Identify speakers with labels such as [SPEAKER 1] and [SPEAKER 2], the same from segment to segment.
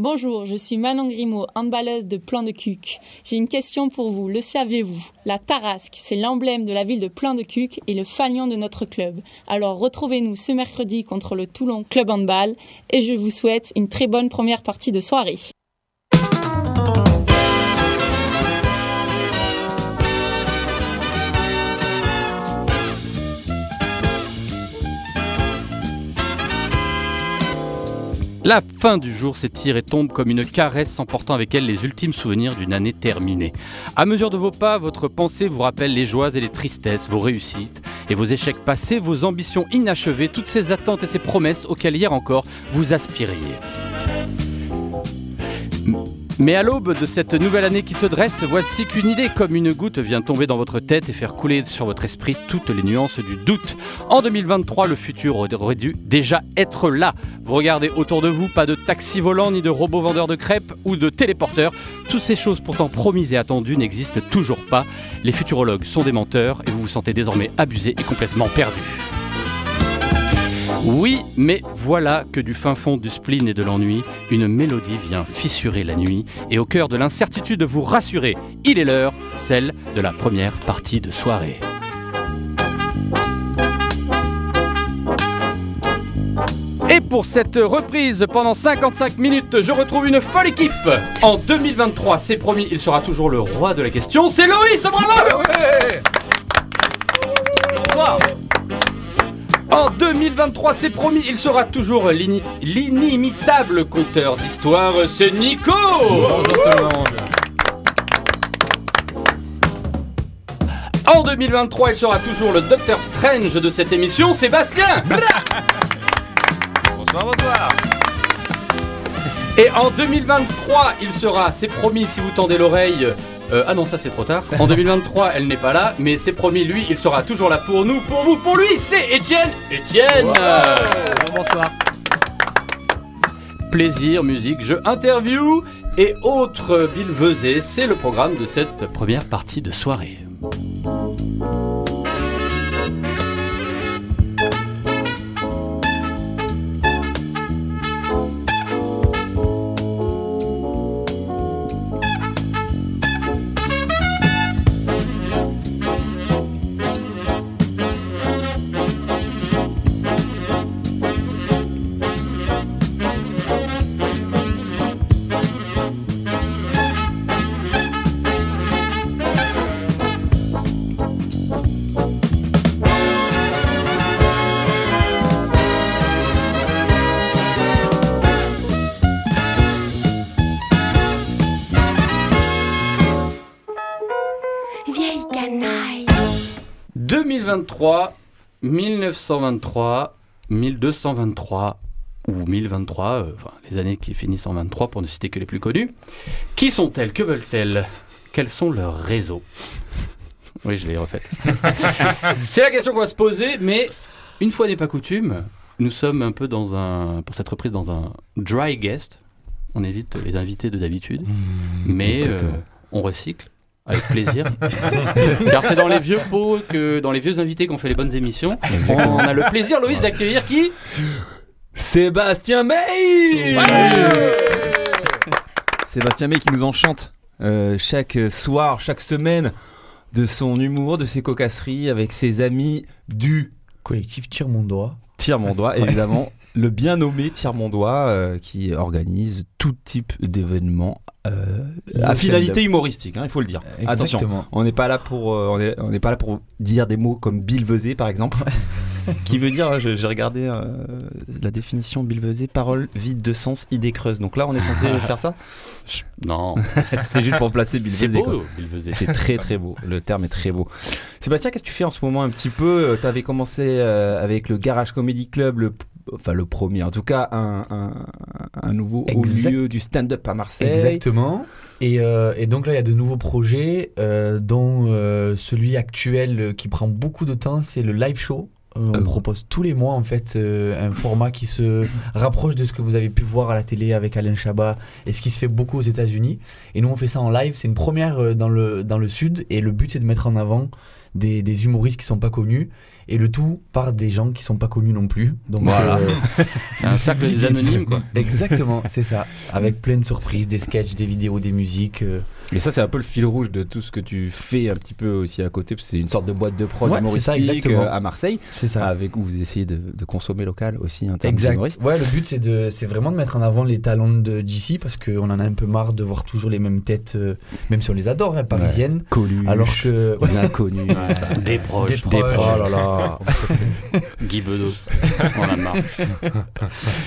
[SPEAKER 1] Bonjour, je suis Manon Grimaud, handballeuse de Plan de Cuc. J'ai une question pour vous, le saviez-vous La Tarasque, c'est l'emblème de la ville de Plan de Cuc et le fanion de notre club. Alors retrouvez-nous ce mercredi contre le Toulon Club Handball et je vous souhaite une très bonne première partie de soirée.
[SPEAKER 2] La fin du jour s'étire et tombe comme une caresse emportant avec elle les ultimes souvenirs d'une année terminée. À mesure de vos pas, votre pensée vous rappelle les joies et les tristesses, vos réussites et vos échecs passés, vos ambitions inachevées, toutes ces attentes et ces promesses auxquelles hier encore vous aspiriez. Mais à l'aube de cette nouvelle année qui se dresse, voici qu'une idée comme une goutte vient tomber dans votre tête et faire couler sur votre esprit toutes les nuances du doute. En 2023, le futur aurait dû déjà être là. Vous regardez autour de vous, pas de taxi volant, ni de robot vendeur de crêpes ou de téléporteur. Toutes ces choses pourtant promises et attendues n'existent toujours pas. Les futurologues sont des menteurs et vous vous sentez désormais abusé et complètement perdu. Oui, mais voilà que du fin fond du spleen et de l'ennui, une mélodie vient fissurer la nuit et au cœur de l'incertitude vous rassurer. Il est l'heure, celle de la première partie de soirée. Et pour cette reprise, pendant 55 minutes, je retrouve une folle équipe. En 2023, c'est promis, il sera toujours le roi de la question. C'est Loïs, bravo Bonsoir. En 2023, c'est promis, il sera toujours l'ini- l'inimitable conteur d'histoire, c'est Nico En 2023, il sera toujours le Docteur Strange de cette émission, Sébastien
[SPEAKER 3] Bonsoir, bonsoir.
[SPEAKER 2] Et en 2023, il sera, c'est promis, si vous tendez l'oreille... euh, ah non, ça c'est trop tard. En 2023, elle n'est pas là, mais c'est promis, lui, il sera toujours là pour nous, pour vous, pour lui, c'est Étienne Étienne
[SPEAKER 4] Bonsoir.
[SPEAKER 2] plaisir, musique, jeux, interview et autres bilvesées. C'est le programme de cette première partie de soirée.
[SPEAKER 5] Vieille canaille.
[SPEAKER 2] 2023, 1923, 1223 ou 1023, euh, enfin, les années qui finissent en 23 pour ne citer que les plus connues. Qui sont-elles Que veulent-elles Quels sont leurs réseaux Oui, je l'ai refaite. C'est la question qu'on va se poser, mais une fois n'est pas coutume, nous sommes un peu dans un, pour cette reprise, dans un dry guest. On évite les invités de d'habitude, mais euh,
[SPEAKER 4] Mmh, exactement.
[SPEAKER 2] on recycle avec plaisir. Car c'est dans les vieux pots que dans les vieux invités qu'on fait les bonnes émissions. On a le plaisir, Loïs, d'accueillir qui
[SPEAKER 4] Sébastien May Sébastien May qui nous enchante euh, chaque soir, chaque semaine, de son humour, de ses cocasseries avec ses amis du
[SPEAKER 6] Collectif Tire mon doigt.
[SPEAKER 4] Tire mon doigt, évidemment. Le bien nommé Tire mon doigt euh, qui organise tout type d'événements euh,
[SPEAKER 6] Le
[SPEAKER 4] à finalité
[SPEAKER 6] stand-up.
[SPEAKER 4] humoristique, hein, il faut le dire. Attention.
[SPEAKER 6] Exactement.
[SPEAKER 4] On n'est pas là pour euh, on est, on n'est pas là pour dire des mots comme bilvesé par exemple, qui veut dire je- j'ai regardé euh, la définition bilvesé parole vide de sens idée creuse. Donc là on est censé faire ça.
[SPEAKER 2] Non,
[SPEAKER 4] C'était juste pour placer
[SPEAKER 2] c'est
[SPEAKER 4] bilvesé. quoi.
[SPEAKER 2] beau, il faisait.
[SPEAKER 4] C'est très très beau. Le terme est très beau. Sébastien, qu'est-ce que tu fais en ce moment un petit peu Euh, T'avais commencé euh, avec le Garage Comedy Club, le enfin le premier, en tout cas un, un- un nouveau haut
[SPEAKER 6] Exact-
[SPEAKER 4] lieu du stand-up à Marseille.
[SPEAKER 6] Exactement. Et, euh, et donc là, il y a de nouveaux projets, euh, dont euh, celui actuel euh, qui prend beaucoup de temps, c'est le live show. Euh, on
[SPEAKER 4] Euh.
[SPEAKER 6] propose tous les mois en fait euh, un format qui se rapproche de ce que vous avez pu voir à la télé avec Alain Chabat et ce qui se fait beaucoup aux États-Unis. Et nous, on fait ça en live. C'est une première euh, dans le dans le sud et le but c'est de mettre en avant des, des humoristes qui sont pas connus Et le tout par des gens qui sont pas connus non plus. Donc,
[SPEAKER 2] Voilà.
[SPEAKER 6] euh,
[SPEAKER 2] C'est un cercle des anonymes, quoi.
[SPEAKER 6] Exactement, c'est ça. Avec plein de surprises, des sketchs, des vidéos, des musiques. euh.
[SPEAKER 4] Et ça, c'est un peu le fil rouge de tout ce que tu fais un petit peu aussi à côté, parce que c'est une sorte de boîte de prod
[SPEAKER 6] Ouais, c'est ça,
[SPEAKER 4] humoristique
[SPEAKER 6] exactement.
[SPEAKER 4] euh, à Marseille,
[SPEAKER 6] C'est ça.
[SPEAKER 4] avec où vous essayez de, de consommer local aussi en termes
[SPEAKER 6] Exact.
[SPEAKER 4] d'humoristes.
[SPEAKER 6] Ouais, le but c'est de, c'est vraiment de mettre en avant les talents de DC parce qu'on en a un peu marre de voir toujours les mêmes têtes, euh, même si on les adore, hein, parisiennes.
[SPEAKER 4] Coluche,
[SPEAKER 6] Alors que
[SPEAKER 4] les inconnus.
[SPEAKER 2] Des proches,
[SPEAKER 6] des proches, oh là là.
[SPEAKER 2] Guy Bedos. On en a marre.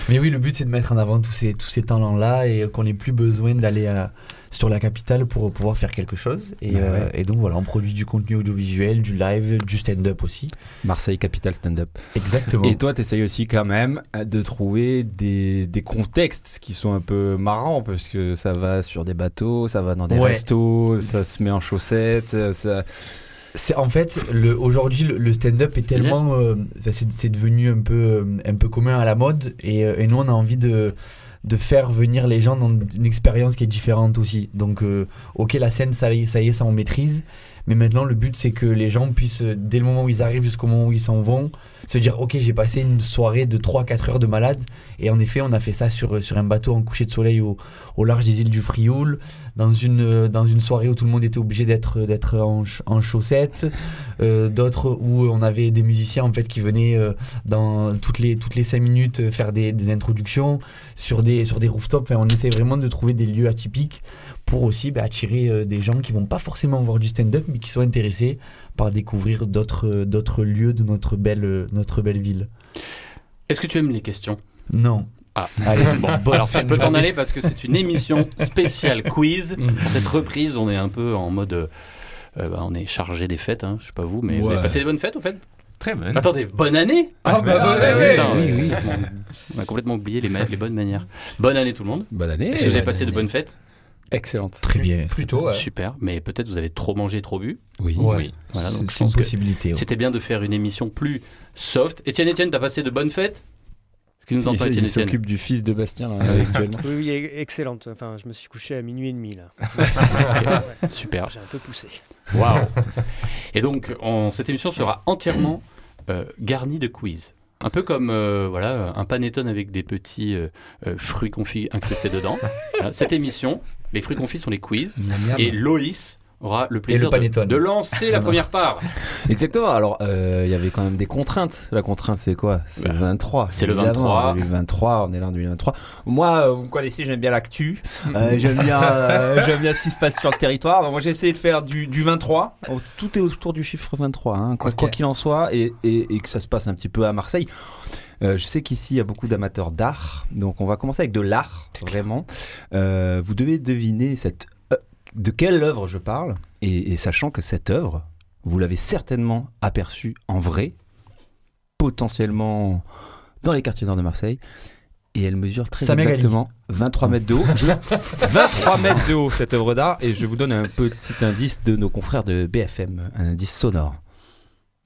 [SPEAKER 6] Mais oui, le but c'est de mettre en avant tous ces tous ces talents là et qu'on n'ait plus besoin d'aller à- sur la capitale pour pouvoir faire quelque chose. Et,
[SPEAKER 4] Ouais.
[SPEAKER 6] euh, et donc voilà, on produit du contenu audiovisuel, du live, du stand-up aussi.
[SPEAKER 4] Marseille, capitale stand-up.
[SPEAKER 6] Exactement.
[SPEAKER 4] Et toi, t'essayes aussi quand même euh, de trouver des, des contextes qui sont un peu marrants, parce que ça va sur des bateaux, ça va dans des
[SPEAKER 6] Ouais.
[SPEAKER 4] restos, ça se met en chaussettes, euh, ça...
[SPEAKER 6] C'est en fait le aujourd'hui le, le stand-up est tellement euh, ben, c'est, c'est devenu un peu euh, un peu commun à la mode et, euh, et nous on a envie de de faire venir les gens dans une expérience qui est différente aussi. Donc euh, OK la scène ça y est, ça y est ça on maîtrise mais maintenant le but c'est que les gens puissent euh, dès le moment où ils arrivent jusqu'au moment où ils s'en vont se dire OK, j'ai passé une soirée de 3 4 heures de malade et en effet, on a fait ça sur euh, sur un bateau en coucher de soleil au, au large des îles du Frioul dans une, euh, dans une soirée où tout le monde était obligé d'être d'être en, ch- en chaussettes, euh, d'autres où on avait des musiciens en fait qui venaient euh, dans toutes les toutes les cinq minutes euh, faire des, des introductions sur des sur des rooftops. Enfin, on essaie vraiment de trouver des lieux atypiques pour aussi bah, attirer euh, des gens qui vont pas forcément voir du stand-up mais qui sont intéressés par découvrir d'autres euh, d'autres lieux de notre belle euh, notre belle ville.
[SPEAKER 2] Est-ce que tu aimes les questions
[SPEAKER 6] Non.
[SPEAKER 2] Ah.
[SPEAKER 6] Allez,
[SPEAKER 2] Bon,
[SPEAKER 6] bonne
[SPEAKER 2] alors
[SPEAKER 6] fin
[SPEAKER 2] tu
[SPEAKER 6] de
[SPEAKER 2] peux t'en
[SPEAKER 6] journée.
[SPEAKER 2] aller parce que c'est une émission spéciale quiz.
[SPEAKER 6] Mm.
[SPEAKER 2] Pour cette reprise, on est un peu en mode. euh, euh, bah, on est chargé des fêtes, hein, je sais pas vous, mais vous avez
[SPEAKER 7] Ouais.
[SPEAKER 2] passé des bonnes fêtes au fait
[SPEAKER 7] Très bonne.
[SPEAKER 2] Attendez, bonne année
[SPEAKER 7] Ah, bah,
[SPEAKER 2] Ah,
[SPEAKER 7] bonne
[SPEAKER 2] bah,
[SPEAKER 7] année.
[SPEAKER 2] putain,
[SPEAKER 7] Oui,
[SPEAKER 2] euh, On a complètement oublié les, ma- les bonnes manières. Bonne année tout le monde.
[SPEAKER 7] Bonne année.
[SPEAKER 2] Est-ce que vous avez passé de bonnes fêtes
[SPEAKER 7] Excellente.
[SPEAKER 6] Très bien.
[SPEAKER 4] Plutôt,
[SPEAKER 2] Super, mais peut-être vous avez trop mangé, trop bu.
[SPEAKER 7] Oui.
[SPEAKER 6] Ouais.
[SPEAKER 2] Voilà, donc je
[SPEAKER 6] c'est une
[SPEAKER 2] pense que
[SPEAKER 6] possibilité. ouais.
[SPEAKER 2] c'était bien de faire une émission plus soft. Étienne, Étienne, t'as passé de bonnes fêtes Ce qui nous entend, Étienne,
[SPEAKER 4] Il
[SPEAKER 2] Étienne.
[SPEAKER 4] s'occupe du fils de Bastien là, actuellement.
[SPEAKER 8] Oui, oui, e- excellente. Enfin, je me suis couché à minuit et demi là. Ah Ouais,
[SPEAKER 2] Super.
[SPEAKER 8] J'ai un peu poussé.
[SPEAKER 2] Waouh Et donc, on- cette émission sera entièrement euh, garnie de quiz. Un peu comme euh, voilà, un panettone avec des petits euh, euh, fruits confits incrustés dedans. Voilà, cette émission, les fruits confits sont les quiz. Et Loïs aura le plaisir
[SPEAKER 6] le
[SPEAKER 2] de,
[SPEAKER 6] panettone.
[SPEAKER 2] de lancer la première part.
[SPEAKER 4] Exactement. Alors, euh, il y avait quand même des contraintes. La contrainte, c'est quoi C'est le 23.
[SPEAKER 2] c'est le
[SPEAKER 4] évidemment.
[SPEAKER 2] 23.
[SPEAKER 4] On est le 23, on est là en 2023. Moi, euh, vous me connaissez, j'aime bien l'actu. Euh, j'aime bien, euh, j'aime bien ce qui se passe sur le territoire. Donc, moi, j'ai essayé de faire du, du 23. Oh, tout est autour du chiffre 23, hein, quoi
[SPEAKER 6] Ok.
[SPEAKER 4] quoi qu'il en soit, et, et- et que ça se passe un petit peu à Marseille. Euh, je sais qu'ici, il y a beaucoup d'amateurs d'art. Donc, on va commencer avec de l'art, vraiment. Euh, vous devez deviner cette, euh, de quelle œuvre je parle. Et, et sachant que cette œuvre, vous l'avez certainement aperçue en vrai, potentiellement dans les quartiers nord de Marseille. Et elle mesure très
[SPEAKER 6] Samuel Ali.
[SPEAKER 4] exactement 23 mètres de haut. Je- 23 mètres de haut, cette œuvre d'art. Et je vous donne un petit indice de nos confrères de BFM, un indice sonore.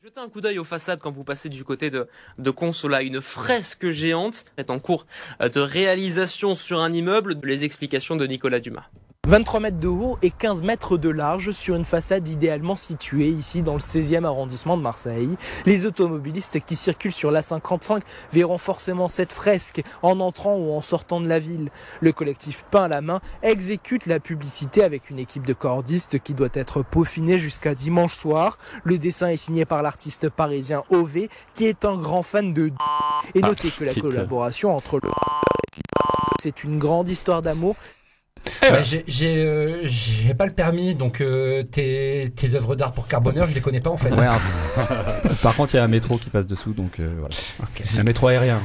[SPEAKER 9] Jetez un coup d'œil aux façades quand vous passez du côté de, de Consola. Une fresque géante est en cours euh, de réalisation sur un immeuble. Les explications de Nicolas Dumas.
[SPEAKER 10] 23 mètres de haut et 15 mètres de large sur une façade idéalement située ici dans le 16e arrondissement de Marseille. Les automobilistes qui circulent sur la 55 verront forcément cette fresque en entrant ou en sortant de la ville. Le collectif Pain à la main exécute la publicité avec une équipe de cordistes qui doit être peaufinée jusqu'à dimanche soir. Le dessin est signé par l'artiste parisien OV qui est un grand fan de et
[SPEAKER 2] Ah,
[SPEAKER 10] notez que la
[SPEAKER 2] petite-
[SPEAKER 10] collaboration entre le c'est une grande histoire d'amour
[SPEAKER 11] Bah, j'ai- J'ai euh, j'ai pas le permis, donc euh, tes, tes œuvres d'art pour Carboneur, je les connais pas en fait.
[SPEAKER 4] Ouais, enfin. Par contre, il y a un métro qui passe dessous, donc euh, voilà. Un métro aérien.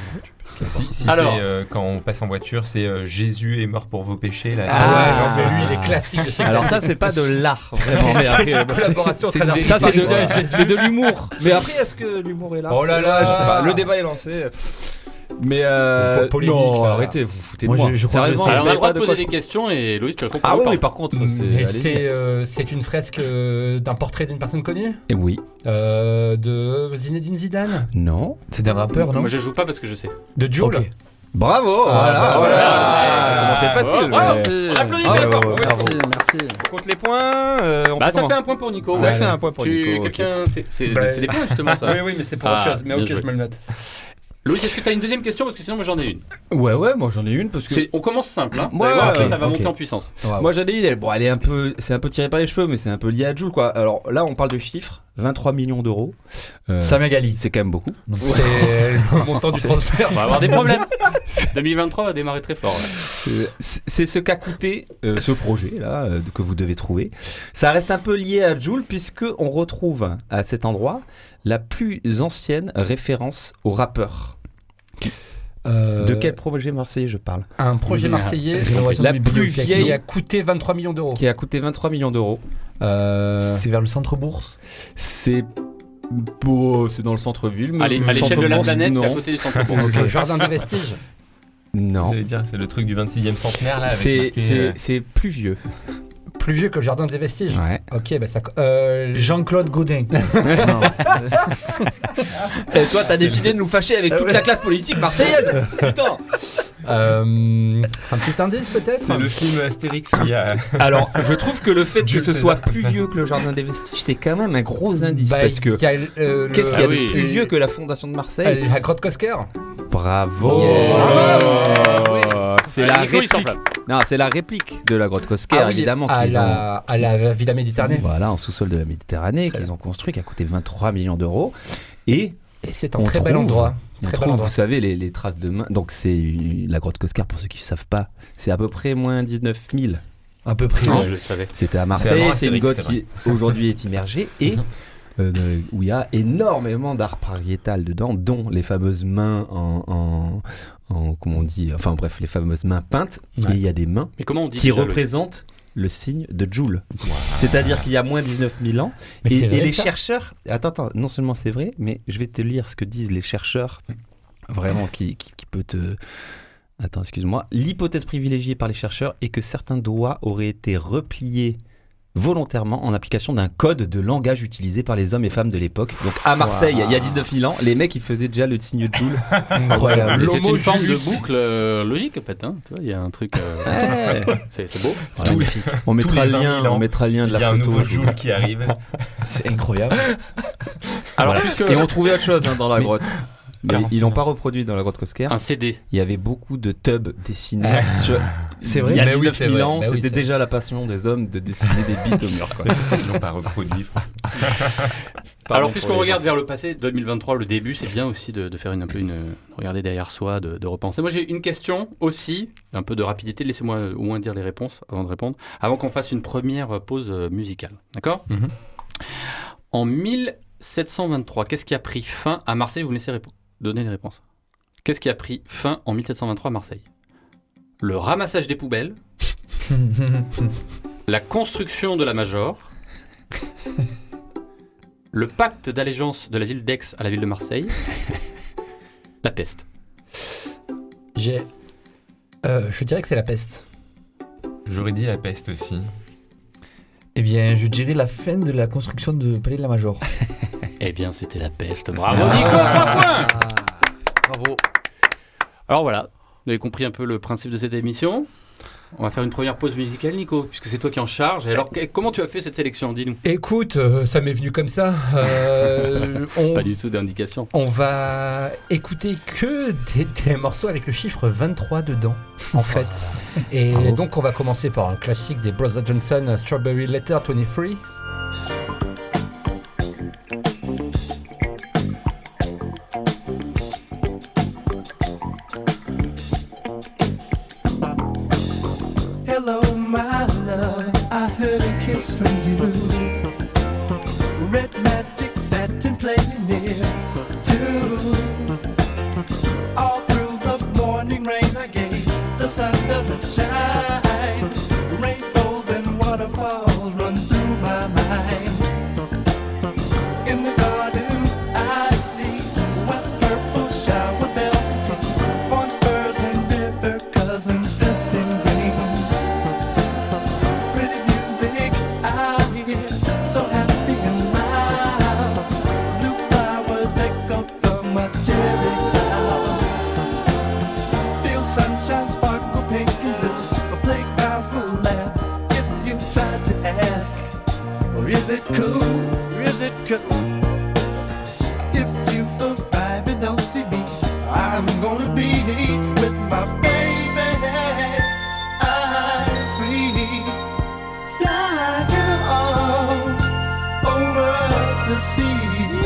[SPEAKER 7] Si, si
[SPEAKER 2] Alors.
[SPEAKER 7] c'est euh, quand on passe en voiture, c'est euh, Jésus est mort pour vos péchés. Là.
[SPEAKER 4] Ah.
[SPEAKER 11] ouais, non, mais lui, il est classique. il est chez-
[SPEAKER 4] Alors ça, c'est pas de l'art, vraiment. Mais après, euh,
[SPEAKER 11] collaboration
[SPEAKER 4] c'est-
[SPEAKER 11] entre
[SPEAKER 4] c'est-
[SPEAKER 11] les
[SPEAKER 4] ça, c'est de,
[SPEAKER 11] artistes.
[SPEAKER 4] c'est de l'humour. Mais après, est-ce que l'humour est l'art
[SPEAKER 11] Oh là là.
[SPEAKER 4] Je sais pas. Le débat est lancé. Mais euh,
[SPEAKER 11] Faut polémique,
[SPEAKER 4] non,
[SPEAKER 11] là.
[SPEAKER 4] arrêtez, vous vous foutez de
[SPEAKER 6] Moi,
[SPEAKER 4] moi.
[SPEAKER 6] je- je crois que
[SPEAKER 4] Sérieusement,
[SPEAKER 6] je sais.
[SPEAKER 2] Alors, on
[SPEAKER 4] vous
[SPEAKER 2] a
[SPEAKER 4] savez
[SPEAKER 2] le droit
[SPEAKER 4] pas
[SPEAKER 2] de
[SPEAKER 4] de quoi
[SPEAKER 2] poser des questions et Loïs, tu réponds
[SPEAKER 4] Ah
[SPEAKER 2] ou
[SPEAKER 4] oui,
[SPEAKER 2] pas
[SPEAKER 4] oui, par contre,
[SPEAKER 10] Mm,
[SPEAKER 11] Mais
[SPEAKER 4] c'est. allez-y.
[SPEAKER 11] c'est euh, c'est une fresque euh, d'un portrait d'une personne connue
[SPEAKER 4] Et Eh oui.
[SPEAKER 11] Euh, De Zinedine Zidane
[SPEAKER 4] Non.
[SPEAKER 6] C'est d'un rappeur, non
[SPEAKER 2] Moi, je joue pas parce que je sais.
[SPEAKER 11] De Joule
[SPEAKER 6] Ok.
[SPEAKER 4] Bravo
[SPEAKER 12] Ah,
[SPEAKER 4] Voilà,
[SPEAKER 12] bah,
[SPEAKER 4] voilà.
[SPEAKER 12] voilà.
[SPEAKER 4] Comment c'est facile Ah,
[SPEAKER 12] Voilà,
[SPEAKER 4] mais-
[SPEAKER 12] c'est-
[SPEAKER 2] Applaudissements
[SPEAKER 12] Bravo,
[SPEAKER 2] encore.
[SPEAKER 12] bravo.
[SPEAKER 2] Merci, merci.
[SPEAKER 12] On compte les points. euh, on
[SPEAKER 2] Bah, ça
[SPEAKER 12] comment
[SPEAKER 2] fait un point pour Nico.
[SPEAKER 12] Ça
[SPEAKER 2] ouais.
[SPEAKER 12] fait un point pour
[SPEAKER 2] Tu-
[SPEAKER 12] Nico. ok.
[SPEAKER 2] quelqu'un- c'est- C'est
[SPEAKER 12] Bah,
[SPEAKER 2] c'est des points justement ça.
[SPEAKER 12] oui, oui, mais c'est pour
[SPEAKER 2] Ah,
[SPEAKER 12] autre chose. Mais
[SPEAKER 2] bien
[SPEAKER 12] ok,
[SPEAKER 2] joué.
[SPEAKER 12] je me le note.
[SPEAKER 2] Louis, est-ce que tu as une deuxième question Parce que sinon, moi j'en ai une.
[SPEAKER 4] Ouais, ouais, moi j'en ai une parce que.
[SPEAKER 2] C'est- On commence simple, hein.
[SPEAKER 4] Moi,
[SPEAKER 2] Vous allez voir, après,
[SPEAKER 4] ok,
[SPEAKER 2] ça va
[SPEAKER 4] ok.
[SPEAKER 2] monter en puissance.
[SPEAKER 4] Moi j'en ai une, elle, bon, elle est un peu, c'est un peu tiré par les cheveux, mais c'est un peu lié à Jules quoi. Alors là, on parle de chiffres 23 millions d'euros.
[SPEAKER 6] Ça
[SPEAKER 4] Magali. C'est quand même beaucoup.
[SPEAKER 6] C'est le montant du transfert.
[SPEAKER 2] On va avoir des problèmes. 2023 va démarrer très fort.
[SPEAKER 4] Euh, c'est c'est ce qu'a coûté euh, ce projet là euh, que vous devez trouver. Ça reste un peu lié à Joule puisque on retrouve à cet endroit la plus ancienne référence au rappeur. De quel projet marseillais je parle
[SPEAKER 10] Un projet marseillais, rénovation
[SPEAKER 4] la
[SPEAKER 10] de
[SPEAKER 4] plus
[SPEAKER 10] bibliothèque, qui
[SPEAKER 4] vieille
[SPEAKER 10] a coûté 23 millions d'euros.
[SPEAKER 4] qui a coûté 23 millions d'euros. Euh,
[SPEAKER 6] C'est vers le centre bourse
[SPEAKER 4] C'est beau, c'est dans le centre-ville. mais
[SPEAKER 2] À l'é-
[SPEAKER 4] le
[SPEAKER 2] à l'échelle de la
[SPEAKER 4] centre-bourse,
[SPEAKER 2] planète, c'est à
[SPEAKER 4] non.
[SPEAKER 2] côté du centre bourse.
[SPEAKER 10] Le jardin des vestiges.
[SPEAKER 4] Non.
[SPEAKER 9] J'allais dire, c'est le truc du 26e centenaire là. avec
[SPEAKER 4] C'est
[SPEAKER 9] marqué, euh,
[SPEAKER 4] c'est- c'est plus vieux.
[SPEAKER 10] Plus vieux que le jardin des vestiges.
[SPEAKER 4] Ouais.
[SPEAKER 10] Ok, bah ça. euh, Jean-Claude Godin.
[SPEAKER 4] Et toi, t'as décidé de nous fâcher
[SPEAKER 10] Ah
[SPEAKER 4] avec toute la classe politique marseillaise. Putain.
[SPEAKER 10] Euh, un petit indice peut-être
[SPEAKER 9] C'est le film Astérix où il y a.
[SPEAKER 4] Alors, je trouve que le fait que
[SPEAKER 9] Jules
[SPEAKER 4] ce
[SPEAKER 9] César.
[SPEAKER 4] soit plus vieux que le jardin des vestiges, c'est quand même un gros indice
[SPEAKER 10] Bah,
[SPEAKER 4] parce que
[SPEAKER 10] il y a, euh, le-
[SPEAKER 4] qu'est-ce qu'il y a
[SPEAKER 10] Ah oui.
[SPEAKER 4] de plus vieux que la fondation de
[SPEAKER 10] Euh,
[SPEAKER 4] Marseille
[SPEAKER 10] La grotte Cosquer
[SPEAKER 4] Bravo. C'est la
[SPEAKER 2] Nico, il
[SPEAKER 4] réplique.
[SPEAKER 2] s'enflamme.
[SPEAKER 4] Non, c'est la réplique de la grotte Cosquer,
[SPEAKER 10] Ah oui,
[SPEAKER 4] évidemment.
[SPEAKER 10] à
[SPEAKER 4] qu'ils ont-
[SPEAKER 10] la, à la Villa Méditerranée.
[SPEAKER 4] Voilà, en sous-sol de la Méditerranée, qu'ils ont construit, qui a coûté 23 millions d'euros. Et
[SPEAKER 10] Et c'est un
[SPEAKER 4] on
[SPEAKER 10] très bel
[SPEAKER 4] trouve-
[SPEAKER 10] endroit.
[SPEAKER 4] On
[SPEAKER 10] Très bel
[SPEAKER 4] trouve,
[SPEAKER 10] endroit.
[SPEAKER 4] vous savez, les, les traces de main. Donc, c'est une- la grotte Coscar, pour ceux qui ne savent pas, c'est à peu près moins 19 000.
[SPEAKER 10] À peu près.
[SPEAKER 9] Ah,
[SPEAKER 2] Non,
[SPEAKER 10] ouais.
[SPEAKER 2] je le savais.
[SPEAKER 4] C'était à
[SPEAKER 9] C'est
[SPEAKER 4] Marseille,
[SPEAKER 9] vraiment
[SPEAKER 4] c'est une
[SPEAKER 9] Astérix,
[SPEAKER 4] grotte
[SPEAKER 9] c'est
[SPEAKER 4] qui aujourd'hui est immergée et euh, de- où il y a énormément d'art pariétal dedans, dont les fameuses mains en. en- en- comment on dit Enfin, bref, les fameuses mains peintes. Et il y a des mains
[SPEAKER 2] Mais comment on dit
[SPEAKER 4] qui
[SPEAKER 2] déjà le-
[SPEAKER 4] représentent le signe de Joule. C'est-à-dire qu'il y a moins 19 000 ans.
[SPEAKER 10] Mais
[SPEAKER 4] et
[SPEAKER 10] c'est vrai,
[SPEAKER 4] et les
[SPEAKER 10] ça
[SPEAKER 4] chercheurs. Attends, attends, non seulement c'est vrai, mais je vais te lire ce que disent les chercheurs. Vraiment, qui, qui, qui peut te. Attends, excuse-moi. L'hypothèse privilégiée par les chercheurs est que certains doigts auraient été repliés volontairement en application d'un code de langage utilisé par les hommes et femmes de l'époque. Donc à Marseille, il y a 19 000 ans, les mecs, ils faisaient déjà le signe de Joule.
[SPEAKER 10] Incroyable.
[SPEAKER 2] Mais C'est
[SPEAKER 6] L'homo
[SPEAKER 2] une forme de
[SPEAKER 6] Julius.
[SPEAKER 2] boucle euh, logique en fait. hein. Tu vois, il y a un truc. euh, C'est c'est beau.
[SPEAKER 4] Voilà. on mettra
[SPEAKER 9] tous les
[SPEAKER 4] le lien,
[SPEAKER 9] 20 000 ans,
[SPEAKER 4] on mettra le lien de
[SPEAKER 9] Il
[SPEAKER 4] la
[SPEAKER 9] y a un
[SPEAKER 4] photo.
[SPEAKER 9] nouveau
[SPEAKER 4] je vous-
[SPEAKER 9] Joule qui arrive.
[SPEAKER 6] C'est incroyable.
[SPEAKER 2] Alors, puisque
[SPEAKER 4] Et on trouvait autre chose hein, dans la
[SPEAKER 2] Mais-
[SPEAKER 4] grotte. Mais
[SPEAKER 2] 40
[SPEAKER 4] ils l'ont pas reproduit dans la grotte Cosquer.
[SPEAKER 2] un CD.
[SPEAKER 4] Il y avait beaucoup de tubs dessinés sur.
[SPEAKER 6] Ah. C'est vrai,
[SPEAKER 4] Il y a
[SPEAKER 6] mais oui,
[SPEAKER 4] 19
[SPEAKER 6] c'est
[SPEAKER 4] 000
[SPEAKER 6] vrai.
[SPEAKER 4] ans,
[SPEAKER 6] Bah oui,
[SPEAKER 4] c'était
[SPEAKER 6] c'est
[SPEAKER 4] déjà la passion des hommes de dessiner des bits au mur. Quoi.
[SPEAKER 9] Ils l'ont pas reproduit.
[SPEAKER 4] Pardon
[SPEAKER 2] Alors,
[SPEAKER 4] pour
[SPEAKER 2] puisqu'on
[SPEAKER 4] les
[SPEAKER 2] regarde
[SPEAKER 4] gens.
[SPEAKER 2] vers le passé, 2023, le début, c'est bien aussi de, de faire une, un peu une. de regarder derrière soi, de, de repenser. Moi, j'ai une question aussi, un peu de rapidité. Laissez-moi euh, au moins dire les réponses avant de répondre, avant qu'on fasse une première pause euh, musicale. D'accord
[SPEAKER 6] Mhm.
[SPEAKER 2] En 1723, qu'est-ce qui a pris fin à Marseille Vous me laissez répo- donner les réponses. Qu'est-ce qui a pris fin en 1723 à Marseille Le ramassage des poubelles, la construction de la Major, le pacte d'allégeance de la ville d'Aix à la ville de Marseille, la peste.
[SPEAKER 10] J'ai. euh, je dirais que c'est la peste.
[SPEAKER 9] J'aurais dit la peste aussi.
[SPEAKER 6] Eh bien, je dirais la fin de la construction de Palais de la Major.
[SPEAKER 2] Eh bien, c'était la peste. Bravo,
[SPEAKER 10] Ah.
[SPEAKER 2] Nico, trois points Bravo. Alors voilà, vous avez compris un peu le principe de cette émission. On va faire une première pause musicale, Nico, puisque c'est toi qui en charge. Et Alors, que- comment tu as fait cette sélection Dis-nous.
[SPEAKER 10] Écoute, euh, ça m'est venu comme ça. Euh, on,
[SPEAKER 2] Pas du tout d'indication.
[SPEAKER 10] on va écouter que des, des morceaux avec le chiffre 23 dedans, en fait. Et donc, on va commencer par un classique des Brothers Johnson, Strawberry Letter 23.
[SPEAKER 13] Hello, my love. I heard a kiss from you. Red magic satin playing near two. All through the morning rain again, the sun doesn't shine. Rainbows and waterfalls run through my mind. In the garden, I see west purple shower bells and tea. Orange birds and river cousins dressed in green pretty music I hear, so happy and loud. it cool? Is it cool? If you arrive and don't see me, I'm gonna be with my baby. I'm free. Flying all over the sea.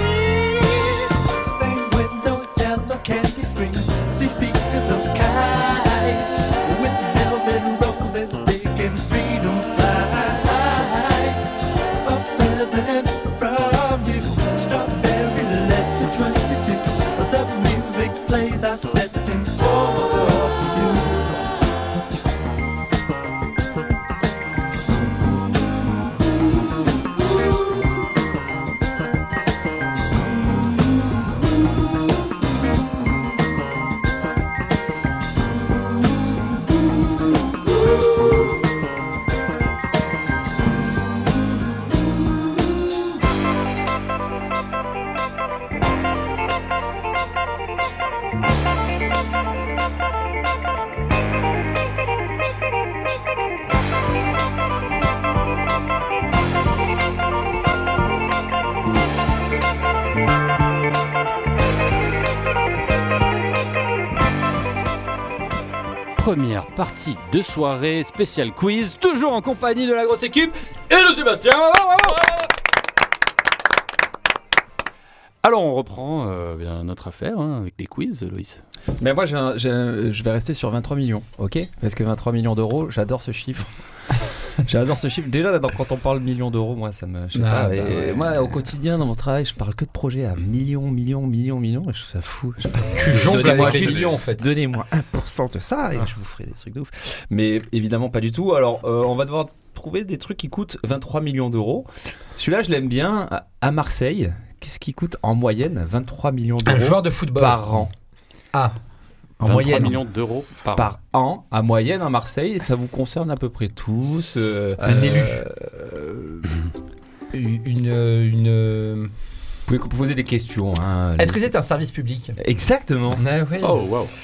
[SPEAKER 13] Spain with no yellow candy strings. See speakers of kites with velvet roses, big and freedom flies a present from you. Strawberry letter 22. The music plays, I set in for you.
[SPEAKER 2] Première partie de soirée spéciale quiz, toujours en compagnie de la grosse équipe et de Sébastien. Bravo, bravo. Alors on reprend euh, bien notre affaire hein, avec des quiz, Loïs.
[SPEAKER 4] Mais moi, j'ai un- j'ai un- je vais rester sur 23 millions, ok Parce que 23 millions d'euros, j'adore ce chiffre. j'adore ce chiffre. Déjà, d'abord, quand on parle millions d'euros, moi, ça me. je sais
[SPEAKER 3] Ah,
[SPEAKER 4] pas,
[SPEAKER 3] bah,
[SPEAKER 4] et-
[SPEAKER 3] ouais.
[SPEAKER 4] Moi, au quotidien, dans mon travail, je parle que de projets à millions, millions, millions, millions, et je trouve ça fou. Je-
[SPEAKER 10] jongles
[SPEAKER 4] Donnez-moi
[SPEAKER 10] avec les
[SPEAKER 4] juste-
[SPEAKER 10] millions, en fait. Ah.
[SPEAKER 4] Donnez-moi 1% de ça, et je vous ferai des trucs de ouf. Mais évidemment, pas du tout. Alors, euh, on va devoir trouver des trucs qui coûtent 23 millions d'euros. Celui-là, je l'aime bien. À- À Marseille, qu'est-ce qui coûte en moyenne 23 millions d'euros
[SPEAKER 10] joueur de football.
[SPEAKER 4] par an
[SPEAKER 10] Ah,
[SPEAKER 4] en moyenne.
[SPEAKER 2] millions d'euros par,
[SPEAKER 4] par an à moyenne à Marseille et ça vous concerne à peu près tous. euh,
[SPEAKER 10] Un élu.
[SPEAKER 4] euh,
[SPEAKER 10] Une. une... euh,
[SPEAKER 4] Vous pouvez poser des questions. hein,
[SPEAKER 10] Est-ce que
[SPEAKER 4] les-
[SPEAKER 10] c'est un service public
[SPEAKER 4] Exactement.
[SPEAKER 10] Ah ouais.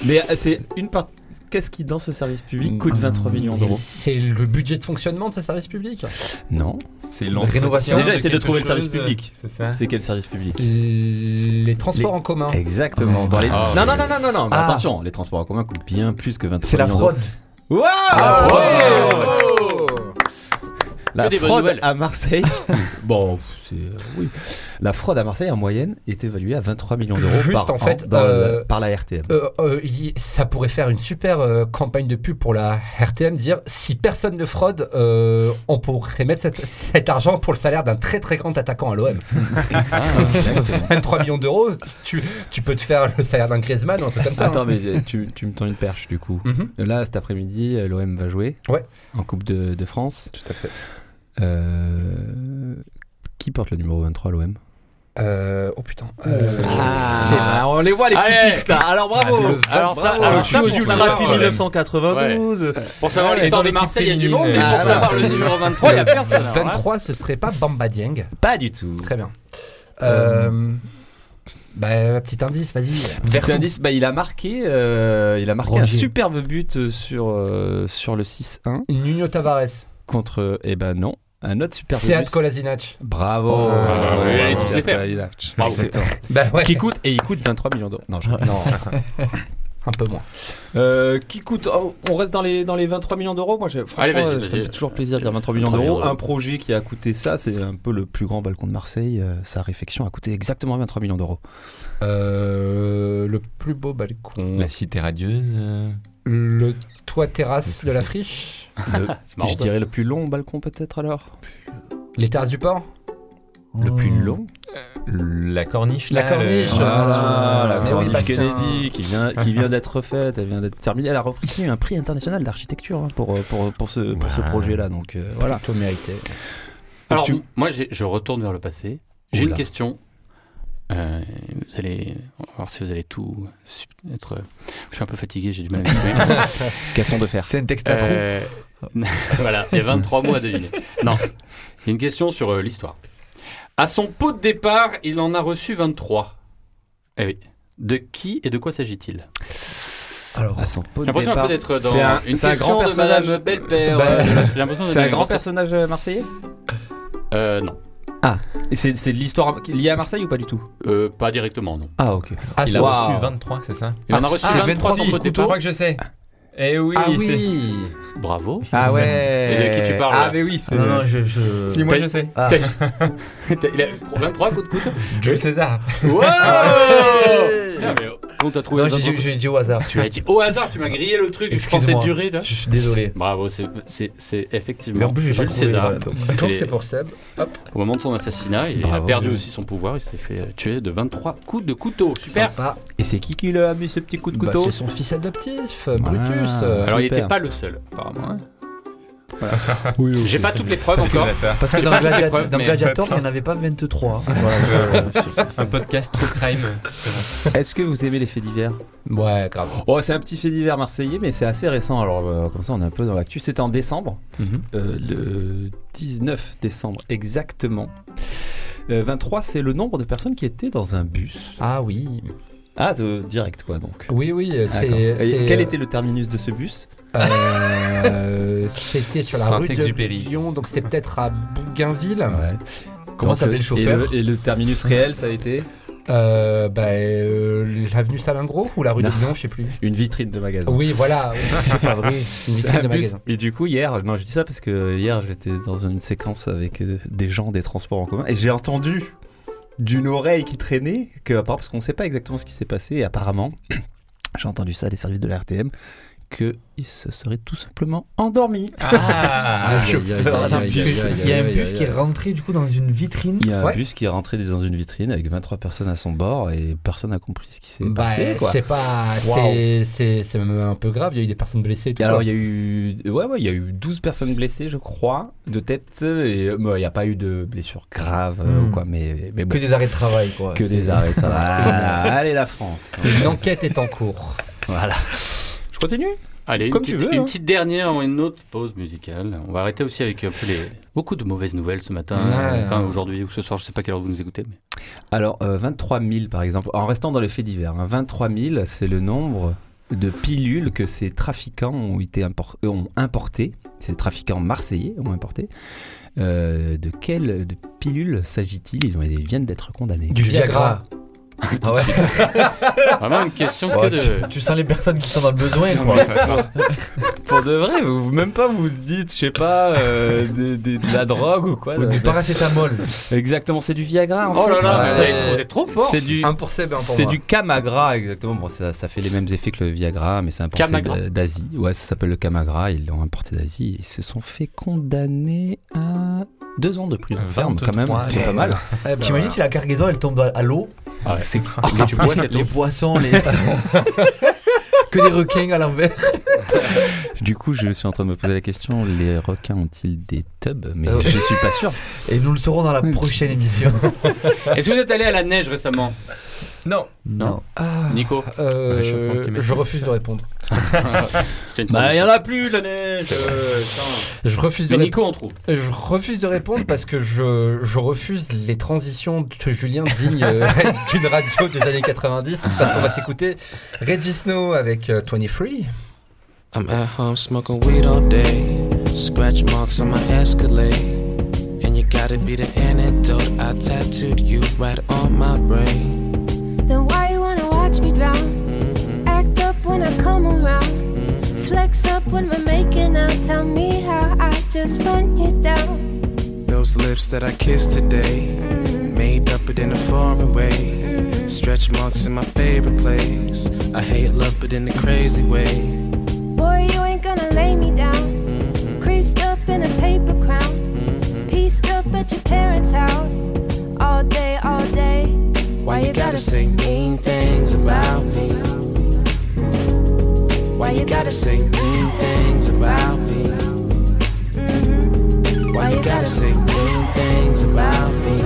[SPEAKER 4] Mais euh, c'est Mm. une partie. Qu'est-ce qui dans ce service public coûte 23 millions d'euros
[SPEAKER 10] C'est le budget de fonctionnement de ce service public
[SPEAKER 4] Non.
[SPEAKER 9] C'est
[SPEAKER 10] l'entretien rénovation
[SPEAKER 4] Déjà,
[SPEAKER 10] de
[SPEAKER 4] essayez de
[SPEAKER 10] quelque
[SPEAKER 4] trouver le service
[SPEAKER 10] chose,
[SPEAKER 4] public.
[SPEAKER 10] c'est ça
[SPEAKER 4] C'est quel service public
[SPEAKER 10] Les transports
[SPEAKER 4] Les-
[SPEAKER 10] en commun.
[SPEAKER 4] Exactement. Dans les-
[SPEAKER 10] Ah,
[SPEAKER 4] non,
[SPEAKER 10] oui.
[SPEAKER 4] non, non, non, non, non, mais
[SPEAKER 10] Ah.
[SPEAKER 4] attention, les transports en commun coûtent bien plus que 23
[SPEAKER 10] C'est la
[SPEAKER 4] millions d'euros.
[SPEAKER 10] fraude.
[SPEAKER 4] Waouh
[SPEAKER 10] Ah,
[SPEAKER 4] Ouais La
[SPEAKER 10] Que des bonnes
[SPEAKER 4] fraude
[SPEAKER 10] nouvelles.
[SPEAKER 4] à Marseille. bon, c'est euh, oui. La fraude à Marseille en moyenne est évaluée à 23 millions d'euros
[SPEAKER 10] Juste
[SPEAKER 4] par
[SPEAKER 10] en
[SPEAKER 4] an
[SPEAKER 10] fait,
[SPEAKER 4] dans
[SPEAKER 10] euh,
[SPEAKER 4] le- par la RTM.
[SPEAKER 10] Euh, euh, y- ça pourrait faire une super euh, campagne de pub pour la RTM, dire si personne ne fraude, euh, on pourrait mettre cet, cet argent pour le salaire d'un très très grand attaquant à l'OM.
[SPEAKER 4] exactement.
[SPEAKER 10] 23 millions d'euros, tu, tu peux te faire le salaire d'un Griezmann ou un truc comme ça.
[SPEAKER 4] Attends,
[SPEAKER 10] hein.
[SPEAKER 4] mais euh, tu, tu me tends une perche du coup.
[SPEAKER 10] Mhm.
[SPEAKER 4] Là, cet après-midi, euh, l'OM va jouer
[SPEAKER 10] Ouais.
[SPEAKER 4] en Coupe de, de France.
[SPEAKER 10] Tout à fait.
[SPEAKER 4] Euh, qui porte le numéro 23 à l'OM
[SPEAKER 10] Euh, oh putain.
[SPEAKER 4] Ah, on les voit les
[SPEAKER 2] Allez.
[SPEAKER 4] critiques là. Alors bravo.
[SPEAKER 10] Ah, le-
[SPEAKER 2] alors ça-
[SPEAKER 4] Bravo.
[SPEAKER 2] alors
[SPEAKER 4] je suis
[SPEAKER 2] ça,
[SPEAKER 4] aux
[SPEAKER 2] pour
[SPEAKER 4] Ultra
[SPEAKER 2] savoir,
[SPEAKER 4] depuis
[SPEAKER 2] euh,
[SPEAKER 4] 1992.
[SPEAKER 2] ouais. Pour savoir
[SPEAKER 4] Et
[SPEAKER 2] l'histoire
[SPEAKER 4] dans
[SPEAKER 2] de
[SPEAKER 4] l'équipe
[SPEAKER 2] Marseille, il y a du
[SPEAKER 4] féminine.
[SPEAKER 2] monde, mais pour savoir le numéro 23, il y a personne. alors, hein.
[SPEAKER 10] 23, Ah, ce serait pas Bamba Dieng.
[SPEAKER 4] Pas du tout.
[SPEAKER 10] Très bien. Euh, bah, petit indice, vas-y.
[SPEAKER 4] Petit
[SPEAKER 10] Vertu.
[SPEAKER 4] indice, bah, il a marqué, euh, il a marqué un
[SPEAKER 10] Rongier.
[SPEAKER 4] superbe but euh, sur, euh, sur le 6-1
[SPEAKER 10] Nuno Tavares.
[SPEAKER 4] contre, euh, eh ben non, un autre superbe
[SPEAKER 10] Sead
[SPEAKER 4] but.
[SPEAKER 10] Kolasinac.
[SPEAKER 4] Bravo.
[SPEAKER 10] Ah,
[SPEAKER 4] Bravo,
[SPEAKER 10] oui,
[SPEAKER 4] bravo,
[SPEAKER 10] tu sais
[SPEAKER 4] Sead
[SPEAKER 10] faire.
[SPEAKER 4] Kolasinac.
[SPEAKER 10] Bravo.
[SPEAKER 4] Exactement.
[SPEAKER 10] Bah ouais.
[SPEAKER 4] Qui coûte, et il coûte 23 millions d'euros. Non, je... non.
[SPEAKER 10] Un peu moins.
[SPEAKER 4] Euh, qui coûte oh, On reste dans les, dans les 23 millions d'euros Moi, j'ai- franchement,
[SPEAKER 2] Allez, vas-y,
[SPEAKER 4] euh,
[SPEAKER 2] vas-y.
[SPEAKER 4] ça me fait toujours plaisir de dire 23 millions
[SPEAKER 2] 23 millions
[SPEAKER 4] d'euros.
[SPEAKER 2] d'euros.
[SPEAKER 4] Un projet qui a coûté ça, c'est un peu le plus grand balcon de Marseille. euh, sa réfection a coûté exactement 23 millions d'euros.
[SPEAKER 10] Euh, le plus beau balcon.
[SPEAKER 9] La cité radieuse. euh,
[SPEAKER 10] Le toit terrasse de la friche.
[SPEAKER 4] Le-
[SPEAKER 2] C'est marrant,
[SPEAKER 4] je dirais le plus long balcon peut-être alors
[SPEAKER 10] Les terrasses du port.
[SPEAKER 4] Le plus long
[SPEAKER 9] La corniche.
[SPEAKER 10] La
[SPEAKER 9] là,
[SPEAKER 10] corniche,
[SPEAKER 9] le-
[SPEAKER 10] euh,
[SPEAKER 4] Ah, la
[SPEAKER 10] Mais oui,
[SPEAKER 4] corniche
[SPEAKER 10] Bastien.
[SPEAKER 4] Kennedy qui vient, qui vient d'être refaite, elle vient d'être terminée. Elle a repris un prix international d'architecture hein, pour, euh, pour, pour ce, pour ce
[SPEAKER 9] Ouais.
[SPEAKER 4] projet-là. Donc euh, voilà.
[SPEAKER 10] Plutôt mérité.
[SPEAKER 2] Alors,
[SPEAKER 4] tu-
[SPEAKER 2] moi, j'ai- je retourne vers le passé. J'ai
[SPEAKER 4] Oula.
[SPEAKER 2] une question. Euh, vous allez on va voir si vous allez tout su- être. Je suis un peu fatigué, j'ai du mal à m'exprimer.
[SPEAKER 4] Gaston de fer.
[SPEAKER 6] C'est un texte à trous.
[SPEAKER 2] Euh, voilà, et 23 mois à deviner. Non, j'ai une question sur euh, l'histoire. À son pot de départ, il en a reçu 23. Eh oui. De qui et de quoi s'agit-il
[SPEAKER 10] Alors,
[SPEAKER 4] À son pot de
[SPEAKER 2] J'ai l'impression un peu
[SPEAKER 4] départ.
[SPEAKER 2] d'être dans
[SPEAKER 4] C'est un-
[SPEAKER 2] une
[SPEAKER 4] c'est un
[SPEAKER 2] question
[SPEAKER 4] grand
[SPEAKER 2] de
[SPEAKER 4] personnage.
[SPEAKER 2] Madame Belle-Père.
[SPEAKER 4] Bah,
[SPEAKER 2] euh, j'ai l'impression d'être
[SPEAKER 4] C'est
[SPEAKER 2] dans
[SPEAKER 4] un
[SPEAKER 2] une
[SPEAKER 4] grand
[SPEAKER 2] grosse-
[SPEAKER 4] personnage euh, marseillais
[SPEAKER 2] Euh, non.
[SPEAKER 4] Ah, et c'est c'est de l'histoire liée à Marseille ou pas du tout
[SPEAKER 2] Euh, pas directement, non.
[SPEAKER 4] Ah, ok. Ah,
[SPEAKER 9] Il a
[SPEAKER 4] Wow.
[SPEAKER 9] reçu 23, Ah, c'est ça Ah,
[SPEAKER 2] Il en Ah, a reçu 23
[SPEAKER 9] si,
[SPEAKER 2] contre
[SPEAKER 9] Je
[SPEAKER 2] tes
[SPEAKER 9] crois que je sais. Eh oui,
[SPEAKER 2] Ah oui.
[SPEAKER 9] c'est-
[SPEAKER 2] Bravo.
[SPEAKER 4] Ah ouais.
[SPEAKER 2] Et de qui tu parles
[SPEAKER 4] Ah
[SPEAKER 2] là
[SPEAKER 4] mais oui, c'est- Non, non, je- je-
[SPEAKER 9] Si, moi
[SPEAKER 2] T'as-
[SPEAKER 9] je sais.
[SPEAKER 6] Ah.
[SPEAKER 3] Ah.
[SPEAKER 2] t'as- t'as- Il a eu 23 coups de couteau
[SPEAKER 9] Jules César.
[SPEAKER 2] Wow
[SPEAKER 4] Ah,
[SPEAKER 2] Putain, mais on t'a trouvé
[SPEAKER 6] Non,
[SPEAKER 2] un
[SPEAKER 6] j'ai
[SPEAKER 2] autre-
[SPEAKER 6] dit- j'ai dit au hasard.
[SPEAKER 2] Tu l'as dit au hasard, tu m'as grillé le truc. Je pensais
[SPEAKER 6] Excuse-moi.
[SPEAKER 2] durer là.
[SPEAKER 6] Je suis désolé.
[SPEAKER 2] Bravo, c'est- c'est c'est effectivement
[SPEAKER 6] Mais en plus, j'ai pas
[SPEAKER 2] Jules
[SPEAKER 6] trouvé,
[SPEAKER 2] César.
[SPEAKER 6] voilà. Donc,
[SPEAKER 2] Et
[SPEAKER 10] c'est pour Seb. Hop.
[SPEAKER 2] Au moment de son assassinat, il a
[SPEAKER 10] Bravo.
[SPEAKER 2] perdu aussi son pouvoir. Il s'est fait tuer de 23 coups de couteau. Super.
[SPEAKER 4] Et c'est qui qui l'a mis ce petit coup de
[SPEAKER 10] Bah,
[SPEAKER 4] couteau Ah,
[SPEAKER 10] c'est son fils adoptif, Brutus. euh,
[SPEAKER 2] Alors, il
[SPEAKER 10] super.
[SPEAKER 2] n'était pas le seul, apparemment. hein.
[SPEAKER 10] Voilà.
[SPEAKER 2] J'ai pas toutes les preuves encore.
[SPEAKER 6] Parce que
[SPEAKER 2] J'ai
[SPEAKER 6] dans,
[SPEAKER 2] pas toutes
[SPEAKER 6] Gladi-
[SPEAKER 2] les preuves,
[SPEAKER 6] dans
[SPEAKER 2] mais-
[SPEAKER 6] Gladiator, il n'y en avait pas 23. Voilà,
[SPEAKER 9] Un podcast trop crime.
[SPEAKER 4] Est-ce que vous aimez les faits divers
[SPEAKER 10] Ouais, grave.
[SPEAKER 4] Oh, c'est un petit fait divers marseillais, mais c'est assez récent. Alors, euh, comme ça, on est un peu dans l'actu. C'était en décembre,
[SPEAKER 10] Mhm.
[SPEAKER 4] Euh, le 19 décembre exactement. Euh, 23, c'est le nombre de personnes qui étaient dans un bus.
[SPEAKER 10] Ah oui.
[SPEAKER 4] Ah, de, direct quoi, donc.
[SPEAKER 10] Oui, oui, euh, c'est-
[SPEAKER 4] D'accord. Et
[SPEAKER 10] c'est-
[SPEAKER 4] Quel était le terminus de ce bus
[SPEAKER 10] Euh, c'était sur la rue de
[SPEAKER 4] Saint-Exupéry.
[SPEAKER 10] Lyon, donc c'était peut-être à Bougainville.
[SPEAKER 4] Donc, euh, et le, et le terminus réel, ça a été
[SPEAKER 10] Euh, bah, euh, l'avenue Salingro ou la rue de Lyon, je sais plus.
[SPEAKER 4] Une vitrine de magasin.
[SPEAKER 10] Oui, voilà. C'est pas vrai. Une
[SPEAKER 4] C'est
[SPEAKER 10] vitrine
[SPEAKER 4] un
[SPEAKER 10] de
[SPEAKER 4] bus.
[SPEAKER 10] magasin.
[SPEAKER 4] Et du coup, hier, non, je dis ça parce que hier, j'étais dans une séquence avec euh, des gens des transports en commun et j'ai entendu d'une oreille qui traînait que, apparemment, parce qu'on ne sait pas exactement ce qui s'est passé, et apparemment, j'ai entendu ça des services de la RTM, qu'ils se seraient tout simplement endormis.
[SPEAKER 9] Ah,
[SPEAKER 4] Le chauffeur
[SPEAKER 6] Attends,
[SPEAKER 4] d'un
[SPEAKER 6] parce
[SPEAKER 4] bus.
[SPEAKER 6] que Il y a un bus qui est rentré du coup dans une vitrine.
[SPEAKER 4] Il y a un
[SPEAKER 6] Ouais.
[SPEAKER 4] bus qui est rentré dans une vitrine avec 23 personnes à son bord et personne n'a compris ce qui s'est
[SPEAKER 10] Bah,
[SPEAKER 4] passé. Eh, quoi.
[SPEAKER 10] c'est pas.
[SPEAKER 4] Waouh.
[SPEAKER 10] c'est- C'est c'est même un peu grave. Il y a eu des personnes blessées et tout.
[SPEAKER 4] Et alors,
[SPEAKER 10] quoi.
[SPEAKER 4] il y a eu, ouais, ouais, il y a eu 12 personnes blessées, je crois, de tête. Et euh, bon, il n'y a pas eu de blessures graves, euh,
[SPEAKER 10] Mm.
[SPEAKER 4] ou quoi. Mais, mais bon.
[SPEAKER 10] Que des arrêts de travail, quoi.
[SPEAKER 4] Que
[SPEAKER 10] C'est-
[SPEAKER 4] des arrêts de travail. Voilà, Allez, la France.
[SPEAKER 10] Une enquête est en cours.
[SPEAKER 4] Voilà. Je continue
[SPEAKER 2] Allez, une,
[SPEAKER 4] Comme
[SPEAKER 2] petite,
[SPEAKER 4] tu veux,
[SPEAKER 2] une
[SPEAKER 4] hein.
[SPEAKER 2] petite dernière, une autre pause musicale. On va arrêter aussi avec un peu les- beaucoup de mauvaises nouvelles ce matin,
[SPEAKER 4] Ouais.
[SPEAKER 2] enfin aujourd'hui ou ce soir, je sais pas quelle heure vous nous écoutez. Mais...
[SPEAKER 4] Alors, euh, 23 000 par exemple, en restant dans les faits divers, hein, 23 000 c'est le nombre de pilules que ces trafiquants ont, été impor- euh, ont importé, ces trafiquants marseillais ont importé. Euh, de quelles de pilules s'agit-il ils, ont- ils viennent d'être condamnés.
[SPEAKER 6] Du Viagra.
[SPEAKER 4] Ah ouais.
[SPEAKER 2] Vraiment une question
[SPEAKER 6] Ouais,
[SPEAKER 2] que
[SPEAKER 6] tu-
[SPEAKER 2] de.
[SPEAKER 6] Tu sens les personnes qui sont dans le besoin, quoi.
[SPEAKER 4] Pour de vrai, vous, vous- même pas vous vous dites, je sais pas, euh, des- des- de, la drogue ou quoi.
[SPEAKER 6] Ou
[SPEAKER 4] de-
[SPEAKER 6] du
[SPEAKER 4] de-
[SPEAKER 6] paracétamol.
[SPEAKER 4] Exactement, c'est du Viagra. En
[SPEAKER 6] Oh là
[SPEAKER 4] fait.
[SPEAKER 6] là,
[SPEAKER 4] Ouais,
[SPEAKER 6] vous êtes
[SPEAKER 4] ah, c'est-
[SPEAKER 6] trop- vous êtes trop fort.
[SPEAKER 4] C'est du,
[SPEAKER 6] Un pour Seb, un pour
[SPEAKER 4] c'est
[SPEAKER 6] moi.
[SPEAKER 4] du Camagra, exactement. Bon, ça, ça fait les mêmes effets que le Viagra, mais c'est importé
[SPEAKER 2] Camagra.
[SPEAKER 4] d- d'Asie. Ouais, ça s'appelle le Camagra. Ils l'ont importé d'Asie. Ils se sont fait condamner à deux ans de prison ferme, quand même.
[SPEAKER 6] 23,
[SPEAKER 4] C'est pas mal.
[SPEAKER 6] Eh ben, T'imagines si la cargaison elle tombe à l'eau
[SPEAKER 2] Ah ouais.
[SPEAKER 4] C'est
[SPEAKER 2] Mais tu bois cette
[SPEAKER 6] Les
[SPEAKER 2] eau.
[SPEAKER 6] poissons, les. que des requins à l'envers.
[SPEAKER 4] Du coup, je suis en train de me poser la question les requins ont-ils des tubs Mais
[SPEAKER 6] Euh,
[SPEAKER 4] je suis pas sûr.
[SPEAKER 6] Et nous le saurons dans la prochaine émission.
[SPEAKER 2] Est-ce que vous êtes allé à la neige récemment
[SPEAKER 9] Non. Ah.
[SPEAKER 2] Non. Nico
[SPEAKER 6] Euh,
[SPEAKER 9] Réchauffement climatique.
[SPEAKER 6] je refuse de répondre.
[SPEAKER 2] C'était une
[SPEAKER 4] Bah, il y en
[SPEAKER 2] transition.
[SPEAKER 4] a plus de la neige. euh, putain.
[SPEAKER 10] Je refuse de
[SPEAKER 2] Mais
[SPEAKER 10] répondre.
[SPEAKER 2] Nico, on trouve.
[SPEAKER 10] Je refuse de répondre parce que je, je refuse les transitions de Julien digne euh, d'une radio des années 90 parce qu'on va s'écouter Reggie Snow avec euh, 23.
[SPEAKER 14] I'm at home smoking weed all day. Scratch marks on my Escalade. And you gotta be the antidote. I tattooed you right on my brain.
[SPEAKER 5] Then why you wanna watch me drown? Act up when I come around.
[SPEAKER 14] Mm-hmm.
[SPEAKER 5] Flex up when we're making out. Tell me how I just run you down.
[SPEAKER 14] Those lips that I kissed today, made up but in a foreign way. Stretch marks in my favorite place. I hate love but in a crazy way.
[SPEAKER 5] Boy, you ain't gonna lay me down.
[SPEAKER 14] Mm-hmm.
[SPEAKER 5] Creased up in a paper crown. Pieced up at your parents' house. All day, all day.
[SPEAKER 14] Why you gotta say mean things about me? Why you gotta say mean things about me? Why you gotta say mean things about me?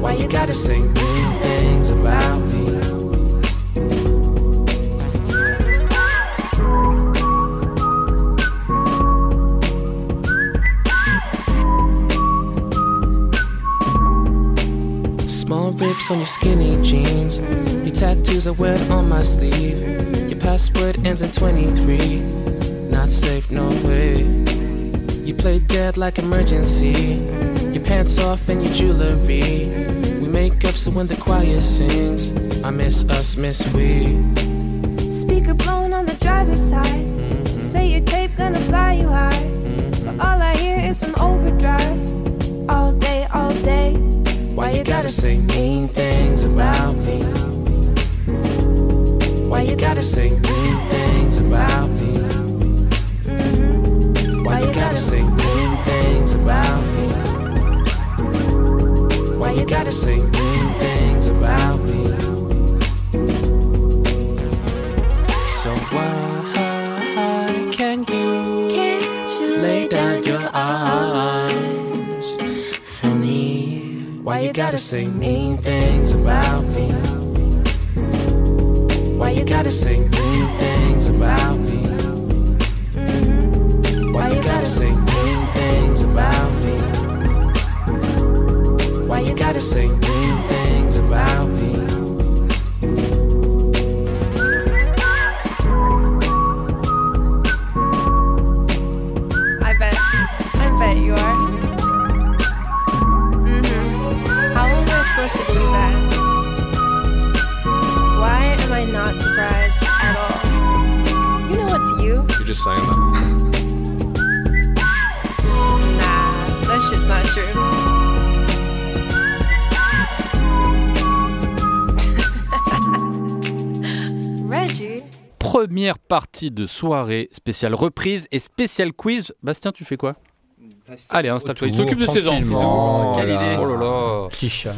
[SPEAKER 14] Why you gotta say mean things about me? Small rips on your skinny jeans. Your tattoos are wet on my sleeve. Your password ends in 23. Not safe, no way. You play dead like emergency. Your pants off and your jewelry. We make up so when the choir sings, I miss us, miss we.
[SPEAKER 5] Speaker blown on the driver's side. Say your tape gonna fly you high. But all I hear is some overdrive. All day, all day.
[SPEAKER 14] Why you gotta say mean things about me? Why you gotta say mean things about me? Mm-hmm. Why you gotta say mean things about me? Why you gotta say mean things about me? So why can you lay down your arms for me? Why you gotta say mean things about me? Why you gotta say mean things about me? Why you gotta say mean things about me? Why you gotta say mean things about me?
[SPEAKER 15] I bet. I bet you are. Mm-hmm. How am I supposed to do that? Why am I not surprised at all? You know it's you.
[SPEAKER 16] You're just saying that.
[SPEAKER 15] Nah, that shit's not true. Reggie.
[SPEAKER 2] Première partie de soirée spéciale reprise et spéciale quiz. Bastien, tu fais quoi Allez, installe-toi. Ah, Il
[SPEAKER 10] autour,
[SPEAKER 2] s'occupe de ses
[SPEAKER 10] tranquillement.
[SPEAKER 2] enfants.
[SPEAKER 10] Oh
[SPEAKER 2] Quelle
[SPEAKER 10] là
[SPEAKER 2] idée
[SPEAKER 10] là.
[SPEAKER 2] Oh là là
[SPEAKER 10] Petit chat.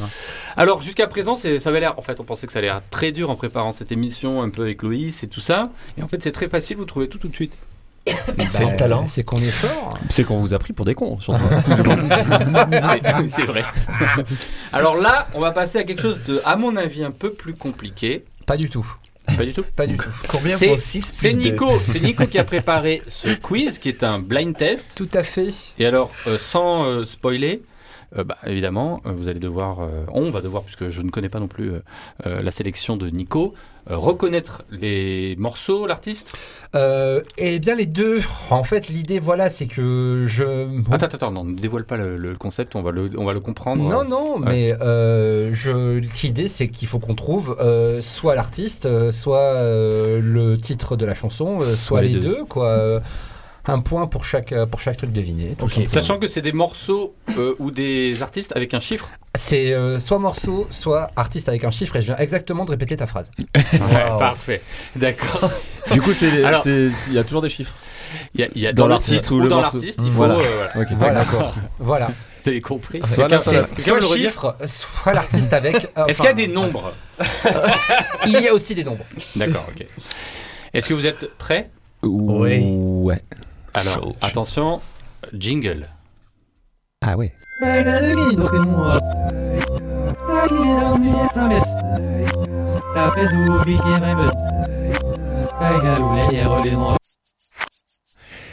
[SPEAKER 2] Alors, jusqu'à présent, c'est- ça avait l'air. En fait, on pensait que ça allait être très dur en préparant cette émission, un peu avec Loïs et tout ça. Et en fait, c'est très facile. Vous trouvez tout tout de suite.
[SPEAKER 4] Bah,
[SPEAKER 10] C'est le talent, c'est qu'on est fort.
[SPEAKER 3] C'est qu'on vous a pris pour des cons, surtout.
[SPEAKER 2] Oui, c'est vrai. Alors là, on va passer à quelque chose de, à mon avis, un peu plus compliqué.
[SPEAKER 10] Pas du tout.
[SPEAKER 2] Pas du tout.
[SPEAKER 10] Pas du tout. Combien
[SPEAKER 2] C'est
[SPEAKER 10] vaut six
[SPEAKER 2] c'est
[SPEAKER 10] plus deux
[SPEAKER 2] Nico, c'est Nico qui a préparé ce quiz, qui est un blind test.
[SPEAKER 10] Tout à fait.
[SPEAKER 2] Et alors, euh, sans euh, spoiler. euh, bah, évidemment, euh, vous allez devoir, euh, on va devoir, puisque je ne connais pas non plus euh, euh, la sélection de Nico, euh, reconnaître les morceaux, l'artiste.
[SPEAKER 10] Euh, eh bien, les deux. En fait, l'idée, voilà, c'est que je.
[SPEAKER 2] Attends, attends, attends, non, ne dévoile pas le, le concept, on va le, on va le comprendre.
[SPEAKER 10] Non, non,
[SPEAKER 2] Ouais.
[SPEAKER 10] mais euh, je- l'idée, c'est qu'il faut qu'on trouve euh, soit l'artiste, euh, soit euh, le titre de la chanson, euh, soit, les, deux, quoi. Euh, Un point pour chaque, euh, pour chaque truc deviné. tout
[SPEAKER 2] Ok,
[SPEAKER 10] simplement.
[SPEAKER 2] Sachant que c'est des morceaux euh, ou des artistes avec un chiffre.
[SPEAKER 10] C'est euh, soit morceau, soit artiste avec un chiffre, et je viens exactement de répéter ta phrase.
[SPEAKER 2] Ouais, Parfait, d'accord.
[SPEAKER 10] Du coup, c'est les-
[SPEAKER 2] Alors,
[SPEAKER 10] c'est-
[SPEAKER 3] il y a toujours des chiffres.
[SPEAKER 2] il y a- il y a-
[SPEAKER 3] Dans
[SPEAKER 2] dans,
[SPEAKER 3] l'artiste
[SPEAKER 2] l'artiste
[SPEAKER 3] ou
[SPEAKER 2] ou
[SPEAKER 3] le
[SPEAKER 2] dans
[SPEAKER 3] morceau.
[SPEAKER 2] l'artiste, il faut.
[SPEAKER 3] Voilà.
[SPEAKER 2] euh, voilà.
[SPEAKER 3] Ok, Voilà. d'accord.
[SPEAKER 10] Voilà.
[SPEAKER 2] Vous avez compris.
[SPEAKER 10] C'est
[SPEAKER 2] Quelqu'un-
[SPEAKER 10] soit,
[SPEAKER 2] quelqu'un
[SPEAKER 10] le
[SPEAKER 2] le redire
[SPEAKER 10] chiffre, soit l'artiste avec. euh,
[SPEAKER 2] Est-ce qu'il y a des nombres
[SPEAKER 10] Il y a aussi des nombres.
[SPEAKER 2] D'accord, ok. Est-ce que vous êtes prêts
[SPEAKER 3] Oui. Ouais.
[SPEAKER 2] Alors, attention, jingle.
[SPEAKER 3] Ah ouais.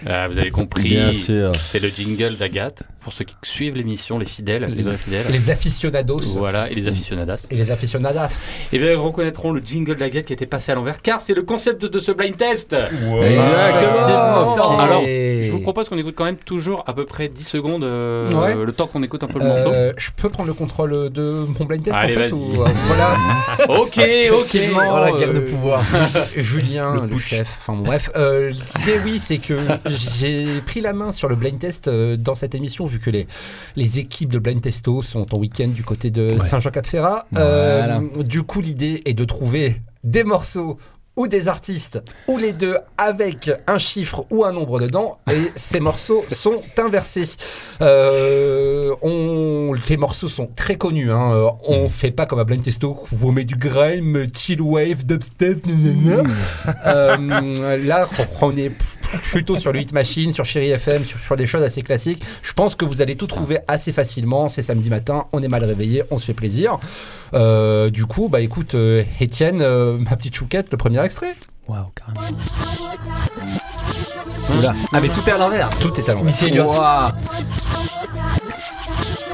[SPEAKER 2] Ah, vous avez compris.
[SPEAKER 3] Bien sûr.
[SPEAKER 2] C'est le jingle d'Agathe. Pour ceux qui suivent l'émission, les fidèles, les vrais fidèles.
[SPEAKER 10] Les aficionados.
[SPEAKER 2] Voilà, et les aficionadas.
[SPEAKER 10] Et les aficionadas.
[SPEAKER 2] Eh bien, ils reconnaîtront le jingle d'Agathe qui était passé à l'envers, car c'est le concept de ce blind test.
[SPEAKER 10] Exactement.
[SPEAKER 2] Effectivement.
[SPEAKER 10] Ok.
[SPEAKER 2] Alors, je vous propose qu'on écoute quand même toujours à peu près 10 secondes, euh,
[SPEAKER 10] Ouais.
[SPEAKER 2] le temps qu'on écoute un peu le morceau.
[SPEAKER 10] Euh, je peux prendre le contrôle de mon blind test
[SPEAKER 2] Allez,
[SPEAKER 10] en fait
[SPEAKER 2] vas-y.
[SPEAKER 10] ou, euh, Voilà.
[SPEAKER 2] Ok, ok.
[SPEAKER 10] Effectivement, la guerre de
[SPEAKER 2] euh,
[SPEAKER 10] pouvoir. Julien, le, chef. Enfin bon, bref, euh, l'idée oui, c'est que j'ai pris la main sur le blind test euh, dans cette émission vu que les les équipes de blind testo sont en week-end du côté de Saint-Jean-Cap-Ferrat. Euh, du coup, l'idée est de trouver des morceaux ou des artistes, ou les deux avec un chiffre ou un nombre dedans, et ces morceaux sont inversés. Euh, on, les morceaux sont très connus, hein. Euh, on fait pas comme à Blind Testo, où on met du grime, chill wave, dubstep, nanana. Euh, là, on est plutôt sur le Hit Machine, sur Chéri FM, sur, sur des choses assez classiques. Je pense que vous allez tout trouver assez facilement. C'est samedi matin, on est mal réveillé, on se fait plaisir. Euh, du coup, bah écoute, euh, Étienne, euh, ma petite chouquette, le premier extrait.
[SPEAKER 3] Waouh,
[SPEAKER 10] carrément. Ah, mais tout est à l'envers. Tout est à l'envers.
[SPEAKER 6] Missy Elliott.
[SPEAKER 10] Ouah.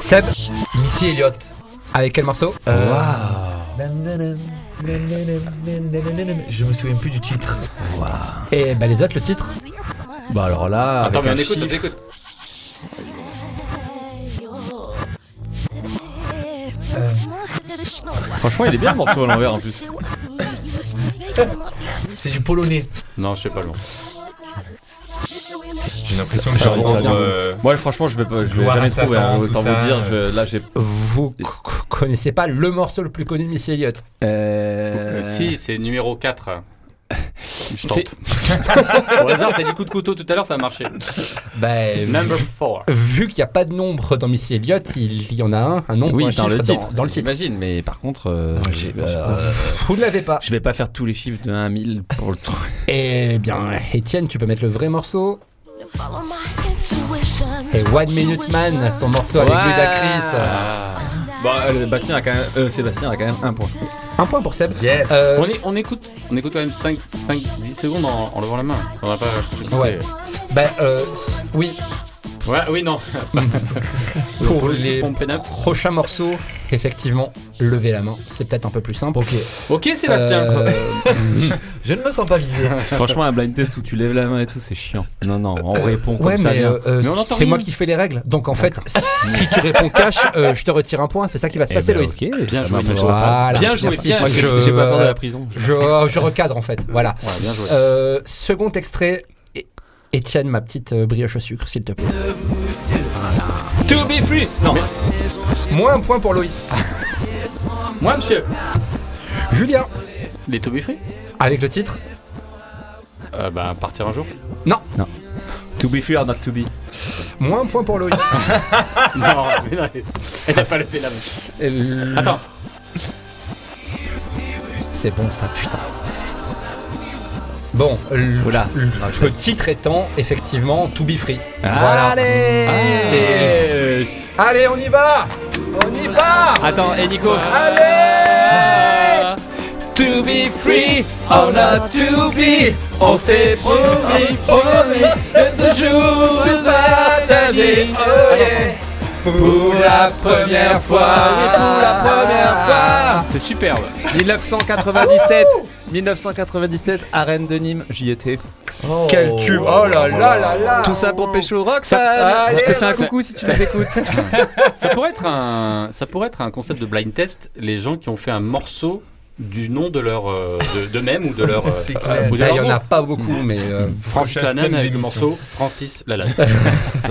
[SPEAKER 10] Seb, Missy Elliott. Avec quel morceau Euh,
[SPEAKER 6] Je me souviens plus du titre.
[SPEAKER 10] Et bah les autres, le titre
[SPEAKER 3] Bah alors là.
[SPEAKER 2] Attends, mais on
[SPEAKER 3] avec un
[SPEAKER 2] écoute, on
[SPEAKER 3] chiffre.
[SPEAKER 2] écoute.
[SPEAKER 4] Eh. Franchement, il est bien le morceau à l'envers en plus.
[SPEAKER 6] C'est du polonais.
[SPEAKER 2] Non, je sais pas long.
[SPEAKER 9] J'ai l'impression que j'ai
[SPEAKER 4] Ah, oui,
[SPEAKER 9] entendu.
[SPEAKER 4] ça va.
[SPEAKER 9] euh,
[SPEAKER 4] Moi, franchement, je vais, pas- je vais
[SPEAKER 9] Gloire
[SPEAKER 4] jamais
[SPEAKER 9] à
[SPEAKER 4] trouver.
[SPEAKER 9] Satan,
[SPEAKER 4] hein,
[SPEAKER 9] tout
[SPEAKER 4] autant
[SPEAKER 9] ça,
[SPEAKER 4] vous dire,
[SPEAKER 9] euh,
[SPEAKER 4] je- là, j'ai.
[SPEAKER 10] Vous c- c- connaissez pas le morceau le plus connu de Missy Elliott
[SPEAKER 2] Euh, Si, c'est numéro 4. Je
[SPEAKER 10] C'est-
[SPEAKER 2] tente. Au hasard, t'as dit coup de couteau tout à l'heure, ça a marché.
[SPEAKER 10] Ben,
[SPEAKER 2] Number
[SPEAKER 10] vu-
[SPEAKER 2] 4.
[SPEAKER 10] Vu qu'il n'y a pas de nombre dans Missy Elliott, il y en a un, un nombre,
[SPEAKER 4] Oui,
[SPEAKER 10] un
[SPEAKER 4] dans
[SPEAKER 10] chiffre
[SPEAKER 4] le titre.
[SPEAKER 10] dans le titre.
[SPEAKER 4] J'imagine, mais par contre. euh,
[SPEAKER 10] j'ai-
[SPEAKER 4] euh,
[SPEAKER 10] Vous ne l'avez pas.
[SPEAKER 4] Je vais pas faire tous les chiffres de 1000 pour le truc.
[SPEAKER 10] Eh bien, Étienne, tu peux mettre le vrai morceau.
[SPEAKER 13] Et
[SPEAKER 10] Et One Minute Man, son morceau avec
[SPEAKER 4] Ouais.
[SPEAKER 10] Ludacris.
[SPEAKER 2] Ah.
[SPEAKER 4] Bon, euh, Bastien a quand même, euh, Sébastien a quand même un point.
[SPEAKER 10] Un point pour Seb.
[SPEAKER 6] Yes.
[SPEAKER 10] Euh,
[SPEAKER 2] On, est- on écoute, on écoute quand même 5, 5 10 secondes en, en levant la main. On n'a pas.
[SPEAKER 10] Ouais. Ben, euh, s- oui.
[SPEAKER 2] Ouais, oui, non.
[SPEAKER 10] Pour
[SPEAKER 2] Pour
[SPEAKER 10] les-
[SPEAKER 2] les pomper neuf.
[SPEAKER 10] Prochain morceau, effectivement, lever la main. C'est peut-être un peu plus simple.
[SPEAKER 6] Ok.
[SPEAKER 2] Ok, Sébastien.
[SPEAKER 6] Je ne me sens pas visé.
[SPEAKER 4] Euh, Franchement, un blind test où tu lèves la main et tout, c'est chiant. Non, non, on répond comme
[SPEAKER 10] ouais,
[SPEAKER 4] ça.
[SPEAKER 10] mais,
[SPEAKER 4] bien.
[SPEAKER 10] euh, euh, c'est moi qui fais les règles. Donc en fait, si tu réponds cash, euh, je te retire un point. C'est ça qui va se
[SPEAKER 4] Eh
[SPEAKER 10] passer,
[SPEAKER 4] ben,
[SPEAKER 10] Loïs.
[SPEAKER 4] ok. Bien
[SPEAKER 10] Ah
[SPEAKER 4] joué,
[SPEAKER 10] bah,
[SPEAKER 4] bien joué.
[SPEAKER 10] voilà.
[SPEAKER 4] Bien joué,
[SPEAKER 10] Merci.
[SPEAKER 4] bien
[SPEAKER 10] Moi,
[SPEAKER 4] joué.
[SPEAKER 10] je-
[SPEAKER 4] J'ai pas peur de la prison.
[SPEAKER 10] Je, je recadre en fait. Voilà.
[SPEAKER 4] Ouais, bien joué.
[SPEAKER 10] Euh, second extrait. É- Étienne, ma petite euh, brioche au sucre, s'il te plaît.
[SPEAKER 2] To be free. Non.
[SPEAKER 10] Moins un point pour Loïs.
[SPEAKER 2] Moi, monsieur.
[SPEAKER 10] Julien,
[SPEAKER 2] Les To be free
[SPEAKER 10] avec le titre
[SPEAKER 2] euh, Bah, partir un jour.
[SPEAKER 10] Non.
[SPEAKER 4] Non. To be free or not to be.
[SPEAKER 10] Moins un point pour Loïs.
[SPEAKER 2] non, mais non, elle- elle a pas levé la main. Attends.
[SPEAKER 10] Euh, C'est bon ça, putain. Bon, le,
[SPEAKER 4] Oula.
[SPEAKER 10] le- le titre étant effectivement To Be Free.
[SPEAKER 4] Ah. Allez
[SPEAKER 10] C'est- Allez, on y va On y va
[SPEAKER 4] Attends, et Nico Ah.
[SPEAKER 10] Allez
[SPEAKER 4] To be free or not to be, on s'est promis, promis de toujours tout partager. Oh yeah. Pour la première fois, pour la première fois.
[SPEAKER 2] C'est superbe.
[SPEAKER 4] 1997, 1997, arène de Nîmes, j'y étais. Quel tube
[SPEAKER 10] Oh là là là là
[SPEAKER 4] Tout ça pour Pécho Rock,
[SPEAKER 10] Ça-
[SPEAKER 4] ça.
[SPEAKER 10] Allez,
[SPEAKER 4] Je te fais un
[SPEAKER 10] Roxane.
[SPEAKER 4] coucou si tu les écoutes.
[SPEAKER 2] Ça pourrait être un, ça pourrait être un concept de blind test. Les gens qui ont fait un morceau du nom de leur, euh, de, d'eux-mêmes ou de leur. euh,
[SPEAKER 10] C'est
[SPEAKER 2] euh,
[SPEAKER 10] clair.
[SPEAKER 2] ou de Mm.
[SPEAKER 10] Là,
[SPEAKER 2] leur
[SPEAKER 10] il y en
[SPEAKER 2] nom.
[SPEAKER 10] a pas beaucoup, mais euh,
[SPEAKER 2] Francis
[SPEAKER 9] Prochaine
[SPEAKER 2] Lalanne avec le
[SPEAKER 9] d'émission.
[SPEAKER 2] morceau Francis Lalanne. ça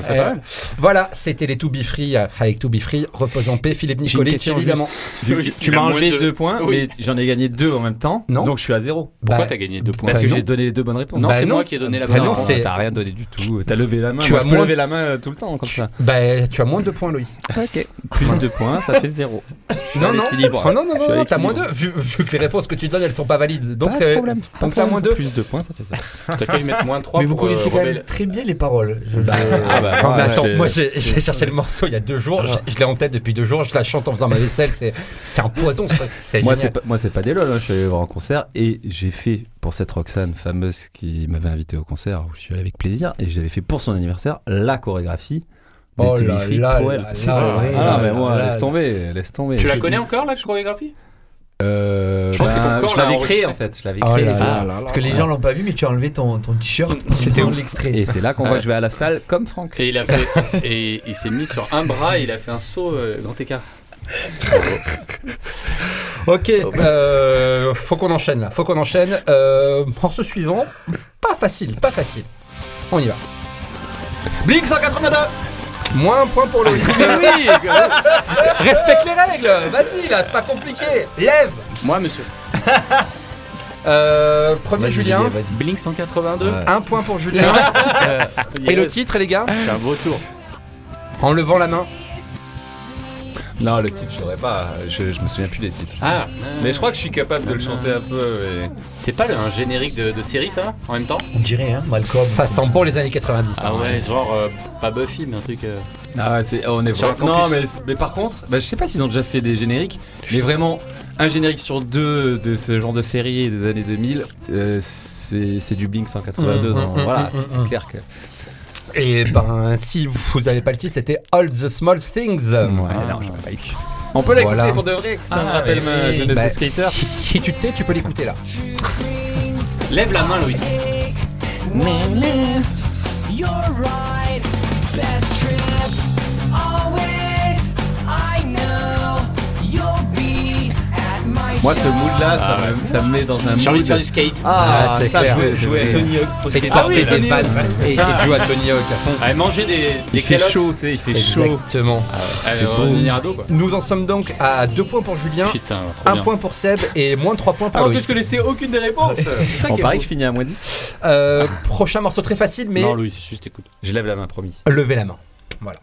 [SPEAKER 2] serait
[SPEAKER 10] eh,
[SPEAKER 2] pas mal.
[SPEAKER 10] voilà, c'était les To Be Free euh, avec To Be Free, repose en paix, Philippe
[SPEAKER 4] J'ai une
[SPEAKER 10] Nicolet,
[SPEAKER 4] question
[SPEAKER 10] évidemment.
[SPEAKER 4] juste. Vu que
[SPEAKER 2] Oui,
[SPEAKER 4] tu
[SPEAKER 2] la
[SPEAKER 4] m'as
[SPEAKER 2] moins
[SPEAKER 4] enlevé
[SPEAKER 2] deux.
[SPEAKER 4] deux points,
[SPEAKER 2] Oui.
[SPEAKER 4] mais j'en ai gagné deux en même temps.
[SPEAKER 10] Non.
[SPEAKER 4] Donc je suis à zéro.
[SPEAKER 2] Pourquoi
[SPEAKER 10] Bah,
[SPEAKER 2] t'as gagné deux points
[SPEAKER 4] Parce que
[SPEAKER 10] non.
[SPEAKER 4] j'ai donné les deux bonnes réponses.
[SPEAKER 2] Non,
[SPEAKER 10] bah
[SPEAKER 2] c'est
[SPEAKER 10] non.
[SPEAKER 2] moi qui ai donné la
[SPEAKER 10] Bah
[SPEAKER 2] bonne
[SPEAKER 10] non,
[SPEAKER 2] réponse.
[SPEAKER 10] c'est-
[SPEAKER 4] t'as rien donné du tout. T'as levé la main.
[SPEAKER 10] Tu
[SPEAKER 4] Moi,
[SPEAKER 10] as
[SPEAKER 4] je peux
[SPEAKER 10] moins-
[SPEAKER 4] lever la main euh, tout le temps comme ça.
[SPEAKER 10] Bah, tu as moins de deux points, Loïs.
[SPEAKER 4] Ok. Plus deux points, ça fait zéro.
[SPEAKER 10] Non, non.
[SPEAKER 4] l'équilibre.
[SPEAKER 10] Oh, non, non,
[SPEAKER 4] Je suis
[SPEAKER 10] non,
[SPEAKER 4] à
[SPEAKER 10] non, t'as moins
[SPEAKER 4] l'équilibre.
[SPEAKER 10] deux. Vu, vu que les réponses que tu donnes, elles sont pas valides. Donc,
[SPEAKER 4] Pas de
[SPEAKER 10] euh,
[SPEAKER 4] problème.
[SPEAKER 10] donc
[SPEAKER 4] Pas de
[SPEAKER 10] t'as
[SPEAKER 4] problème.
[SPEAKER 10] moins deux.
[SPEAKER 4] Plus deux points, ça fait zéro.
[SPEAKER 2] T'as qu'à lui mettre moins 3
[SPEAKER 6] Mais vous
[SPEAKER 2] pour, euh,
[SPEAKER 6] connaissez quand
[SPEAKER 2] Rebelle.
[SPEAKER 6] même très bien les paroles. Je-
[SPEAKER 10] Bah,
[SPEAKER 4] Ah bah, Ah.
[SPEAKER 10] non,
[SPEAKER 4] ouais,
[SPEAKER 10] mais attends,
[SPEAKER 4] j'ai-
[SPEAKER 10] moi j'ai j'ai cherché le morceau il y a deux jours, je, je l'ai en tête depuis deux jours, je la chante en faisant ma vaisselle, c'est c'est un poison, ce truc. c'est
[SPEAKER 4] Moi
[SPEAKER 10] génial.
[SPEAKER 4] c'est pas, moi c'est pas des lol, hein. je suis allé voir en concert et j'ai fait pour cette Roxane fameuse qui m'avait invité au concert où je suis allé avec plaisir et j'avais fait pour son anniversaire la chorégraphie des
[SPEAKER 10] Oh
[SPEAKER 4] To Be
[SPEAKER 10] là
[SPEAKER 4] Free
[SPEAKER 10] là
[SPEAKER 4] pour
[SPEAKER 10] là
[SPEAKER 4] elle.
[SPEAKER 10] là
[SPEAKER 4] C'est
[SPEAKER 10] là
[SPEAKER 4] vrai.
[SPEAKER 10] là
[SPEAKER 4] Ah
[SPEAKER 10] là
[SPEAKER 4] mais moi
[SPEAKER 10] là
[SPEAKER 4] laisse
[SPEAKER 10] là.
[SPEAKER 4] tomber, laisse tomber.
[SPEAKER 2] Tu la connais encore la chorégraphie
[SPEAKER 4] Euh,
[SPEAKER 2] Je pense que
[SPEAKER 4] ben,
[SPEAKER 2] ton corps
[SPEAKER 4] je
[SPEAKER 2] l'a
[SPEAKER 4] l'avais
[SPEAKER 2] enregistré.
[SPEAKER 4] créé en fait, je l'avais
[SPEAKER 6] Ah
[SPEAKER 4] créé.
[SPEAKER 6] là là. Parce que les gens l'ont pas vu, mais tu as enlevé ton, ton t-shirt. C'était l'extrait. Ah.
[SPEAKER 4] Et c'est là qu'on voit que je vais à la salle comme Franck.
[SPEAKER 2] Et il a fait, et il s'est mis sur un bras et il a fait un saut euh, grand écart.
[SPEAKER 10] Ok, euh, faut qu'on enchaîne là, faut qu'on enchaîne. Euh, morceau suivant, pas facile, pas facile. On y va. Blink 182 Moins un point pour Loïc.
[SPEAKER 2] oui
[SPEAKER 10] euh, Respecte les règles, vas-y là, c'est pas compliqué. Lève
[SPEAKER 2] Moi, monsieur.
[SPEAKER 10] Euh, Premier
[SPEAKER 6] Vas-y,
[SPEAKER 10] Julien,
[SPEAKER 6] vas-y.
[SPEAKER 2] Blink 182.
[SPEAKER 6] Ouais.
[SPEAKER 10] un point pour Julien. Et le titre les gars
[SPEAKER 2] C'est un beau tour.
[SPEAKER 10] En levant la main.
[SPEAKER 4] Non, le titre, je l'aurais
[SPEAKER 9] Bah,
[SPEAKER 4] pas, je, je me souviens plus des titres.
[SPEAKER 2] Ah,
[SPEAKER 4] Mais je crois que je suis capable de le chanter un peu. et-
[SPEAKER 2] c'est pas le- un générique de, de série, ça, en même temps
[SPEAKER 6] On dirait, hein, Malcolm.
[SPEAKER 10] Ça sent bon les années 90. hein.
[SPEAKER 2] Ah ouais, genre euh, pas Buffy, mais un truc. euh,
[SPEAKER 4] Ah ouais, c'est, on est
[SPEAKER 2] Sur
[SPEAKER 4] vraiment.
[SPEAKER 2] un
[SPEAKER 4] Non,
[SPEAKER 2] campus.
[SPEAKER 4] mais, mais par contre, bah, je sais pas s'ils ont déjà fait des génériques, mais vraiment, un générique sur deux de ce genre de série des années 2000, euh, c'est, c'est du Blink 182.
[SPEAKER 10] Mmh,
[SPEAKER 4] donc
[SPEAKER 10] mmh,
[SPEAKER 4] voilà,
[SPEAKER 10] mmh,
[SPEAKER 4] c'est- c'est
[SPEAKER 10] mmh.
[SPEAKER 4] clair que.
[SPEAKER 10] Et ben, si vous avez pas le titre, c'était All the Small Things.
[SPEAKER 4] non, je peux pas écouter. On peut l'écouter
[SPEAKER 10] Voilà.
[SPEAKER 4] pour de vrai, ça me
[SPEAKER 9] Ah,
[SPEAKER 4] rappelle ma
[SPEAKER 9] mais oui.
[SPEAKER 4] jeunesse
[SPEAKER 10] Bah,
[SPEAKER 4] de skater.
[SPEAKER 10] si, si tu t'es, tu peux l'écouter là.
[SPEAKER 2] Lève la main, Louis.
[SPEAKER 13] You're right, best trip. Always, I know you'll be
[SPEAKER 3] Moi, ce mood-là, ça,
[SPEAKER 2] Ah
[SPEAKER 3] me- ça me met dans un mood.
[SPEAKER 2] J'ai envie de faire du skate.
[SPEAKER 3] Ah,
[SPEAKER 2] Ah, c'est
[SPEAKER 3] ça,
[SPEAKER 2] clair.
[SPEAKER 3] jouer,
[SPEAKER 2] C'est
[SPEAKER 3] jouer à
[SPEAKER 2] vrai.
[SPEAKER 3] Tony Hawk. pour
[SPEAKER 2] Et
[SPEAKER 3] skater.
[SPEAKER 2] taper des
[SPEAKER 3] Tony
[SPEAKER 2] balles.
[SPEAKER 3] Hawk.
[SPEAKER 2] Et- et jouer à Tony Hawk à fond. Ah, et manger des-
[SPEAKER 3] Il
[SPEAKER 2] des
[SPEAKER 3] fait
[SPEAKER 2] calottes.
[SPEAKER 3] chaud, tu sais, il fait chaud.
[SPEAKER 10] Exactement.
[SPEAKER 2] Ah ouais. Allez, on va devenir ado, quoi.
[SPEAKER 10] Nous en sommes donc à 2 points pour Julien,
[SPEAKER 2] Putain, trop
[SPEAKER 10] 1
[SPEAKER 2] bien.
[SPEAKER 10] point pour Seb et moins 3 points pour
[SPEAKER 2] Alors que
[SPEAKER 10] Loïs.
[SPEAKER 2] je connaissais aucune des réponses. C'est ça qui est drôle.
[SPEAKER 3] finis à moins 10.
[SPEAKER 10] mm. prochain morceau très facile, mais.
[SPEAKER 2] Non, Louis, juste écoute.
[SPEAKER 3] Je lève la main, promis.
[SPEAKER 10] Levez la main. Voilà.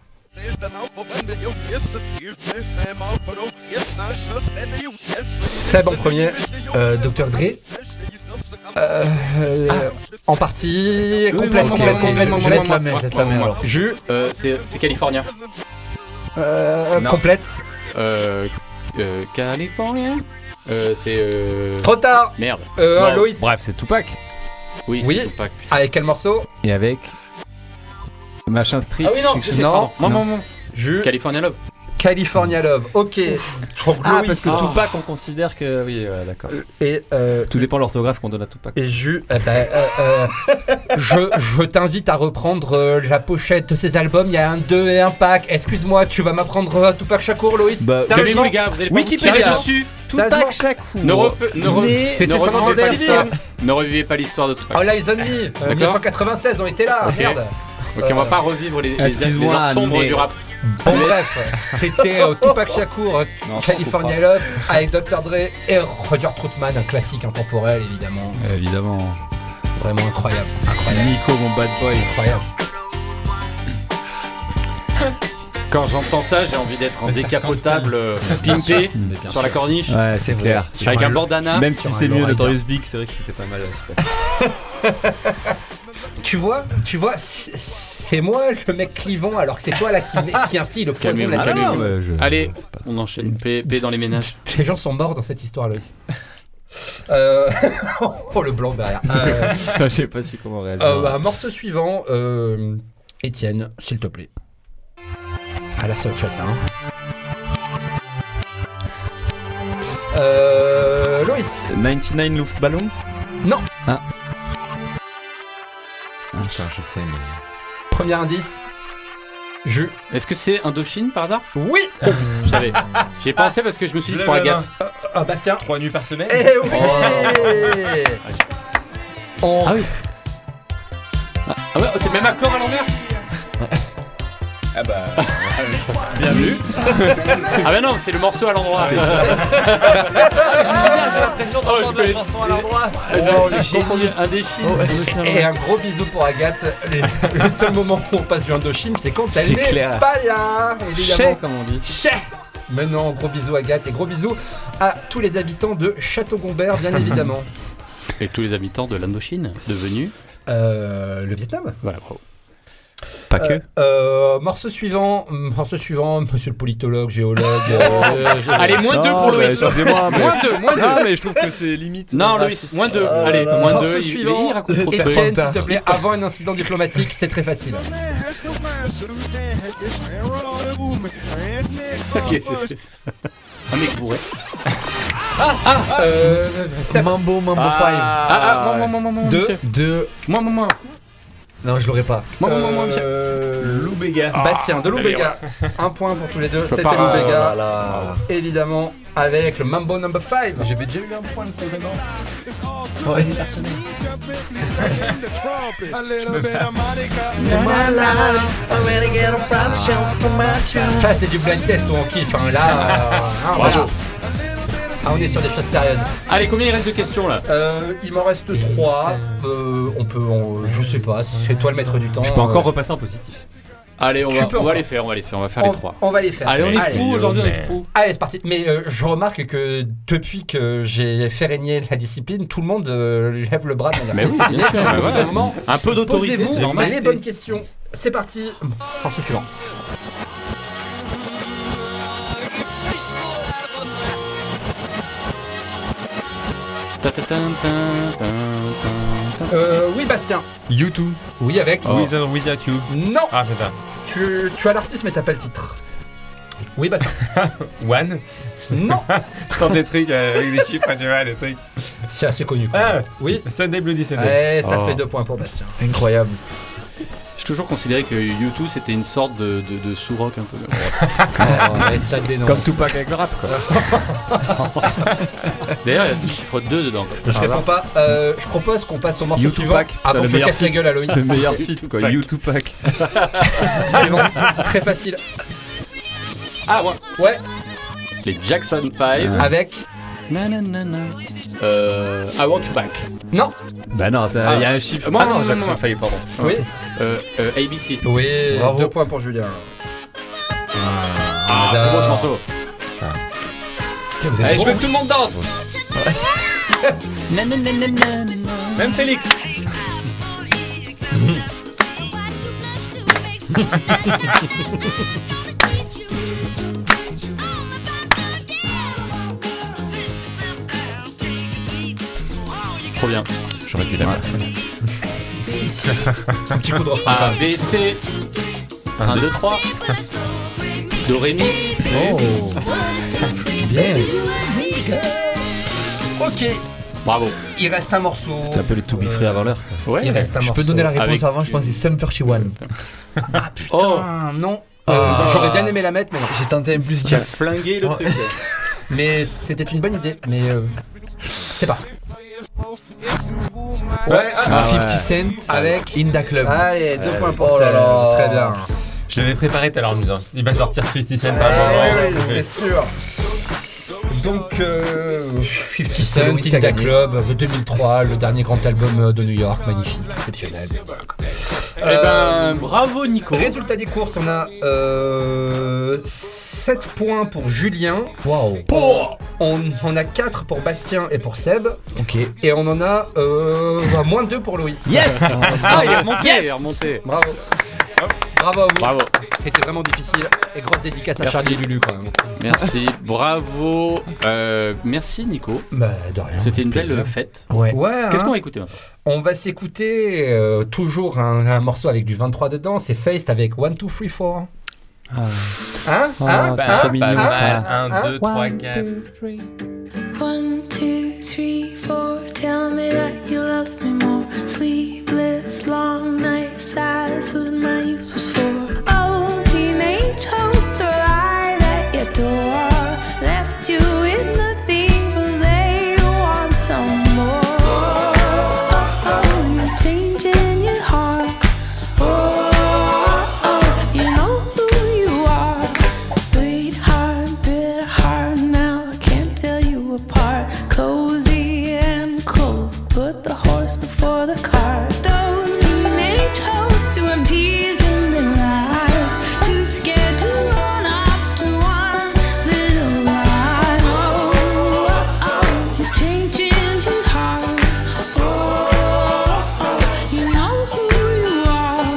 [SPEAKER 10] Seb en premier, euh, Dr. Dre. Euh, En partie,
[SPEAKER 2] Oui,
[SPEAKER 10] complète,
[SPEAKER 2] moi,
[SPEAKER 10] complète,
[SPEAKER 2] moi,
[SPEAKER 10] complète.
[SPEAKER 2] moi,
[SPEAKER 10] Je
[SPEAKER 2] moi,
[SPEAKER 10] laisse
[SPEAKER 2] moi,
[SPEAKER 10] la main,
[SPEAKER 2] moi,
[SPEAKER 10] je laisse
[SPEAKER 2] moi,
[SPEAKER 10] la main
[SPEAKER 2] moi.
[SPEAKER 10] alors.
[SPEAKER 2] Jus, euh, c'est c'est californien.
[SPEAKER 10] Euh,
[SPEAKER 2] Non.
[SPEAKER 10] complète.
[SPEAKER 2] Euh, euh, californien. Euh, c'est. euh,
[SPEAKER 10] Trop tard.
[SPEAKER 2] Merde.
[SPEAKER 10] Euh,
[SPEAKER 2] Bref.
[SPEAKER 10] Loïs.
[SPEAKER 3] Bref, c'est Tupac.
[SPEAKER 2] Oui,
[SPEAKER 10] Oui.
[SPEAKER 2] c'est Tupac.
[SPEAKER 10] Avec quel morceau
[SPEAKER 3] Et avec. Machin street.
[SPEAKER 10] Ah oui, non,
[SPEAKER 3] quelque
[SPEAKER 10] je
[SPEAKER 3] chose-
[SPEAKER 10] sais, pardon. Moi, moi,
[SPEAKER 2] moi.
[SPEAKER 10] Jus.
[SPEAKER 2] California Love.
[SPEAKER 10] California Love. Ok.
[SPEAKER 3] Ah, parce que
[SPEAKER 10] Tupac
[SPEAKER 3] Tupac, on considère que. Oui, euh, d'accord.
[SPEAKER 10] Et euh,
[SPEAKER 3] Tout dépend de l'orthographe qu'on donne à Tupac.
[SPEAKER 10] Et Jus, eh ben, euh, euh, je, je t'invite à reprendre euh, la pochette de ces albums. Il y a un 2 et un pack. Excuse-moi, tu vas m'apprendre euh, Tupac Shakur, Loïs
[SPEAKER 3] Bah,
[SPEAKER 10] Sérieusement
[SPEAKER 2] tenez-vous, les gars, vous allez pas vous tirer
[SPEAKER 10] Wikipédia
[SPEAKER 2] dessus.
[SPEAKER 10] Sérieusement
[SPEAKER 3] Tupac Shakur.
[SPEAKER 2] Ne, refe- ne, re-
[SPEAKER 10] Né-
[SPEAKER 2] ne
[SPEAKER 10] C'est Sam
[SPEAKER 2] revivez pas
[SPEAKER 10] Anders,
[SPEAKER 2] l'histoire.
[SPEAKER 10] ça.
[SPEAKER 2] Ne revivez pas l'histoire de Tupac.
[SPEAKER 10] Oh là, ils on me, euh,
[SPEAKER 2] D'accord.
[SPEAKER 10] 1996, on était là,
[SPEAKER 2] Ok.
[SPEAKER 10] merde Euh,
[SPEAKER 2] Ok, on va pas revivre les, les, les
[SPEAKER 3] Excuse-moi,
[SPEAKER 2] heures sombres
[SPEAKER 3] mais-
[SPEAKER 2] du rap.
[SPEAKER 10] Bon bref, c'était euh, Tupac Shakur, euh,
[SPEAKER 2] Non, je
[SPEAKER 10] California
[SPEAKER 2] comprends
[SPEAKER 10] Love, avec Dr. Dre et Roger Troutman, un classique intemporel évidemment.
[SPEAKER 3] Évidemment.
[SPEAKER 10] Vraiment incroyable. incroyable.
[SPEAKER 3] Nico, mon bad boy.
[SPEAKER 10] Incroyable.
[SPEAKER 2] Quand j'entends ça, j'ai envie d'être
[SPEAKER 10] Bah,
[SPEAKER 2] en décapotable, euh, pimpé,
[SPEAKER 3] Mais bien
[SPEAKER 2] sur la
[SPEAKER 3] sûr.
[SPEAKER 2] corniche.
[SPEAKER 3] Ouais, c'est clair. Sur
[SPEAKER 2] Avec
[SPEAKER 3] un
[SPEAKER 2] un
[SPEAKER 3] lo-
[SPEAKER 2] bandana.
[SPEAKER 3] Même si
[SPEAKER 2] Sur
[SPEAKER 3] c'est
[SPEAKER 2] un
[SPEAKER 3] mieux
[SPEAKER 2] lowrider.
[SPEAKER 3] Notorious Big, c'est vrai que c'était pas mal. euh,
[SPEAKER 10] Tu vois, tu vois, c- c'est moi le mec clivant alors que c'est toi là qui, qui instille le poison de
[SPEAKER 2] Calmez-vous,
[SPEAKER 10] la
[SPEAKER 2] calmez-vous.
[SPEAKER 10] gueule.
[SPEAKER 2] Allez, on enchaîne. Paix, paix dans les ménages.
[SPEAKER 10] Les gens sont morts dans cette histoire, Loïs. Euh... oh le blanc derrière. Euh,
[SPEAKER 3] Je sais pas si comment réagir.
[SPEAKER 10] euh, bah, morceau suivant, euh, Étienne, s'il te plaît. À la sotte, tu vois ça. hein. Euh, Loïs.
[SPEAKER 3] 99 Luftballon
[SPEAKER 10] Non.
[SPEAKER 3] Ah. Ah, putain, je sais, mais.
[SPEAKER 10] Premier indice. Je.
[SPEAKER 2] Est-ce que c'est Indochine par hasard Oh,
[SPEAKER 10] Oui
[SPEAKER 2] Je savais. J'y ai pensé parce que je me suis dit c'est pour Oh. Agathe.
[SPEAKER 10] Ah, Bastien.
[SPEAKER 9] Trois nuits par semaine.
[SPEAKER 10] Eh oui Eh. On-
[SPEAKER 2] Ah oui Ah, ah ouais, oh, c'est le même accord à l'envers
[SPEAKER 9] Ah bah.
[SPEAKER 2] Bien vu Ah bah non, c'est le morceau à l'endroit.
[SPEAKER 9] C'est-
[SPEAKER 2] J'ai
[SPEAKER 9] l'impression d'entendre la chanson à l'endroit.
[SPEAKER 2] Ah,
[SPEAKER 10] Oh, les
[SPEAKER 2] Confondu
[SPEAKER 10] génies.
[SPEAKER 2] Indochine.
[SPEAKER 10] Oh, Et un gros bisou pour Agathe. Les- Le seul moment où on passe du Indochine, c'est quand
[SPEAKER 3] C'est
[SPEAKER 10] elle n'est
[SPEAKER 3] clair.
[SPEAKER 10] pas là,
[SPEAKER 6] hein,
[SPEAKER 3] Chez,
[SPEAKER 10] évidemment.
[SPEAKER 3] comme on dit.
[SPEAKER 10] Chez Maintenant, gros bisous Agathe et gros bisous à tous les habitants de Château-Gombert, bien évidemment.
[SPEAKER 2] Et tous les habitants de l'Indochine devenus.
[SPEAKER 10] Euh, le Vietnam
[SPEAKER 2] Voilà, bravo.
[SPEAKER 3] Pas
[SPEAKER 10] Euh, euh, morceau suivant, mm, morceau suivant, monsieur le politologue, géologue.
[SPEAKER 2] Oh,
[SPEAKER 10] euh, je-
[SPEAKER 2] Allez, moins
[SPEAKER 3] Non,
[SPEAKER 2] deux pour
[SPEAKER 3] bah,
[SPEAKER 2] Loïs.
[SPEAKER 3] excusez-moi, mais-
[SPEAKER 2] Moins deux, moins deux.
[SPEAKER 3] Non, mais je trouve que c'est limite.
[SPEAKER 2] Ah, Non,
[SPEAKER 3] Ah,
[SPEAKER 2] Loïs,
[SPEAKER 3] c'est-
[SPEAKER 2] moins deux.
[SPEAKER 3] Ah,
[SPEAKER 2] Allez,
[SPEAKER 3] là, là.
[SPEAKER 2] moins
[SPEAKER 10] euh, Morceau
[SPEAKER 2] deux. il-
[SPEAKER 10] suivant.
[SPEAKER 2] il raconte trop de trucs.
[SPEAKER 10] Etienne, s'il te plaît, avant un incident diplomatique, c'est très facile.
[SPEAKER 2] Ok, c'est- c'est- Un mec bourré.
[SPEAKER 10] Ah, Euh, ça-
[SPEAKER 6] Mambo, Mambo
[SPEAKER 2] Ah, ah, moi, moi, moi, moi, moi,
[SPEAKER 10] Deux.
[SPEAKER 2] monsieur.
[SPEAKER 6] Deux.
[SPEAKER 2] Moi, moi, moi.
[SPEAKER 10] Non, je l'aurais pas.
[SPEAKER 2] Moi, moi, moi, moi, monsieur.
[SPEAKER 10] Euh,
[SPEAKER 9] Loubega.
[SPEAKER 10] Bastien de
[SPEAKER 2] Ah,
[SPEAKER 10] Loubega. Un point pour tous les deux.
[SPEAKER 2] Je peux
[SPEAKER 10] C'était
[SPEAKER 2] pas, euh,
[SPEAKER 10] Loubega.
[SPEAKER 2] voilà.
[SPEAKER 10] Évidemment, avec le Mambo number 5.
[SPEAKER 6] J'avais déjà eu un point le précédent.
[SPEAKER 10] Ça, c'est du blind test où on kiffe. hein. Là, euh, hein, voilà.
[SPEAKER 2] Bravo.
[SPEAKER 10] Ah, on est sur des choses sérieuses.
[SPEAKER 2] Allez, combien il reste de questions là
[SPEAKER 10] Euh, il m'en reste trois. Euh, on peut, on- je sais pas, c'est toi le maître du temps.
[SPEAKER 3] Je peux encore
[SPEAKER 10] Euh,
[SPEAKER 3] repasser en positif.
[SPEAKER 2] Allez, on
[SPEAKER 10] Tu
[SPEAKER 2] va,
[SPEAKER 10] peux
[SPEAKER 2] on va
[SPEAKER 10] encore.
[SPEAKER 2] les faire, on va les faire, on va faire
[SPEAKER 10] on,
[SPEAKER 2] les trois.
[SPEAKER 10] on va les faire.
[SPEAKER 2] Allez, on est fou aujourd'hui, on est fou.
[SPEAKER 10] Allez, c'est parti. Mais euh, je remarque que depuis que j'ai fait régner la discipline, tout le monde euh, lève le bras de manière
[SPEAKER 2] Mais oui,
[SPEAKER 10] disciplinée,
[SPEAKER 2] bien sûr,
[SPEAKER 10] parce qu'au
[SPEAKER 2] bah
[SPEAKER 10] bout d'un
[SPEAKER 2] voilà.
[SPEAKER 10] moment,
[SPEAKER 2] Un peu d'autorité, c'est
[SPEAKER 10] Posez-vous
[SPEAKER 2] normal.
[SPEAKER 10] les bonnes questions. C'est parti. François suivant.
[SPEAKER 2] Ta, ta, ta, ta, ta, ta, ta.
[SPEAKER 10] Euh, oui, Bastien.
[SPEAKER 9] YouTube.
[SPEAKER 10] Oui, avec.
[SPEAKER 2] Oh.
[SPEAKER 9] Wizard Wizard Cube.
[SPEAKER 10] Non.
[SPEAKER 9] Ah, putain.
[SPEAKER 10] Tu, tu as l'artiste, mais t'as pas le titre. Oui, Bastien.
[SPEAKER 9] One.
[SPEAKER 10] non.
[SPEAKER 9] Tant des trucs euh, avec des chiffres, tu vois, des trucs.
[SPEAKER 10] C'est assez connu. quoi.
[SPEAKER 9] Ah
[SPEAKER 10] Oui.
[SPEAKER 9] Sunday Bloody Sunday.
[SPEAKER 10] Eh, ça
[SPEAKER 2] Oh.
[SPEAKER 10] fait deux points pour Bastien.
[SPEAKER 6] Incroyable.
[SPEAKER 3] Je
[SPEAKER 2] toujours considéré que U2 c'était une sorte de, de, de sous-rock un peu.
[SPEAKER 10] ouais, ça dénonce. Comme Tupac
[SPEAKER 2] avec le rap quoi. D'ailleurs, il y a le chiffre 2 dedans.
[SPEAKER 10] Je réponds pas. euh, je propose qu'on passe au morceau
[SPEAKER 2] You
[SPEAKER 10] suivant.
[SPEAKER 2] Tupac,
[SPEAKER 10] avant
[SPEAKER 2] t'as le
[SPEAKER 10] que je
[SPEAKER 2] meilleur
[SPEAKER 10] casse la
[SPEAKER 2] feat.
[SPEAKER 10] gueule à Loïs.
[SPEAKER 2] Le meilleur feat, quoi, You
[SPEAKER 10] Tupac. Absolument. Très facile.
[SPEAKER 2] Ah ouais.
[SPEAKER 10] Ouais.
[SPEAKER 2] Les Jackson 5
[SPEAKER 10] avec.
[SPEAKER 2] Euh, I Want You Back.
[SPEAKER 10] Non.
[SPEAKER 3] Bah non,
[SPEAKER 2] Ah.
[SPEAKER 3] ça- il y a un chiffre.
[SPEAKER 2] Euh, moi,
[SPEAKER 3] Ah
[SPEAKER 2] non,
[SPEAKER 3] non,
[SPEAKER 2] non,
[SPEAKER 3] Jackson
[SPEAKER 2] non, non.
[SPEAKER 3] Five, pardon.
[SPEAKER 2] Oui. Euh, euh, ABC.
[SPEAKER 10] Oui,
[SPEAKER 2] Bravo.
[SPEAKER 10] deux points pour Julien.
[SPEAKER 2] Ah,
[SPEAKER 10] Madame.
[SPEAKER 2] gros morceau.
[SPEAKER 3] Ah.
[SPEAKER 10] vous êtes
[SPEAKER 13] Eh,
[SPEAKER 2] Allez,
[SPEAKER 10] bon.
[SPEAKER 2] je veux que tout le monde danse.
[SPEAKER 13] Même Félix.
[SPEAKER 2] Trop bien.
[SPEAKER 4] J'aurais dû l'avoir.
[SPEAKER 2] Ah. Un petit coup de A, B, C. 1, 2, 3. Do, Ré, Mi.
[SPEAKER 10] Oh. Bien. Ok.
[SPEAKER 2] Bravo.
[SPEAKER 10] Il reste un morceau. Euh,
[SPEAKER 3] C'était un peu les To Be Free avant l'heure.
[SPEAKER 2] Ouais.
[SPEAKER 10] Il reste un
[SPEAKER 6] Je
[SPEAKER 10] morceau.
[SPEAKER 6] peux donner la réponse
[SPEAKER 10] avec-
[SPEAKER 6] avant, je pense que c'est Sum 41.
[SPEAKER 10] Oh non. Euh,
[SPEAKER 6] Ah.
[SPEAKER 10] non, J'aurais bien aimé la mettre, mais non.
[SPEAKER 6] J'ai tenté un plus
[SPEAKER 10] T'as
[SPEAKER 6] 10.
[SPEAKER 2] flingué le
[SPEAKER 10] Ouais.
[SPEAKER 2] truc.
[SPEAKER 10] mais c'était une bonne idée, mais euh, c'est pas.
[SPEAKER 6] Ouais,
[SPEAKER 4] Ah,
[SPEAKER 6] 50
[SPEAKER 4] ouais.
[SPEAKER 6] Cent avec Inda Club.
[SPEAKER 10] Allez, deux
[SPEAKER 9] Euh,
[SPEAKER 4] Ouais.
[SPEAKER 10] points pour
[SPEAKER 4] Oh là
[SPEAKER 10] Seb.
[SPEAKER 4] là.
[SPEAKER 10] Très bien.
[SPEAKER 9] Je l'avais préparé tout à l'heure en me disant, il va sortir 50 Cent par
[SPEAKER 10] Ouais,
[SPEAKER 9] exemple.
[SPEAKER 10] ouais, bien sûr. Donc, euh, 50
[SPEAKER 9] Cent,
[SPEAKER 10] Cent,
[SPEAKER 9] Inda
[SPEAKER 10] Inda Club, euh, le 2003, le dernier grand album euh, de New York, magnifique, exceptionnel.
[SPEAKER 2] Eh ben, bravo Nico.
[SPEAKER 10] Résultat des courses, on a euh, 7 points pour Julien.
[SPEAKER 6] Waouh.
[SPEAKER 10] On en a 4 pour Bastien et pour Seb. Ok. Et on en a euh, bah, moins 2 pour Loïs.
[SPEAKER 2] Yes Ah, il est remonté, il est remonté.
[SPEAKER 10] Bravo. Bravo à vous. Bravo. C'était vraiment difficile. Et grosse dédicace à
[SPEAKER 2] Merci.
[SPEAKER 10] Charlie et Lulu quand même.
[SPEAKER 2] Merci, bravo. Euh, merci Nico.
[SPEAKER 10] Bah, de rien.
[SPEAKER 2] C'était une
[SPEAKER 10] Plaisir.
[SPEAKER 2] belle fête.
[SPEAKER 10] Ouais.
[SPEAKER 2] Qu'est-ce
[SPEAKER 10] hein.
[SPEAKER 2] qu'on va écouter maintenant
[SPEAKER 10] On va s'écouter euh, toujours un, un morceau avec du 23 dedans. C'est Faced avec 1, 2, 3, 4. Hein
[SPEAKER 13] Ah,
[SPEAKER 10] Hein
[SPEAKER 13] c'est
[SPEAKER 10] Hein
[SPEAKER 13] trop mignon,
[SPEAKER 10] Hein
[SPEAKER 13] ça.
[SPEAKER 10] Hein
[SPEAKER 13] Un,
[SPEAKER 10] Hein
[SPEAKER 13] deux, trois,
[SPEAKER 10] One,
[SPEAKER 13] quatre.
[SPEAKER 10] two, three.
[SPEAKER 15] One, two, three, four. Tell me that you love me more. Sleepless, long nights. That's what my youth was for. Oh, teenage hopes arrive at your door. Left you with nothing, but they want some more. Oh, oh, you're changing your heart. Oh, oh, you know who you are. Sweetheart, bitter heart, now I can't tell you apart. Cozy and cold, put the horse before the cart. Those teenage hopes, who have tears in their eyes, too scared to run up to one little lie. Oh, oh, oh, you're changing your heart. Oh, oh, you know who you are.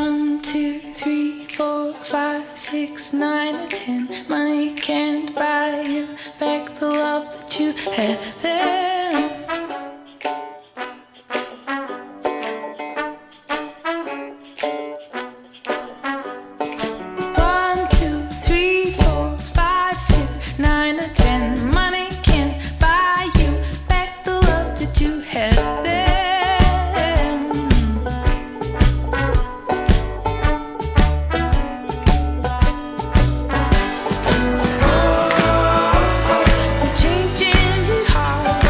[SPEAKER 15] One, two, three, four, five, six, nine, and ten. Money can't buy you back the love that you had then. One, two, three, four, five, six, nine, or ten. Money can buy you back the love that you had then. Changing your heart.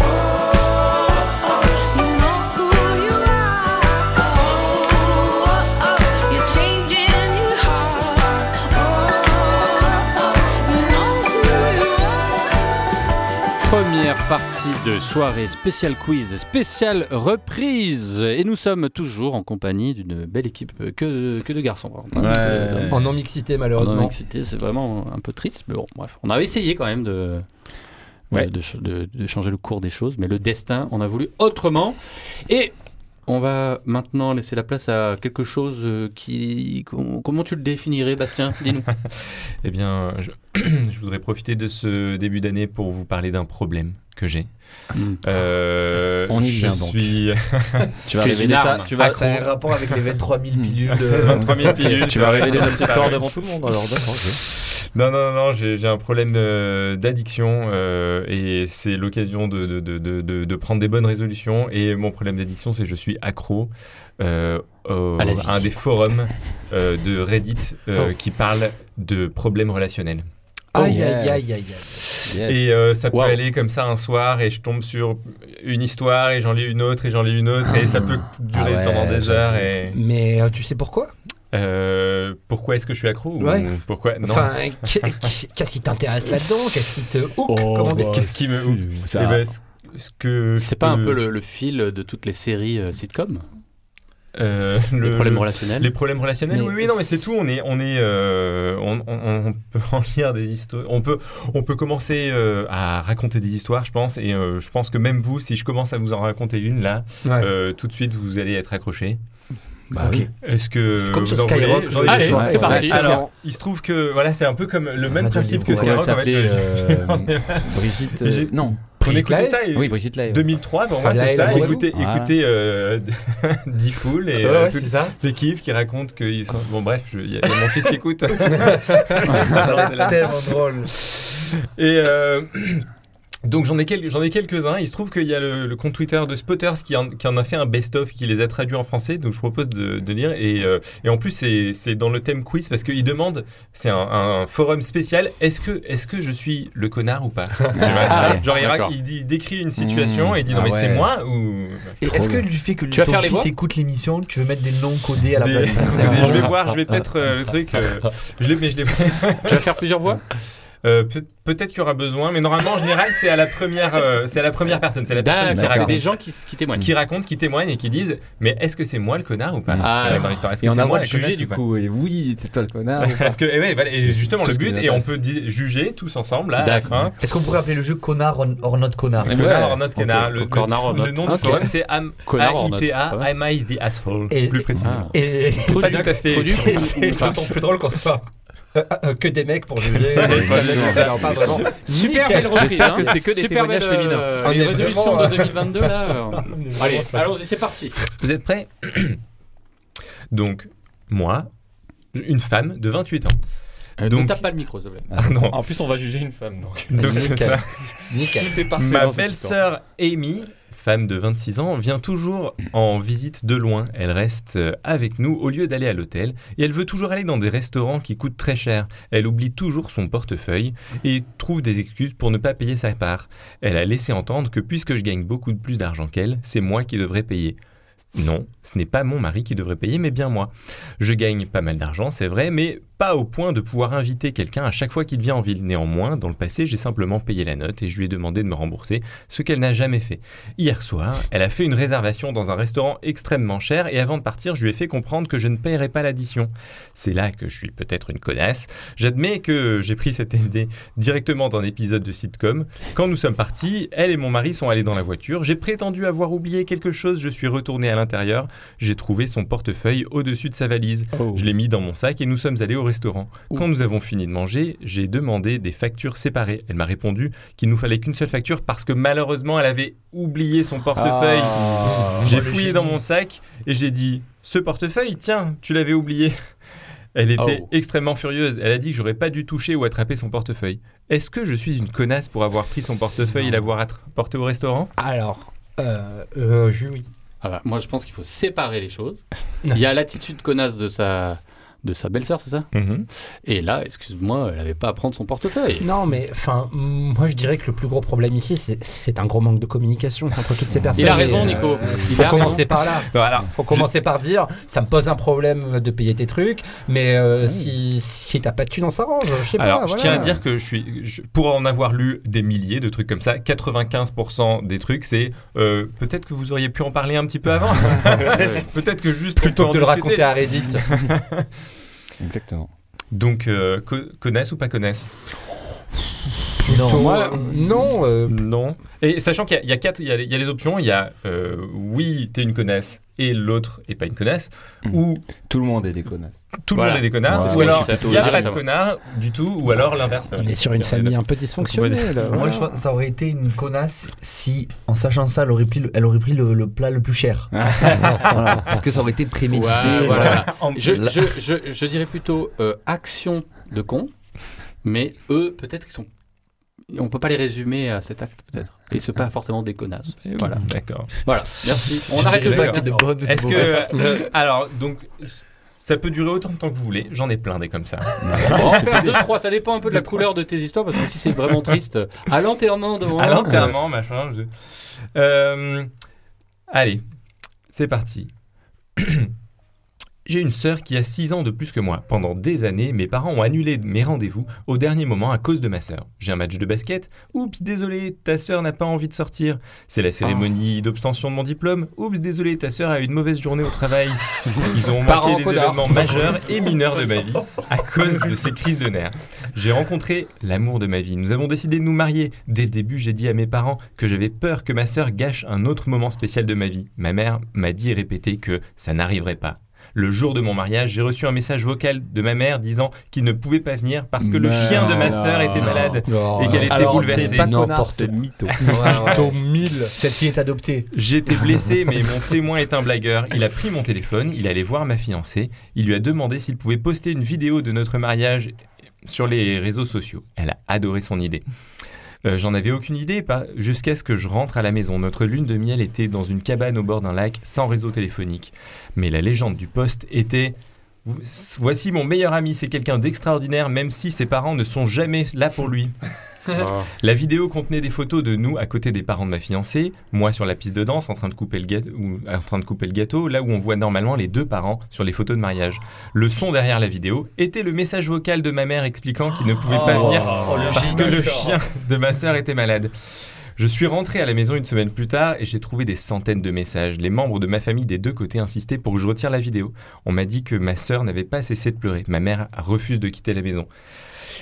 [SPEAKER 15] Oh, you know who you are. Oh, you're changing your heart. Oh, you know who you are.
[SPEAKER 2] Première partie de soirée spéciale quiz, spéciale reprise. Et nous sommes toujours en compagnie d'une belle équipe que, que de garçons. Hein.
[SPEAKER 10] Ouais. En non-mixité, malheureusement.
[SPEAKER 2] En non-mixité, c'est vraiment un peu triste, mais bon, bref. On a essayé quand même de, euh,
[SPEAKER 3] Ouais.
[SPEAKER 2] de, ch- de- de changer le cours des choses, mais le destin en a voulu autrement. Et on va maintenant laisser la place à quelque chose euh, qui... com- Comment tu le définirais, Bastien Dis-nous.
[SPEAKER 9] Eh bien, je, je voudrais profiter de ce début d'année pour vous parler d'un problème que j'ai.
[SPEAKER 2] Mm.
[SPEAKER 9] Euh,
[SPEAKER 3] Hmm. On y
[SPEAKER 9] je
[SPEAKER 3] vient donc.
[SPEAKER 9] suis-
[SPEAKER 3] Tu vas révéler ça. Tu vas
[SPEAKER 6] Ah, ça a un rapport avec les 23 000 pilules. euh,
[SPEAKER 9] 23 000 pilules.
[SPEAKER 3] Tu vas révéler
[SPEAKER 9] Ah,
[SPEAKER 3] notre
[SPEAKER 9] c'est
[SPEAKER 3] histoire
[SPEAKER 9] vrai.
[SPEAKER 3] devant tout le monde alors. d'accord, ok.
[SPEAKER 9] Non, non, non, non, j'ai j'ai un problème euh, d'addiction euh, et c'est l'occasion de, de, de- de- de- de prendre des bonnes résolutions. Et mon problème d'addiction, c'est que je suis accro euh, au-
[SPEAKER 2] À la vie.
[SPEAKER 9] à un des forums euh, de Reddit euh,
[SPEAKER 2] Oh.
[SPEAKER 9] qui parle de problèmes relationnels.
[SPEAKER 10] Aïe, aïe, aïe, aïe, aïe.
[SPEAKER 9] Et euh, ça peut
[SPEAKER 10] Wow.
[SPEAKER 9] aller comme ça un soir et je tombe sur une histoire et j'en lis une autre et j'en lis une autre et ça peut durer
[SPEAKER 10] Ah ouais,
[SPEAKER 9] pendant des heures. Et...
[SPEAKER 10] Mais euh, tu sais pourquoi
[SPEAKER 9] Euh, pourquoi est-ce que je suis accro ou
[SPEAKER 10] Ouais.
[SPEAKER 9] Pourquoi non.
[SPEAKER 10] Enfin, qu'est- qu'est-ce qui t'intéresse là-dedans Qu'est-ce qui te
[SPEAKER 9] Oh,
[SPEAKER 10] hook comment dire
[SPEAKER 9] Qu'est-ce qui me
[SPEAKER 2] ça-
[SPEAKER 9] Eh ben, ce- ce que je
[SPEAKER 2] C'est pas un
[SPEAKER 9] peux-
[SPEAKER 2] peu le, le fil de toutes les séries euh, sitcom
[SPEAKER 9] Euh,
[SPEAKER 2] Les
[SPEAKER 9] le-
[SPEAKER 2] problèmes relationnels
[SPEAKER 9] Les problèmes relationnels.
[SPEAKER 2] Mais
[SPEAKER 9] oui, oui, non, mais c'est tout. On est, on est, euh, on, on- on peut en lire des histoires. On peut, on peut commencer euh, à raconter des histoires, je pense. Et euh, je pense que même vous, si je commence à vous en raconter une là,
[SPEAKER 10] Ouais.
[SPEAKER 9] euh, tout de suite, vous allez être accroché.
[SPEAKER 10] Bah Ok. oui.
[SPEAKER 9] Est-ce que
[SPEAKER 10] C'est comme
[SPEAKER 9] vous
[SPEAKER 10] sur
[SPEAKER 9] en voulez
[SPEAKER 10] Skyrock,
[SPEAKER 9] J'en ai
[SPEAKER 10] le-
[SPEAKER 9] des
[SPEAKER 10] Allez,
[SPEAKER 9] fois.
[SPEAKER 10] c'est parti.
[SPEAKER 9] Alors, il se trouve que voilà, c'est un peu comme le même principe que
[SPEAKER 2] Comment elle
[SPEAKER 9] Skyrock. En fait,
[SPEAKER 2] s'appelait,
[SPEAKER 9] je- je-
[SPEAKER 2] euh,
[SPEAKER 9] Brigitte,
[SPEAKER 2] euh,
[SPEAKER 9] J'ai-
[SPEAKER 2] non.
[SPEAKER 9] On
[SPEAKER 2] Brigitte
[SPEAKER 9] écoutait ça.
[SPEAKER 2] Lahaie
[SPEAKER 9] et-
[SPEAKER 2] Oui, Brigitte Lahaie, ouais.
[SPEAKER 9] 2003, pour moi,
[SPEAKER 2] Ah,
[SPEAKER 9] c'est
[SPEAKER 2] Lahaie,
[SPEAKER 9] ça.
[SPEAKER 2] Lahaie,
[SPEAKER 9] Écoutez,
[SPEAKER 2] Lahaie.
[SPEAKER 9] écoutez, euh, Diffoul et
[SPEAKER 6] Ouais,
[SPEAKER 9] euh,
[SPEAKER 6] ouais,
[SPEAKER 9] toutes
[SPEAKER 6] c'est ça.
[SPEAKER 9] les kiffs qui racontent qu'ils sont. Bon, bref, je- il y, a il y a mon fils qui écoute.
[SPEAKER 6] Tellement drôle.
[SPEAKER 9] Et euh, donc j'en ai, quel- j'en ai quelques-uns. Il se trouve qu'il y a le, le compte Twitter de Spotters qui en, qui en a fait un best-of, qui les a traduits en français. Donc je propose de, de lire. Et, euh, et en plus, c'est- c'est dans le thème quiz parce qu'il demande c'est un, un forum spécial. Est-ce que, est que je suis le connard ou pas
[SPEAKER 2] Ah, ouais.
[SPEAKER 9] Genre, il, ra-
[SPEAKER 2] D'accord.
[SPEAKER 9] il dit- il décrit une situation
[SPEAKER 2] Mmh.
[SPEAKER 9] et il dit non,
[SPEAKER 2] Ah
[SPEAKER 9] mais c'est
[SPEAKER 2] ouais.
[SPEAKER 9] moi ou.
[SPEAKER 6] Hmm. Et Est-ce que du fait que
[SPEAKER 2] Tu vas
[SPEAKER 6] ton
[SPEAKER 2] faire les
[SPEAKER 6] fils
[SPEAKER 2] voix
[SPEAKER 6] écoute l'émission, tu veux mettre des noms codés à la
[SPEAKER 9] Des-
[SPEAKER 6] place
[SPEAKER 9] des- je vais voir, je vais peut-être euh, le truc. euh, je l'ai, mais je l'ai. tu vas faire plusieurs voix Peut-être qu'il y aura besoin, mais normalement en général c'est à la première, euh, c'est à la première personne, c'est la personne qui
[SPEAKER 2] D'accord.
[SPEAKER 9] raconte.
[SPEAKER 2] C'est des gens qui- qui témoignent.
[SPEAKER 9] qui racontent, qui témoignent et qui disent, mais est-ce que c'est moi le connard ou pas
[SPEAKER 2] Ah,
[SPEAKER 9] Dans l'histoire, est-ce
[SPEAKER 3] Et
[SPEAKER 9] que
[SPEAKER 3] on
[SPEAKER 9] c'est
[SPEAKER 3] a le droit
[SPEAKER 9] moi
[SPEAKER 3] de
[SPEAKER 9] la
[SPEAKER 3] juger
[SPEAKER 9] connasse
[SPEAKER 3] du
[SPEAKER 9] ou pas
[SPEAKER 3] coup. Et oui, c'est toi le connard. ou pas
[SPEAKER 9] Parce que et ouais, voilà, et
[SPEAKER 3] C'est
[SPEAKER 9] justement
[SPEAKER 3] tout
[SPEAKER 9] le
[SPEAKER 3] ce qui
[SPEAKER 9] but
[SPEAKER 3] nous
[SPEAKER 9] et on
[SPEAKER 3] intéresse.
[SPEAKER 9] peut di- juger tous ensemble là, à la fin.
[SPEAKER 6] Est-ce qu'on pourrait appeler le jeu connard or- or not connard
[SPEAKER 9] Ah, Le connard or not connard. Le, le-
[SPEAKER 6] Connard or
[SPEAKER 9] le
[SPEAKER 6] not.
[SPEAKER 9] nom du
[SPEAKER 6] Ok.
[SPEAKER 9] forum, c'est Am-
[SPEAKER 6] Connard or not.
[SPEAKER 9] AITA,
[SPEAKER 6] Ouais.
[SPEAKER 9] Am I the asshole
[SPEAKER 10] Et- Ah.
[SPEAKER 9] Plus précisément.
[SPEAKER 10] Et
[SPEAKER 2] Ah.
[SPEAKER 9] c'est pas tout à fait.
[SPEAKER 10] C'est d'autant plus drôle qu'on soit euh, euh, que des mecs pour juger.
[SPEAKER 9] Ouais,
[SPEAKER 10] les
[SPEAKER 9] voilà.
[SPEAKER 10] mecs, alors, pas vraiment.
[SPEAKER 2] Super
[SPEAKER 10] Nickel.
[SPEAKER 2] belle reprise.
[SPEAKER 10] J'espère
[SPEAKER 2] hein.
[SPEAKER 10] que c'est que des
[SPEAKER 2] Super
[SPEAKER 10] témoignages
[SPEAKER 2] belle,
[SPEAKER 10] féminins.
[SPEAKER 2] euh,
[SPEAKER 10] On
[SPEAKER 2] les
[SPEAKER 10] est
[SPEAKER 2] résolutions
[SPEAKER 10] vraiment, euh,
[SPEAKER 2] de 2022 là. euh, Allez, allons-y, c'est parti.
[SPEAKER 9] Vous êtes prêts Donc, moi, une femme de 28 ans.
[SPEAKER 2] Euh, ne tape pas le micro, s'il te plaît.
[SPEAKER 9] Ah non.
[SPEAKER 16] En plus, on va juger une femme. Donc,
[SPEAKER 9] Donc,
[SPEAKER 16] Nickel.
[SPEAKER 9] Bah, Nickel.
[SPEAKER 16] Tout est parfait
[SPEAKER 9] Ma
[SPEAKER 16] dans cette
[SPEAKER 9] belle-sœur Amy, femme de 26 ans, vient toujours en visite de loin. Elle reste euh, avec nous au lieu d'aller à l'hôtel et elle veut toujours aller dans des restaurants qui coûtent très cher. Elle oublie toujours son portefeuille et trouve des excuses pour ne pas payer sa part. Elle a laissé entendre que puisque je gagne beaucoup plus d'argent qu'elle, c'est moi qui devrais payer. Non, ce n'est pas mon mari qui devrait payer, mais bien moi. Je gagne pas mal d'argent, c'est vrai, mais pas au point de pouvoir inviter quelqu'un à chaque fois qu'il vient en ville. Néanmoins, dans le passé, j'ai simplement payé la note et je lui ai demandé de me rembourser, ce qu'elle n'a jamais fait. Hier soir, elle a fait une réservation dans un restaurant extrêmement cher et avant de partir, je lui ai fait comprendre que je ne paierais pas l'addition. C'est là que je suis peut-être une connasse. J'admets que j'ai pris cette idée directement d'un épisode de sitcom. Quand nous sommes partis, elle et mon mari sont allés dans la voiture. J'ai prétendu avoir oublié quelque chose. Je suis retourné à l'intérieur. J'ai trouvé son portefeuille au-dessus de sa valise. Je l'ai mis dans mon sac et nous sommes allés au restaurant. Quand nous avons fini de manger, j'ai demandé des factures séparées. Elle m'a répondu qu'il nous fallait qu'une seule facture parce que malheureusement, elle avait oublié son portefeuille.
[SPEAKER 16] Ah.
[SPEAKER 9] J'ai
[SPEAKER 16] Oh, le
[SPEAKER 9] fouillé
[SPEAKER 16] génie.
[SPEAKER 9] dans mon sac et j'ai dit "Ce portefeuille, tiens, tu l'avais oublié." Elle était
[SPEAKER 16] Oh.
[SPEAKER 9] extrêmement furieuse. Elle a dit que j'aurais pas dû toucher ou attraper son portefeuille. Est-ce que je suis une connasse pour avoir pris son portefeuille et l'avoir attra- porté au restaurant
[SPEAKER 10] Alors, euh, euh, je- oui.
[SPEAKER 2] Ah bah, moi, je pense qu'il faut séparer les choses. Il y a l'attitude connasse de sa de sa belle-sœur, c'est ça
[SPEAKER 9] Mhm.
[SPEAKER 2] Et là, excuse-moi, elle avait pas à prendre son portefeuille.
[SPEAKER 10] Non, mais enfin, moi je dirais que le plus gros problème ici, c'est- c'est un gros manque de communication entre toutes ces personnes.
[SPEAKER 2] Il a raison,
[SPEAKER 10] Et, euh,
[SPEAKER 2] Nico. Il
[SPEAKER 10] faut
[SPEAKER 2] a
[SPEAKER 10] commencer
[SPEAKER 2] raison.
[SPEAKER 10] par là.
[SPEAKER 2] Bon, alors,
[SPEAKER 10] faut commencer par dire, ça me pose un problème de payer tes trucs, mais
[SPEAKER 9] Ah
[SPEAKER 10] euh, si, si t'as pas de thunes, on s'arrange. Je sais pas.
[SPEAKER 9] Alors, je
[SPEAKER 10] voilà.
[SPEAKER 9] tiens à dire que je suis, je- pour en avoir lu des milliers de trucs comme ça, 95% des trucs, c'est euh, peut-être que vous auriez pu en parler un petit peu avant. peut-être que juste
[SPEAKER 10] Plutôt
[SPEAKER 9] on
[SPEAKER 10] que
[SPEAKER 9] peut
[SPEAKER 10] de le
[SPEAKER 9] en discuter.
[SPEAKER 10] raconter à Reddit.
[SPEAKER 3] Exactement.
[SPEAKER 9] Donc, euh, co- connaisse ou pas connaisse
[SPEAKER 10] Non. Moi, euh, non.
[SPEAKER 9] Non. Et sachant qu'il y, a- il y a quatre, il y, a- il y a les options. Il y a euh, oui, t'es une connasse et l'autre est pas une connasse. Ou
[SPEAKER 3] tout le monde est des connasses.
[SPEAKER 9] Tout le
[SPEAKER 3] Voilà.
[SPEAKER 9] monde est des connards.
[SPEAKER 3] Ouais.
[SPEAKER 9] Ou alors
[SPEAKER 3] C'est ce que
[SPEAKER 9] il n'y a
[SPEAKER 3] je suis
[SPEAKER 9] pas de
[SPEAKER 3] plutôt-
[SPEAKER 9] connards du tout. Ou alors l'inverse.
[SPEAKER 10] On est sur une famille un peu dysfonctionnelle.
[SPEAKER 6] Moi,
[SPEAKER 10] voilà.
[SPEAKER 6] je pense que ça aurait été une connasse si, en sachant ça, elle aurait pris le, elle aurait pris le, le plat le plus cher. Voilà. Parce que ça aurait été prémédité.
[SPEAKER 2] Ouais, voilà.
[SPEAKER 6] En-
[SPEAKER 2] je, je, je, je dirais plutôt euh, action de con. Mais eux, peut-être qu'ils sont. On peut pas les résumer à cet acte, peut-être. Ils ne sont pas forcément des connasses.
[SPEAKER 9] Eh oui,
[SPEAKER 2] Voilà.
[SPEAKER 9] d'accord.
[SPEAKER 2] Voilà. Merci. On
[SPEAKER 9] Je
[SPEAKER 2] arrête le
[SPEAKER 9] dirais
[SPEAKER 2] jeu.
[SPEAKER 9] pas que de
[SPEAKER 2] D'accord.
[SPEAKER 9] bonnes Est-ce ou de que- mauvaises. euh, alors, donc, ça peut durer autant de temps que vous voulez. J'en ai plein des comme ça.
[SPEAKER 2] Bon, deux, trois, ça dépend un peu de la couleur de tes histoires, parce que si c'est vraiment triste, à l'enterrement de
[SPEAKER 9] À l'enterrement, machin. je- Euh, allez, c'est parti. J'ai une sœur qui a 6 ans de plus que moi. Pendant des années, mes parents ont annulé mes rendez-vous au dernier moment à cause de ma sœur. J'ai un match de basket. Oups, désolé, ta sœur n'a pas envie de sortir. C'est la cérémonie d'obtention de mon diplôme. Oups, désolé, ta sœur a eu une mauvaise journée au travail. Ils ont
[SPEAKER 2] Parents
[SPEAKER 9] manqué des
[SPEAKER 2] connards.
[SPEAKER 9] événements majeurs et mineurs de ma vie à cause de ces crises de nerfs. J'ai rencontré l'amour de ma vie. Nous avons décidé de nous marier. Dès le début, j'ai dit à mes parents que j'avais peur que ma sœur gâche un autre moment spécial de ma vie. Ma mère m'a dit et répété que ça n'arriverait pas. Le jour de mon mariage, j'ai reçu un message vocal de ma mère disant qu'il ne pouvait pas venir parce que le
[SPEAKER 2] Mais
[SPEAKER 9] chien de ma
[SPEAKER 2] non.
[SPEAKER 9] sœur était malade
[SPEAKER 2] Non.
[SPEAKER 9] et qu'elle était
[SPEAKER 2] Alors, c'est
[SPEAKER 9] bouleversée.
[SPEAKER 2] pas connard, N'importe c'est quoi. mytho. Ouais, ouais. Mytho
[SPEAKER 6] mille. Cette fille est adoptée.
[SPEAKER 9] J'étais blessé, mais mon témoin est un blagueur. Il a pris mon téléphone, il allait voir ma fiancée, il lui a demandé s'il pouvait poster une vidéo de notre mariage sur les réseaux sociaux. Elle a adoré son idée. Euh, J'en avais aucune idée pas- jusqu'à ce que je rentre à la maison. Notre lune de miel était dans une cabane au bord d'un lac sans réseau téléphonique. Mais la légende du poste était Vo- Voici mon meilleur ami, c'est quelqu'un d'extraordinaire, même si ses parents ne sont jamais là pour lui.
[SPEAKER 2] Ah.
[SPEAKER 9] La vidéo contenait des photos de nous à côté des parents de ma fiancée, moi sur la piste de danse en train de couper le gâteau, ou, en train de couper le gâteau, là où on voit normalement les deux parents sur les photos de mariage. Le son derrière la vidéo était le message vocal de ma mère expliquant qu'il ne pouvait pas
[SPEAKER 2] Oh.
[SPEAKER 9] venir
[SPEAKER 2] Oh, le
[SPEAKER 9] parce que le chien
[SPEAKER 2] gymnastique.
[SPEAKER 9] de ma sœur était malade. Je suis rentré à la maison une semaine plus tard et j'ai trouvé des centaines de messages. Les membres de ma famille des deux côtés insistaient pour que je retire la vidéo. On m'a dit que ma sœur n'avait pas cessé de pleurer. Ma mère refuse de quitter la maison.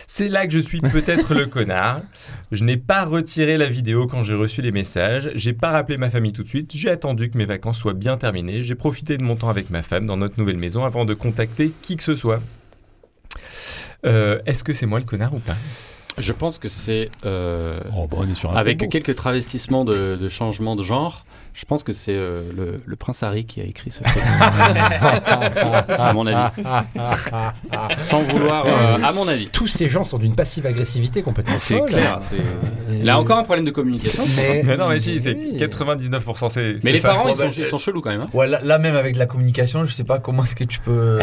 [SPEAKER 9] C'est là que je suis peut-être le connard. Je n'ai pas retiré la vidéo quand j'ai reçu les messages. J'ai pas rappelé ma famille tout de suite. J'ai attendu que mes vacances soient bien terminées. J'ai profité de mon temps avec ma femme dans notre nouvelle maison avant de contacter qui que ce soit. Euh, Est-ce que c'est moi le connard ou pas
[SPEAKER 2] Je pense que c'est. euh,
[SPEAKER 9] un
[SPEAKER 2] avec
[SPEAKER 9] combo.
[SPEAKER 2] quelques travestissements de, de changement de genre. Je pense que c'est euh, le, le prince Harry qui a écrit ce truc. à mon avis. Sans vouloir, euh, à mon avis.
[SPEAKER 10] Tous ces gens sont d'une passive agressivité complètement
[SPEAKER 2] C'est
[SPEAKER 10] folle.
[SPEAKER 2] clair. c'est- Là encore un problème de communication.
[SPEAKER 10] Mais- Mais non, mais
[SPEAKER 9] si, c'est 99%. C'est,
[SPEAKER 2] Mais les parents, ils
[SPEAKER 6] Ouais,
[SPEAKER 2] sont, ils sont chelous quand même. hein.
[SPEAKER 6] Ouais, là, là, même avec la communication, je sais pas comment est-ce que tu peux.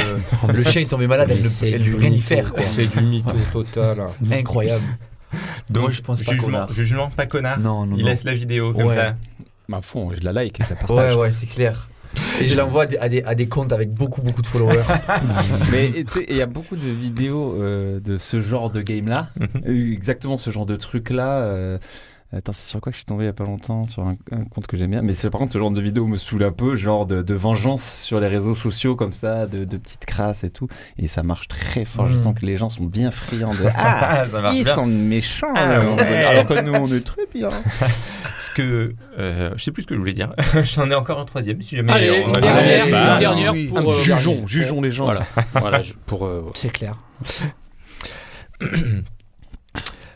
[SPEAKER 6] le chien est tombé malade,
[SPEAKER 10] Mais
[SPEAKER 6] elle
[SPEAKER 10] c'est
[SPEAKER 6] ne
[SPEAKER 10] du
[SPEAKER 6] peut rien y
[SPEAKER 10] mytho,
[SPEAKER 6] faire. quoi.
[SPEAKER 10] c'est du mytho total, hein.
[SPEAKER 6] C'est Incroyable.
[SPEAKER 9] Donc,
[SPEAKER 6] Moi, je pense pas
[SPEAKER 9] jugement,
[SPEAKER 6] connard.
[SPEAKER 9] jugement, pas connard.
[SPEAKER 6] Non, non,
[SPEAKER 9] Il
[SPEAKER 6] non.
[SPEAKER 9] laisse la vidéo comme
[SPEAKER 6] Ouais.
[SPEAKER 9] ça.
[SPEAKER 3] Ma fond, je la like et je la
[SPEAKER 6] Ouais, ouais, c'est clair. Et je l'envoie à des, à, des, à des comptes avec beaucoup, beaucoup de followers.
[SPEAKER 3] Mais tu sais, il y a beaucoup de vidéos euh, de ce genre de game-là,
[SPEAKER 9] Mhm.
[SPEAKER 3] Euh, exactement ce genre de truc-là. euh, Attends, c'est sur quoi que je suis tombé il y a pas longtemps Sur un, un compte que j'aime bien. Mais c'est- par contre, ce genre de vidéo me saoule un peu, genre de, de vengeance sur les réseaux sociaux comme ça, de, de petites crasses et tout. Et ça marche très fort. Je
[SPEAKER 4] Mhm.
[SPEAKER 3] sens que les gens sont bien friands de. Ah,
[SPEAKER 9] Ça marche
[SPEAKER 3] ils
[SPEAKER 9] bien.
[SPEAKER 3] sont méchants
[SPEAKER 9] Ah,
[SPEAKER 3] là, on
[SPEAKER 9] ouais.
[SPEAKER 3] veut- Alors que nous, on est très bien.
[SPEAKER 9] Parce que euh, je sais plus ce que je voulais dire. J'en ai encore un troisième. Si jamais
[SPEAKER 2] Allez,
[SPEAKER 9] on-
[SPEAKER 2] une
[SPEAKER 9] on-
[SPEAKER 2] dernière,
[SPEAKER 9] on-
[SPEAKER 2] une
[SPEAKER 9] bah,
[SPEAKER 2] dernière
[SPEAKER 9] oui.
[SPEAKER 2] pour, Ah, euh, jugeons, dernier.
[SPEAKER 3] jugeons les gens.
[SPEAKER 2] Voilà. Voilà, je- pour. euh,
[SPEAKER 10] C'est clair.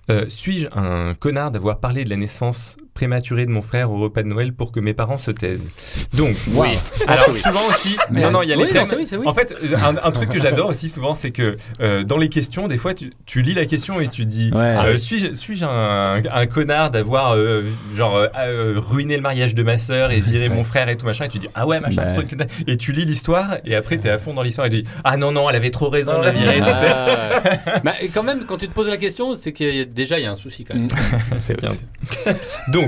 [SPEAKER 9] Euh, Suis-je un connard d'avoir parlé de la naissance prématurée de mon frère au repas de Noël pour que mes parents se taisent Donc,
[SPEAKER 2] Wow.
[SPEAKER 9] oui.
[SPEAKER 2] Je pense
[SPEAKER 9] Alors,
[SPEAKER 2] que oui.
[SPEAKER 9] souvent aussi.
[SPEAKER 2] Mais-
[SPEAKER 9] non, non, il y a
[SPEAKER 2] Oui,
[SPEAKER 9] les
[SPEAKER 2] non,
[SPEAKER 9] thèmes.
[SPEAKER 2] c'est oui, c'est oui.
[SPEAKER 9] En fait, un, un truc que j'adore aussi souvent, c'est que euh, dans les questions, des fois, tu, tu lis la question et tu dis
[SPEAKER 3] Ouais.
[SPEAKER 9] euh, Suis-je suis un, un connard d'avoir euh, genre euh, euh, ruiné le mariage de ma sœur et viré mon frère et tout machin Et tu dis Ah ouais, machin,
[SPEAKER 3] Ouais.
[SPEAKER 9] c'est pas une connard. Et tu lis l'histoire et après, t'es à fond dans l'histoire et tu dis Ah non, non, elle avait trop raison de la virer. tu sais.
[SPEAKER 2] Ah, ouais. Bah, quand même, quand tu te poses la question, c'est qu'il y a- déjà il y a un souci quand même.
[SPEAKER 9] C'est bien. Donc,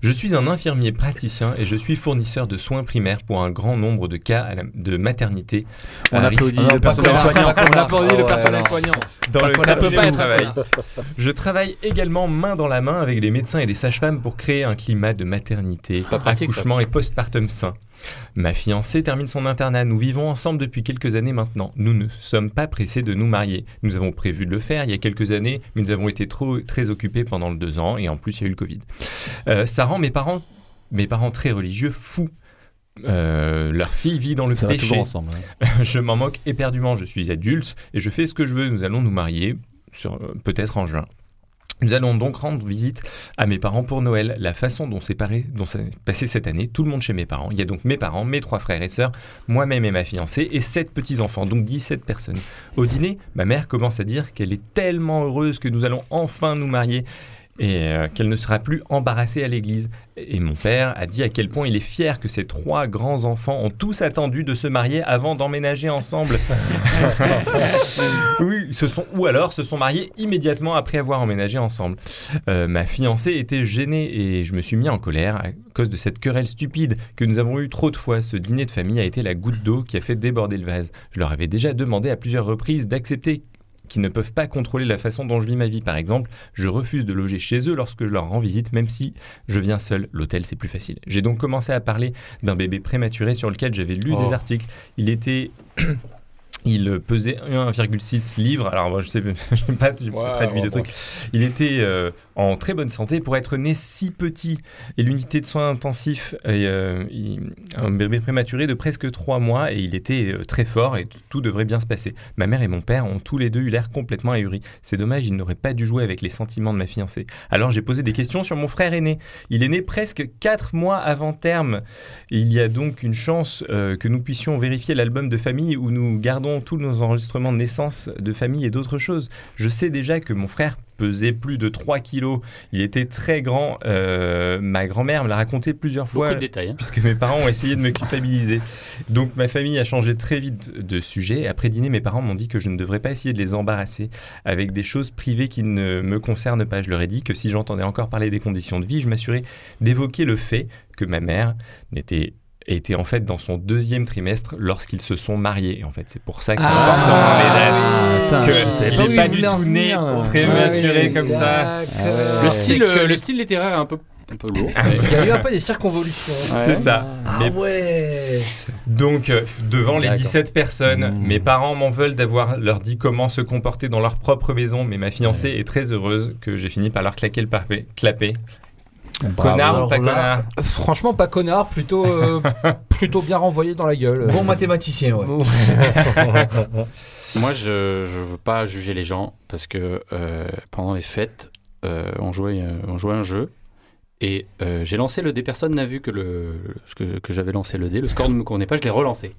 [SPEAKER 9] je suis un infirmier praticien et je suis fournisseur de soins primaires pour un grand nombre de cas à la- de maternité.
[SPEAKER 2] On
[SPEAKER 9] à
[SPEAKER 2] applaudit
[SPEAKER 9] risque.
[SPEAKER 2] le personnel soignant. Ah On applaudit le personnel soignant.
[SPEAKER 9] Dans
[SPEAKER 2] Pas
[SPEAKER 9] le
[SPEAKER 2] qu'on
[SPEAKER 9] cabinet
[SPEAKER 2] peut pas
[SPEAKER 9] où
[SPEAKER 2] être
[SPEAKER 9] je travaille.
[SPEAKER 2] un connard.
[SPEAKER 9] Je travaille également main dans la main avec les médecins et les sages-femmes pour créer un climat de maternité,
[SPEAKER 2] pratique,
[SPEAKER 9] accouchement et postpartum sain. Ma fiancée termine son internat. Nous vivons ensemble depuis quelques années maintenant. Nous ne sommes pas pressés de nous marier. Nous avons prévu de le faire il y a quelques années, mais nous avons été trop, très occupés pendant le deux ans et en plus il y a eu le Covid. Euh, ça rend mes parents, mes parents très religieux fous. Euh, leur fille vit dans le
[SPEAKER 3] Ça va
[SPEAKER 9] péché.
[SPEAKER 3] toujours ensemble,
[SPEAKER 9] je m'en moque éperdument. Je suis adulte et je fais ce que je veux. Nous allons nous marier, sur- peut-être euh, en juin. Nous allons donc rendre visite à mes parents pour Noël. La façon dont c'est paré- dont c'est passé cette année, tout le monde chez mes parents. Il y a donc mes parents, mes trois frères et sœurs, moi-même et ma fiancée, et sept petits-enfants, donc 17 personnes. Au dîner, ma mère commence à dire qu'elle est tellement heureuse que nous allons enfin nous marier et euh, qu'elle ne sera plus embarrassée à l'église. Et mon père a dit à quel point il est fier que ces trois grands-enfants ont tous attendu de se marier avant d'emménager ensemble. oui, se sont, ou alors se sont mariés immédiatement après avoir emménagé ensemble. Euh, ma fiancée était gênée et je me suis mis en colère à cause de cette querelle stupide que nous avons eue trop de fois. Ce dîner de famille a été la goutte d'eau qui a fait déborder le vase. Je leur avais déjà demandé à plusieurs reprises d'accepter qui ne peuvent pas contrôler la façon dont je vis ma vie. Par exemple, je refuse de loger chez eux lorsque je leur rends visite, même si je viens seul. L'hôtel, c'est plus facile. J'ai donc commencé à parler d'un bébé prématuré sur lequel j'avais lu
[SPEAKER 10] Oh.
[SPEAKER 9] des articles. Il était... Il pesait 1,6 livres. Alors, moi, je sais, j'ai pas, j'ai
[SPEAKER 10] Ouais,
[SPEAKER 9] traduit le
[SPEAKER 10] ouais, ouais.
[SPEAKER 9] truc. Il était euh, en très bonne santé pour être né si petit. Et l'unité de soins intensifs, est, euh, il- un bébé prématuré de presque 3 mois, et il était euh, très fort et t- tout devrait bien se passer. Ma mère et mon père ont tous les deux eu l'air complètement ahuris. C'est dommage, ils n'auraient pas dû jouer avec les sentiments de ma fiancée. Alors j'ai posé des questions sur mon frère aîné. Il est né presque 4 mois avant terme. Il y a donc une chance euh, que nous puissions vérifier l'album de famille où nous gardons tous nos enregistrements de naissance, de famille et d'autres choses. Je sais déjà que mon frère pesait plus de 3 kilos. Il était très grand. Euh, ma grand-mère me l'a raconté plusieurs fois.
[SPEAKER 2] Beaucoup de détails, hein.
[SPEAKER 9] Puisque mes parents ont essayé de me culpabiliser. Donc ma famille a changé très vite de sujet. Après dîner, mes parents m'ont dit que je ne devrais pas essayer de les embarrasser avec des choses privées qui ne me concernent pas. Je leur ai dit que si j'entendais encore parler des conditions de vie, je m'assurais d'évoquer le fait que ma mère n'était était en fait dans son deuxième trimestre lorsqu'ils se sont mariés. Et en fait, c'est pour ça que c'est important, les dates. que il n'est pas du tout né prématuré comme ça.
[SPEAKER 2] Le style, euh, le style littéraire est un peu, un peu lourd.
[SPEAKER 10] Ah,
[SPEAKER 9] Ah,
[SPEAKER 10] Il y a eu un peu des circonvolutions. Ah
[SPEAKER 9] C'est ça. Mais-
[SPEAKER 10] ouais
[SPEAKER 9] Donc, euh, devant les
[SPEAKER 10] D'accord.
[SPEAKER 9] 17 personnes, mes parents m'en veulent d'avoir leur dit comment se comporter dans leur propre maison, mais ma fiancée est très heureuse que j'ai fini par leur claquer le parfait. Clapper. Connard ou pas connard
[SPEAKER 10] Franchement, pas connard, plutôt, euh, plutôt bien renvoyé dans la gueule.
[SPEAKER 6] Bon mathématicien, ouais.
[SPEAKER 2] Moi, je je veux pas juger les gens parce que euh, pendant les fêtes, euh, on, jouait, euh, on jouait un jeu et euh, j'ai lancé le dé. Personne n'a vu que, le, ce que, que j'avais lancé le dé. Le score ne me convenait pas, je l'ai relancé.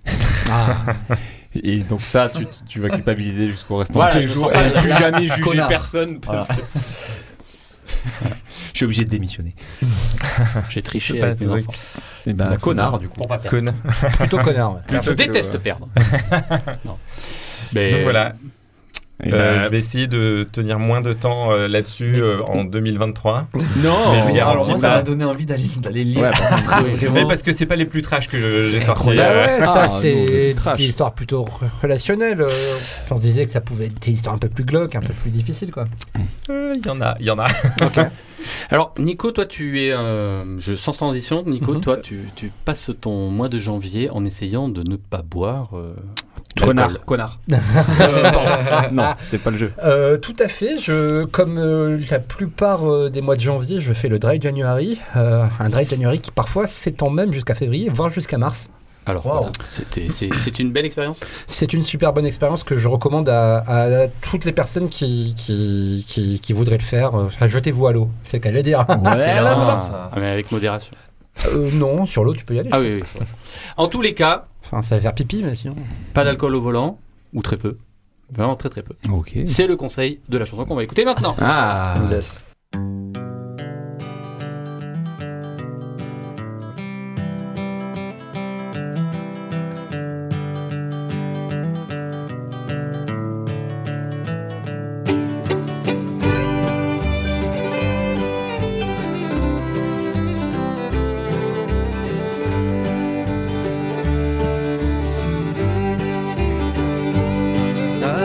[SPEAKER 9] Ah.
[SPEAKER 4] Et donc ça, tu, tu vas culpabiliser jusqu'au restant
[SPEAKER 2] Voilà,
[SPEAKER 4] de tes
[SPEAKER 2] je me
[SPEAKER 4] jours
[SPEAKER 2] sens pas
[SPEAKER 4] et plus
[SPEAKER 2] là-
[SPEAKER 4] jamais juger
[SPEAKER 2] connard.
[SPEAKER 4] personne
[SPEAKER 9] Ah.
[SPEAKER 4] parce
[SPEAKER 2] Voilà.
[SPEAKER 4] que... Je suis obligé de démissionner.
[SPEAKER 2] J'ai triché
[SPEAKER 4] C'est pas
[SPEAKER 2] avec mes
[SPEAKER 4] un truc.
[SPEAKER 2] enfants.
[SPEAKER 4] Eh ben,
[SPEAKER 2] Bah,
[SPEAKER 4] connard, du coup.
[SPEAKER 2] Pour pas perdre.
[SPEAKER 4] Connard. Plutôt connard, ouais.
[SPEAKER 2] Alors, je
[SPEAKER 4] Plutôt que- euh,
[SPEAKER 2] déteste perdre. non. Mais-
[SPEAKER 9] Donc voilà.
[SPEAKER 4] Et
[SPEAKER 9] Euh,
[SPEAKER 4] ben,
[SPEAKER 9] je vais essayer de tenir moins de temps euh, là-dessus euh, en 2023. Non,
[SPEAKER 6] Mais je alors moi, ça
[SPEAKER 2] bah
[SPEAKER 6] m'a donné envie d'aller d'aller lire.
[SPEAKER 9] Mais parce que c'est pas les plus trash que je- j'ai euh. Ah, sorti.
[SPEAKER 10] Bah ouais, ça
[SPEAKER 9] non,
[SPEAKER 10] c'est
[SPEAKER 9] le trash.
[SPEAKER 10] des histoires plutôt re- relationnelles. euh, On se disait que ça pouvait être des histoires un peu plus glauques, un peu plus difficiles quoi.
[SPEAKER 9] Euh, Il y en a, il y en a.
[SPEAKER 2] Alors, Nico, toi, tu es. euh, je sens transition. Nico,
[SPEAKER 4] Mhm.
[SPEAKER 2] toi, tu, tu passes ton mois de janvier en essayant de ne pas boire. euh,
[SPEAKER 4] Connard,
[SPEAKER 2] d'alcool.
[SPEAKER 4] connard. Euh, pardon. non, c'était pas le jeu.
[SPEAKER 10] Euh, tout à fait. Je, comme euh, la plupart euh, des mois de janvier, je fais le dry January. euh, un dry January qui parfois s'étend même jusqu'à février, voire jusqu'à mars.
[SPEAKER 2] Alors,
[SPEAKER 10] Wow.
[SPEAKER 2] voilà, c'était- c'est c'est une belle expérience.
[SPEAKER 10] C'est une super bonne expérience que je recommande à, à toutes les personnes qui, qui, qui- qui voudraient le faire. Euh, Jetez-vous à l'eau, c'est qu'à le dire.
[SPEAKER 2] Ah, mais avec modération.
[SPEAKER 10] Euh, non, sur l'eau tu peux y aller.
[SPEAKER 2] Ah oui, oui. En tous les cas,
[SPEAKER 10] Enfin, ça va faire pipi, mais sinon.
[SPEAKER 2] pas d'alcool au volant, ou très peu. Vraiment très très peu.
[SPEAKER 4] Ok.
[SPEAKER 2] C'est le conseil de la chanson qu'on va écouter maintenant.
[SPEAKER 4] Ah.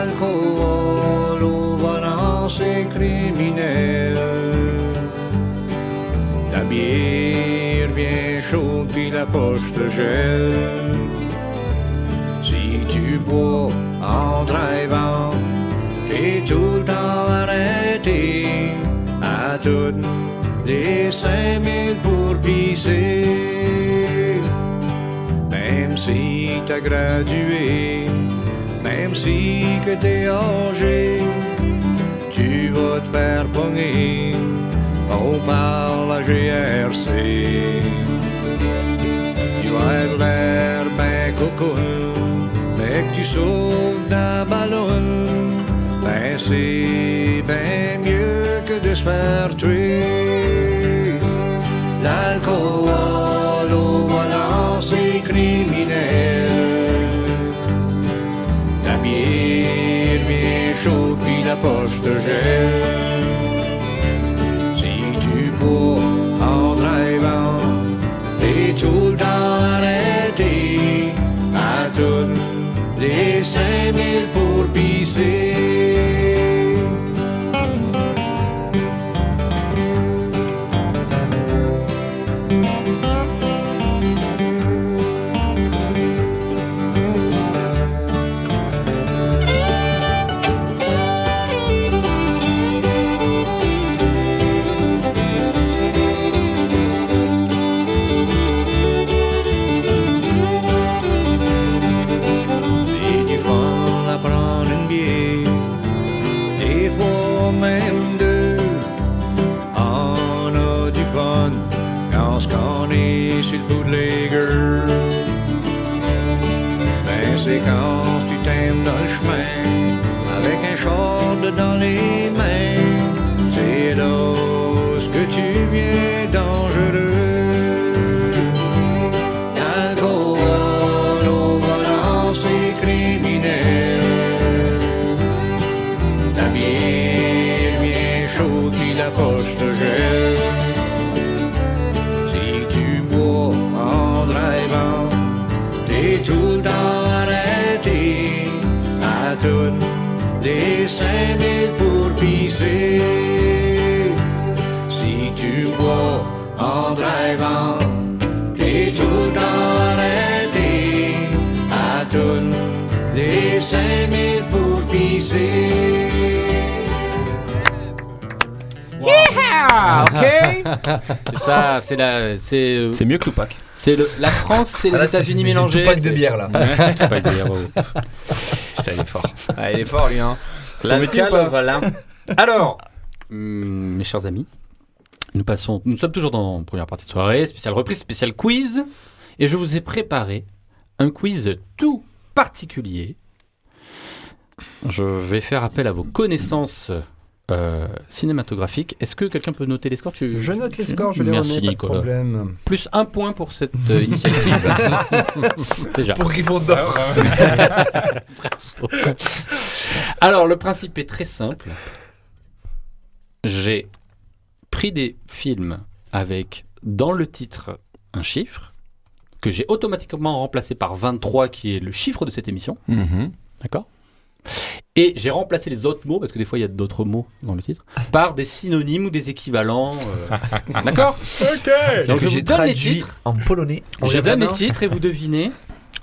[SPEAKER 13] L'alcool au volant, c'est criminel. La bière bien chaude, puis la poche de gel. Si tu bois en drivant, t'es tout le temps arrêté à toutes les 5000 pour pisser. Même si t'as gradué, même si que t'es âgé,
[SPEAKER 17] tu vas te faire pogner au par la GRC. Tu vas être l'air ben cocoon, mais que tu sauves d'un ballon, ben c'est ben mieux que de se faire tuer. L'alcool au volant, c'est criminel. La bière bien chaude, puis la poche de gel. Si tu bois en drivant, t'es tout le temps arrêté à toutes les 5000 pour pisser. C'est du fun à prendre une bière, des fois même deux. On a du fun quand ce qu'on est sur le bout de l'aiguille. Ben c'est quand tu t'aimes dans le chemin, avec un short dans les mains. C'est là ce que tu viens dangereux. L'alcool au volant, c'est criminel. La bière bien chaude, puis la poche de gel. Si tu bois en drivant, t'es tout le temps arrêté à toutes les 5000 pour pisser. Si tu bois en drivant, t'es tout le temps arrêté à toutes les 5000 pour pisser.
[SPEAKER 13] Yeah!
[SPEAKER 6] Ah,
[SPEAKER 2] ok. C'est ça, c'est la, c'est. C'est mieux que Tupac. C'est le, la France, c'est
[SPEAKER 6] Ah
[SPEAKER 2] les
[SPEAKER 6] là, c'est-
[SPEAKER 2] États-Unis
[SPEAKER 6] c'est
[SPEAKER 2] mélangés.
[SPEAKER 6] Tupac de bière, là.
[SPEAKER 2] Ouais, Tupac de bière. bravo.
[SPEAKER 9] Putain, il est fort.
[SPEAKER 2] Ah, il est fort lui hein.
[SPEAKER 9] Son métier ou pas
[SPEAKER 2] voilà. Alors, hum, mes chers amis, nous passons. Nous sommes toujours dans première partie de soirée, spéciale reprise, spéciale quiz, et je vous ai préparé un quiz tout particulier. Je vais faire appel à vos connaissances. euh, cinématographiques. Est-ce que quelqu'un peut noter les scores Tu-
[SPEAKER 10] Je note les scores, je les
[SPEAKER 2] Merci,
[SPEAKER 10] remets, pas de
[SPEAKER 2] Nicolas.
[SPEAKER 10] problème.
[SPEAKER 2] Plus un point pour cette euh, initiative. Déjà.
[SPEAKER 10] Pour Gryffondor.
[SPEAKER 2] Bravo. Alors, le principe est très simple. J'ai pris des films avec dans le titre un chiffre que j'ai automatiquement remplacé par 23 qui est le chiffre de cette émission.
[SPEAKER 3] Mhm.
[SPEAKER 2] D'accord et j'ai remplacé les autres mots, parce que des fois il y a d'autres mots dans le titre, par des synonymes ou des équivalents. euh, D'accord
[SPEAKER 6] Ok.
[SPEAKER 2] Donc je vous
[SPEAKER 6] j'ai
[SPEAKER 2] donne les
[SPEAKER 6] traduit
[SPEAKER 2] titres.
[SPEAKER 6] en polonais. On
[SPEAKER 2] Je
[SPEAKER 6] lève
[SPEAKER 2] donne
[SPEAKER 6] la
[SPEAKER 2] les
[SPEAKER 6] main
[SPEAKER 2] titres et vous devinez.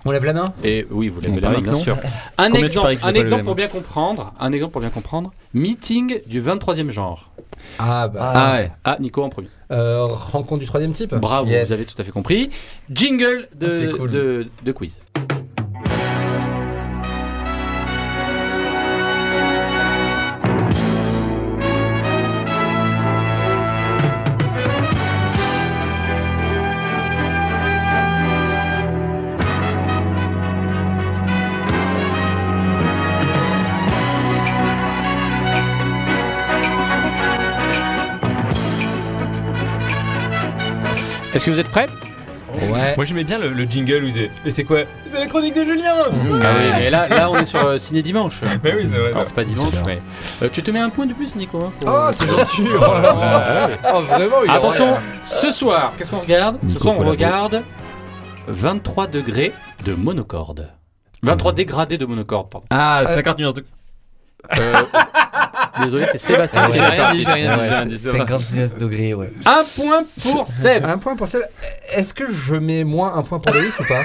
[SPEAKER 6] On lève la main
[SPEAKER 2] Et oui, vous
[SPEAKER 6] On
[SPEAKER 2] l'avez
[SPEAKER 6] parle
[SPEAKER 2] là, bien
[SPEAKER 6] maintenant
[SPEAKER 2] sûr. Un
[SPEAKER 6] Combien tu
[SPEAKER 2] exemple,
[SPEAKER 6] paries que j'ai pas
[SPEAKER 2] un
[SPEAKER 6] levé
[SPEAKER 2] exemple
[SPEAKER 6] la
[SPEAKER 2] pour
[SPEAKER 6] main
[SPEAKER 2] bien comprendre. Un exemple pour bien comprendre. Meeting du 23e genre.
[SPEAKER 10] Ah, bah.
[SPEAKER 2] Ah, Nico en premier.
[SPEAKER 10] Euh, rencontre du troisième type
[SPEAKER 2] Bravo,
[SPEAKER 10] Yes.
[SPEAKER 2] vous avez tout à fait compris. Jingle de,
[SPEAKER 10] Ah, c'est cool.
[SPEAKER 2] de, de quiz. Est-ce que vous êtes prêts
[SPEAKER 10] Ouais.
[SPEAKER 9] Moi j'aimais bien le, le jingle où il disait Et c'est quoi C'est la chronique de Julien
[SPEAKER 3] Mmh.
[SPEAKER 2] Ah oui, mais là, là on est sur euh, Ciné Dimanche.
[SPEAKER 9] Mais oui, c'est vrai.
[SPEAKER 2] Alors c'est pas dimanche, mais. Euh, tu te mets un point de plus, Nico. hein, pour- Ah,
[SPEAKER 9] Oh, c'est gentil, oh là là.
[SPEAKER 2] Ouais.
[SPEAKER 9] Oh, vraiment, il est
[SPEAKER 2] Attention,
[SPEAKER 9] royal.
[SPEAKER 2] ce soir, qu'est-ce qu'on regarde Ce
[SPEAKER 9] Nico
[SPEAKER 2] soir, on
[SPEAKER 9] Collabo.
[SPEAKER 2] regarde 23 degrés de monocorde. 23 dégradés de monocorde, pardon.
[SPEAKER 18] Ah, 50 nuances de.
[SPEAKER 2] Euh, Désolé, c'est
[SPEAKER 6] Ah
[SPEAKER 2] Sébastien. qui
[SPEAKER 18] Ah J'ai
[SPEAKER 2] a
[SPEAKER 18] rien dit,
[SPEAKER 2] parti.
[SPEAKER 18] j'ai rien dit, j'ai rien dit. c'est vrai.
[SPEAKER 6] 59 degrés, ouais.
[SPEAKER 2] Un point pour Seb.
[SPEAKER 10] Un point pour Seb. Est-ce que je mets moins un point pour Loïs ou pas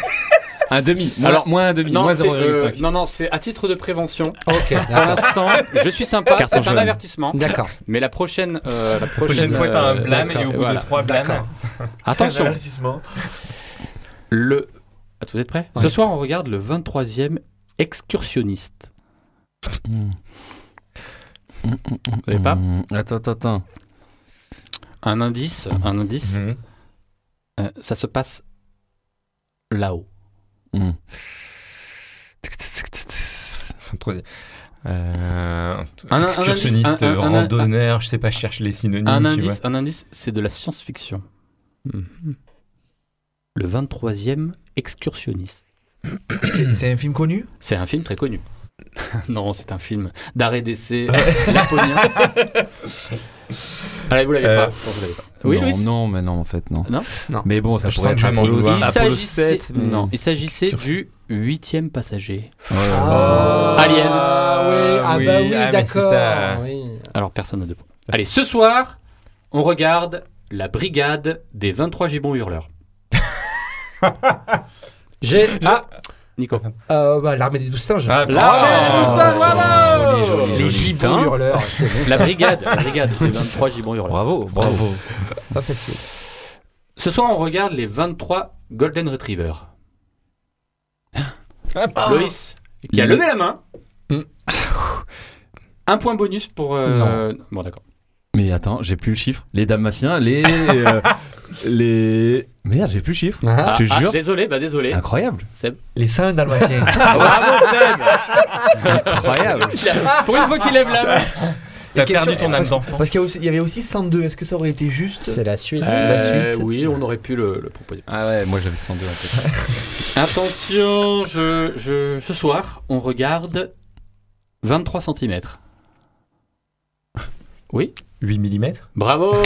[SPEAKER 18] Un demi.
[SPEAKER 10] Moins-
[SPEAKER 2] Alors,
[SPEAKER 10] moins un demi,
[SPEAKER 2] Non,
[SPEAKER 10] moins
[SPEAKER 2] c'est,
[SPEAKER 10] 0,5.
[SPEAKER 2] euh, non, non, c'est à titre de prévention.
[SPEAKER 10] Ok,
[SPEAKER 2] Pour
[SPEAKER 10] d'accord.
[SPEAKER 2] l'instant, je suis sympa.
[SPEAKER 10] Carton
[SPEAKER 2] c'est un
[SPEAKER 10] jaune.
[SPEAKER 2] avertissement.
[SPEAKER 10] D'accord.
[SPEAKER 2] Mais la prochaine, euh, la
[SPEAKER 9] La prochaine fois, t'as un
[SPEAKER 2] euh,
[SPEAKER 9] blâme et
[SPEAKER 2] d'accord,
[SPEAKER 9] au bout de
[SPEAKER 2] voilà.
[SPEAKER 9] trois blâmes,
[SPEAKER 2] D'accord.
[SPEAKER 9] t'as un
[SPEAKER 2] Attention.
[SPEAKER 9] avertissement.
[SPEAKER 2] Le. Attends, Vous êtes prêts
[SPEAKER 9] Ouais.
[SPEAKER 2] Ce soir, on regarde le 23e excursionniste. Vous savez pas
[SPEAKER 3] Mmh.
[SPEAKER 2] Attends, attends, attends. Un indice, un indice. Euh, ça se passe là-haut. Hmm.
[SPEAKER 9] Euh,
[SPEAKER 2] Un- un
[SPEAKER 9] excursionniste,
[SPEAKER 2] indice, un- un- un-
[SPEAKER 9] randonneur, je sais pas, je cherche les synonymes.
[SPEAKER 2] un,
[SPEAKER 9] tu
[SPEAKER 2] indice,
[SPEAKER 9] vois.
[SPEAKER 2] un indice, c'est de la science-fiction. Le 23e excursionniste.
[SPEAKER 6] C'est c'est un film connu
[SPEAKER 2] C'est un film très connu. non, c'est un film d'arrêt d'essai laponien. Allez, Ah, vous l'avez
[SPEAKER 3] Euh,
[SPEAKER 2] pas. je pense que vous l'avez pas. Oui,
[SPEAKER 3] non,
[SPEAKER 2] Louis
[SPEAKER 3] non, mais non, en fait, non.
[SPEAKER 2] Non,
[SPEAKER 3] Mais bon, ça
[SPEAKER 2] Je
[SPEAKER 3] pourrait
[SPEAKER 2] sens
[SPEAKER 3] être
[SPEAKER 2] que je vais m'en
[SPEAKER 3] Apollo
[SPEAKER 2] vouloir. Il
[SPEAKER 3] 6, Apollo
[SPEAKER 2] s'agissait-
[SPEAKER 3] 7, mais- Oh
[SPEAKER 2] Non, il s'agissait du huitième passager.
[SPEAKER 10] Ah.
[SPEAKER 2] Alien.
[SPEAKER 10] Ah oui, ah bah oui,
[SPEAKER 2] mais
[SPEAKER 10] d'accord,
[SPEAKER 2] c'est à-
[SPEAKER 10] oui.
[SPEAKER 2] Alors personne n'a deux points. Allez, ce soir, on regarde la brigade des 23 gibbons hurleurs.
[SPEAKER 10] J'ai.
[SPEAKER 2] Ah Nico.
[SPEAKER 10] Euh, bah, l'armée des douze singes.
[SPEAKER 2] Ah,
[SPEAKER 10] L'armée des douze singes, bravo Les gibbons
[SPEAKER 2] Putain.
[SPEAKER 10] hurleurs. c'est bon, ça.
[SPEAKER 2] La brigade, la brigade des 23 gibbons hurleurs. Bravo,
[SPEAKER 10] bravo. Pas facile.
[SPEAKER 2] Ce soir, on regarde les 23 Golden Retriever.
[SPEAKER 10] Ah,
[SPEAKER 2] Loïs, qui a
[SPEAKER 10] Le-
[SPEAKER 2] levé la main. Un point bonus pour. euh, Bon, d'accord.
[SPEAKER 3] Mais attends, j'ai plus le chiffre. Les Damasiens, les. euh, les. Merde, j'ai plus le chiffre.
[SPEAKER 2] Ah,
[SPEAKER 3] je te
[SPEAKER 2] ah,
[SPEAKER 3] jure.
[SPEAKER 2] désolé, bah désolé.
[SPEAKER 3] Incroyable.
[SPEAKER 2] Seb.
[SPEAKER 6] Les singes dalmatiens.
[SPEAKER 2] Ah, Bravo, Seb
[SPEAKER 3] Incroyable.
[SPEAKER 2] Pour une fois qu'il lève la main.
[SPEAKER 6] T'as
[SPEAKER 9] perdu ton âme d'enfant.
[SPEAKER 6] Parce qu'il y a aussi- il y avait aussi 102. Est-ce que ça aurait été juste
[SPEAKER 10] C'est la suite.
[SPEAKER 2] Euh, Oui, on aurait pu le, le proposer.
[SPEAKER 3] Ah ouais, moi j'avais 102 en tête.
[SPEAKER 2] Attention, je, je- ce soir, on regarde 23 cm. Oui
[SPEAKER 9] 8 mm
[SPEAKER 2] Bravo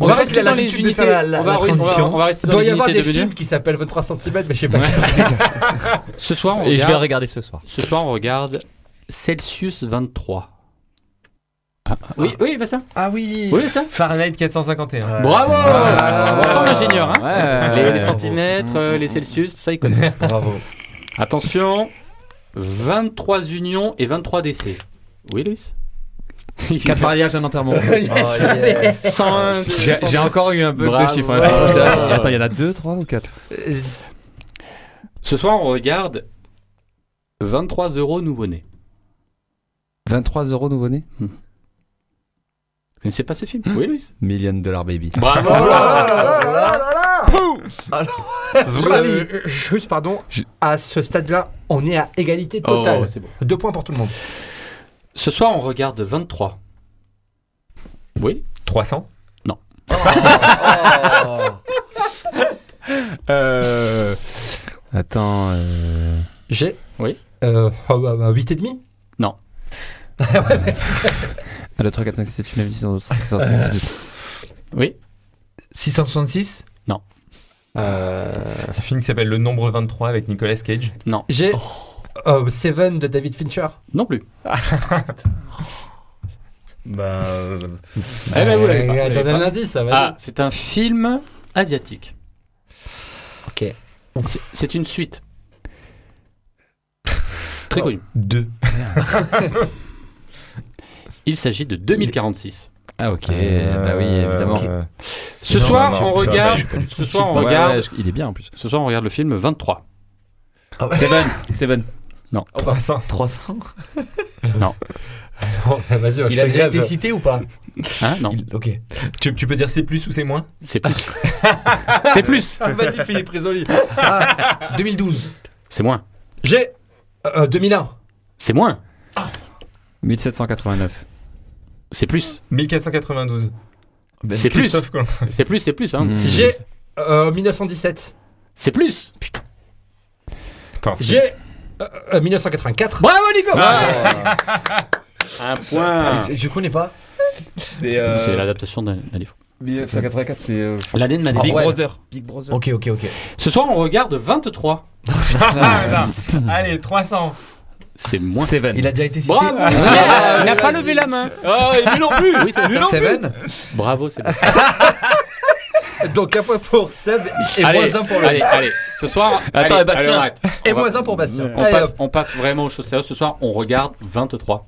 [SPEAKER 10] On, va rester dans les unités.
[SPEAKER 2] on va re- on va- on va rester dans
[SPEAKER 10] doit
[SPEAKER 2] les
[SPEAKER 10] y avoir
[SPEAKER 2] unités
[SPEAKER 10] des
[SPEAKER 2] de mesure.
[SPEAKER 10] films qui s'appellent 23 cm, mais je sais pas.
[SPEAKER 2] Ouais.
[SPEAKER 10] quel c'est.
[SPEAKER 2] Ce soir, on
[SPEAKER 10] Et je vais
[SPEAKER 2] regarde-
[SPEAKER 10] le regarder ce soir.
[SPEAKER 2] Ce soir, on regarde Celsius 23. Ah, ah, oui, oui, Bastien.
[SPEAKER 6] Ah oui.
[SPEAKER 2] Oui, ça.
[SPEAKER 9] Fahrenheit 451.
[SPEAKER 2] Bravo
[SPEAKER 9] Ah.
[SPEAKER 2] On sent l'ingénieur. hein.
[SPEAKER 9] Ouais,
[SPEAKER 2] les,
[SPEAKER 9] ouais,
[SPEAKER 2] les
[SPEAKER 9] ouais.
[SPEAKER 2] centimètres, euh, les Celsius, ça, il connaît.
[SPEAKER 6] Bravo.
[SPEAKER 2] Attention, 23 unions et 23 décès. Oui, Luis
[SPEAKER 3] Quatre mariages, un enterrement.
[SPEAKER 2] Oh, Cent-
[SPEAKER 3] J'ai j'ai encore eu un peu de
[SPEAKER 2] Bravo.
[SPEAKER 3] chiffres. hein.
[SPEAKER 2] Bravo.
[SPEAKER 3] Attends, il y en a 2, 3 ou 4
[SPEAKER 2] Ce soir, on regarde 23 euros nouveau-né.
[SPEAKER 3] 23 euros nouveau-né
[SPEAKER 2] Vous connaissez pas ce film Oui, Luis
[SPEAKER 3] Million Dollar Baby.
[SPEAKER 2] Bravo
[SPEAKER 10] Oh Euh, Juste, pardon, à ce stade-là, on est à égalité totale.
[SPEAKER 2] Oh, c'est bon.
[SPEAKER 10] Deux points pour tout le monde.
[SPEAKER 2] Ce soir, on regarde 23. Oui
[SPEAKER 9] 300
[SPEAKER 2] Non.
[SPEAKER 10] Oh.
[SPEAKER 3] Euh. Attends. euh,
[SPEAKER 10] J'ai
[SPEAKER 2] Oui.
[SPEAKER 10] Euh, oh, bah, bah, 8,5
[SPEAKER 2] Non.
[SPEAKER 3] 1, 2, 3, 4, 5, 6, 7, 8, 9, 10, 11, 12, 13, 14, 15, 16, 17.
[SPEAKER 2] Oui.
[SPEAKER 6] 666
[SPEAKER 2] Non.
[SPEAKER 9] Euh, Un film qui s'appelle Le Nombre 23 avec Nicolas Cage.
[SPEAKER 2] Non.
[SPEAKER 10] J'ai euh, Seven de David Fincher.
[SPEAKER 2] Non plus.
[SPEAKER 6] Bah.
[SPEAKER 2] Eh ben, vous l'avez pas, vous
[SPEAKER 10] Euh,
[SPEAKER 2] l'avez
[SPEAKER 10] donne un
[SPEAKER 2] pas.
[SPEAKER 10] indice, ça va.
[SPEAKER 2] Ah, c'est un film asiatique.
[SPEAKER 10] Ok.
[SPEAKER 2] C'est- C'est une suite. Très connue.
[SPEAKER 9] Deux.
[SPEAKER 2] Il s'agit de 2046.
[SPEAKER 3] Ah ok,
[SPEAKER 9] Euh,
[SPEAKER 3] bah oui, évidemment.
[SPEAKER 9] ok.
[SPEAKER 2] Ce
[SPEAKER 9] Non,
[SPEAKER 2] soir,
[SPEAKER 9] non, non, je
[SPEAKER 2] on
[SPEAKER 9] suis pas-
[SPEAKER 2] regarde.
[SPEAKER 9] je suis pas du tout.
[SPEAKER 2] Ce soir, on
[SPEAKER 3] Ouais,
[SPEAKER 2] regarde.
[SPEAKER 3] ouais, je- il est bien en plus.
[SPEAKER 2] Ce soir, on regarde le film 23.
[SPEAKER 10] Ah
[SPEAKER 3] Seven, Seven.
[SPEAKER 2] Non.
[SPEAKER 10] Oh, bah,
[SPEAKER 9] 300.
[SPEAKER 6] 300
[SPEAKER 2] Non.
[SPEAKER 9] Oh,
[SPEAKER 10] Non, bah,
[SPEAKER 6] Il
[SPEAKER 10] vas-y, je
[SPEAKER 6] a
[SPEAKER 10] fais
[SPEAKER 6] déjà été
[SPEAKER 10] grève.
[SPEAKER 6] cité ou pas
[SPEAKER 2] Hein Non.
[SPEAKER 6] Il- Ok.
[SPEAKER 9] Tu, tu peux dire c'est plus ou c'est moins
[SPEAKER 2] C'est plus. c'est plus.
[SPEAKER 6] Vas-y, Philippe Risoli.
[SPEAKER 2] Ah,
[SPEAKER 6] 2012.
[SPEAKER 2] C'est moins.
[SPEAKER 10] J'ai euh, 2001.
[SPEAKER 2] C'est moins.
[SPEAKER 10] Ah.
[SPEAKER 3] 1789.
[SPEAKER 2] C'est plus.
[SPEAKER 9] 1492.
[SPEAKER 2] C'est plus.
[SPEAKER 9] Christophe Colomb.
[SPEAKER 2] C'est plus. C'est plus. hein.
[SPEAKER 10] J'ai euh, 1917.
[SPEAKER 2] C'est plus.
[SPEAKER 9] Putain, c'est-
[SPEAKER 10] J'ai euh, euh, 1984.
[SPEAKER 2] Bravo Nico.
[SPEAKER 10] Ah.
[SPEAKER 2] Un point.
[SPEAKER 6] Je, je connais pas.
[SPEAKER 3] C'est
[SPEAKER 6] euh,
[SPEAKER 2] C'est l'adaptation d'un d'un livre.
[SPEAKER 3] 1984, c'est.
[SPEAKER 2] L'année de ma
[SPEAKER 3] Big
[SPEAKER 2] découverte.
[SPEAKER 3] Brother. Big Brother.
[SPEAKER 6] Ok, ok, ok.
[SPEAKER 2] Ce soir, on regarde 23.
[SPEAKER 9] Ah, non. Allez, 300.
[SPEAKER 2] C'est moins.
[SPEAKER 3] Seven.
[SPEAKER 6] Il a déjà été cité.
[SPEAKER 2] Bravo
[SPEAKER 6] Ah,
[SPEAKER 2] Il n'a pas levé la main.
[SPEAKER 10] Ah,
[SPEAKER 2] Oh, et lui non plus. Oui, c'est ça.
[SPEAKER 6] Seven
[SPEAKER 2] Bravo, c'est bon.
[SPEAKER 6] Donc un point pour Seb et
[SPEAKER 2] allez,
[SPEAKER 6] moins un pour le.
[SPEAKER 2] allez, allez. Ce soir,
[SPEAKER 3] Attends,
[SPEAKER 2] allez,
[SPEAKER 3] Bastien.
[SPEAKER 2] allez, on arrête.
[SPEAKER 6] Et
[SPEAKER 2] On va-
[SPEAKER 6] moins un pour Bastien.
[SPEAKER 2] On
[SPEAKER 6] Allez,
[SPEAKER 2] passe,
[SPEAKER 6] hop.
[SPEAKER 2] on passe vraiment aux choses sérieuses. Ce soir, on regarde 23.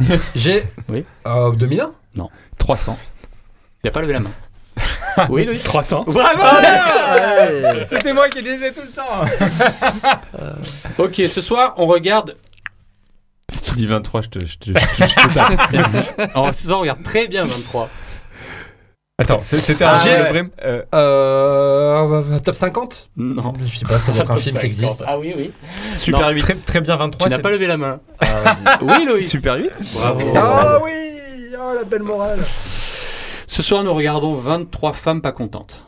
[SPEAKER 10] J'ai
[SPEAKER 2] Oui.
[SPEAKER 10] euh, 2001.
[SPEAKER 3] 300.
[SPEAKER 2] Il n'a pas levé la main.
[SPEAKER 13] Oui, Loïc.
[SPEAKER 6] 300.
[SPEAKER 2] Bravo
[SPEAKER 6] Ouais.
[SPEAKER 9] C'était moi qui le disais tout le temps.
[SPEAKER 2] Euh, Ok, ce soir, on regarde.
[SPEAKER 6] Si tu dis 23, je te, je te, je te- je te tape.
[SPEAKER 2] Alors, ce soir, on regarde très bien 23.
[SPEAKER 9] Attends, c'est- c'était un
[SPEAKER 10] Ah,
[SPEAKER 9] jeu
[SPEAKER 10] ouais.
[SPEAKER 9] vraiment-
[SPEAKER 10] Euh, euh, top 50
[SPEAKER 2] Non.
[SPEAKER 10] Je sais pas, ça doit être un
[SPEAKER 2] Top
[SPEAKER 10] film qui
[SPEAKER 2] 50.
[SPEAKER 10] existe.
[SPEAKER 2] Ah oui, oui.
[SPEAKER 10] Super 8.
[SPEAKER 9] Très, très bien 23.
[SPEAKER 2] Tu n'as
[SPEAKER 9] c'est-
[SPEAKER 2] pas levé la main.
[SPEAKER 10] vas-y.
[SPEAKER 9] Ah,
[SPEAKER 2] oui, Loïc.
[SPEAKER 6] Super 8
[SPEAKER 2] Bravo.
[SPEAKER 13] Ah oui Oh la belle morale
[SPEAKER 2] Ce soir, nous regardons 23 femmes pas contentes.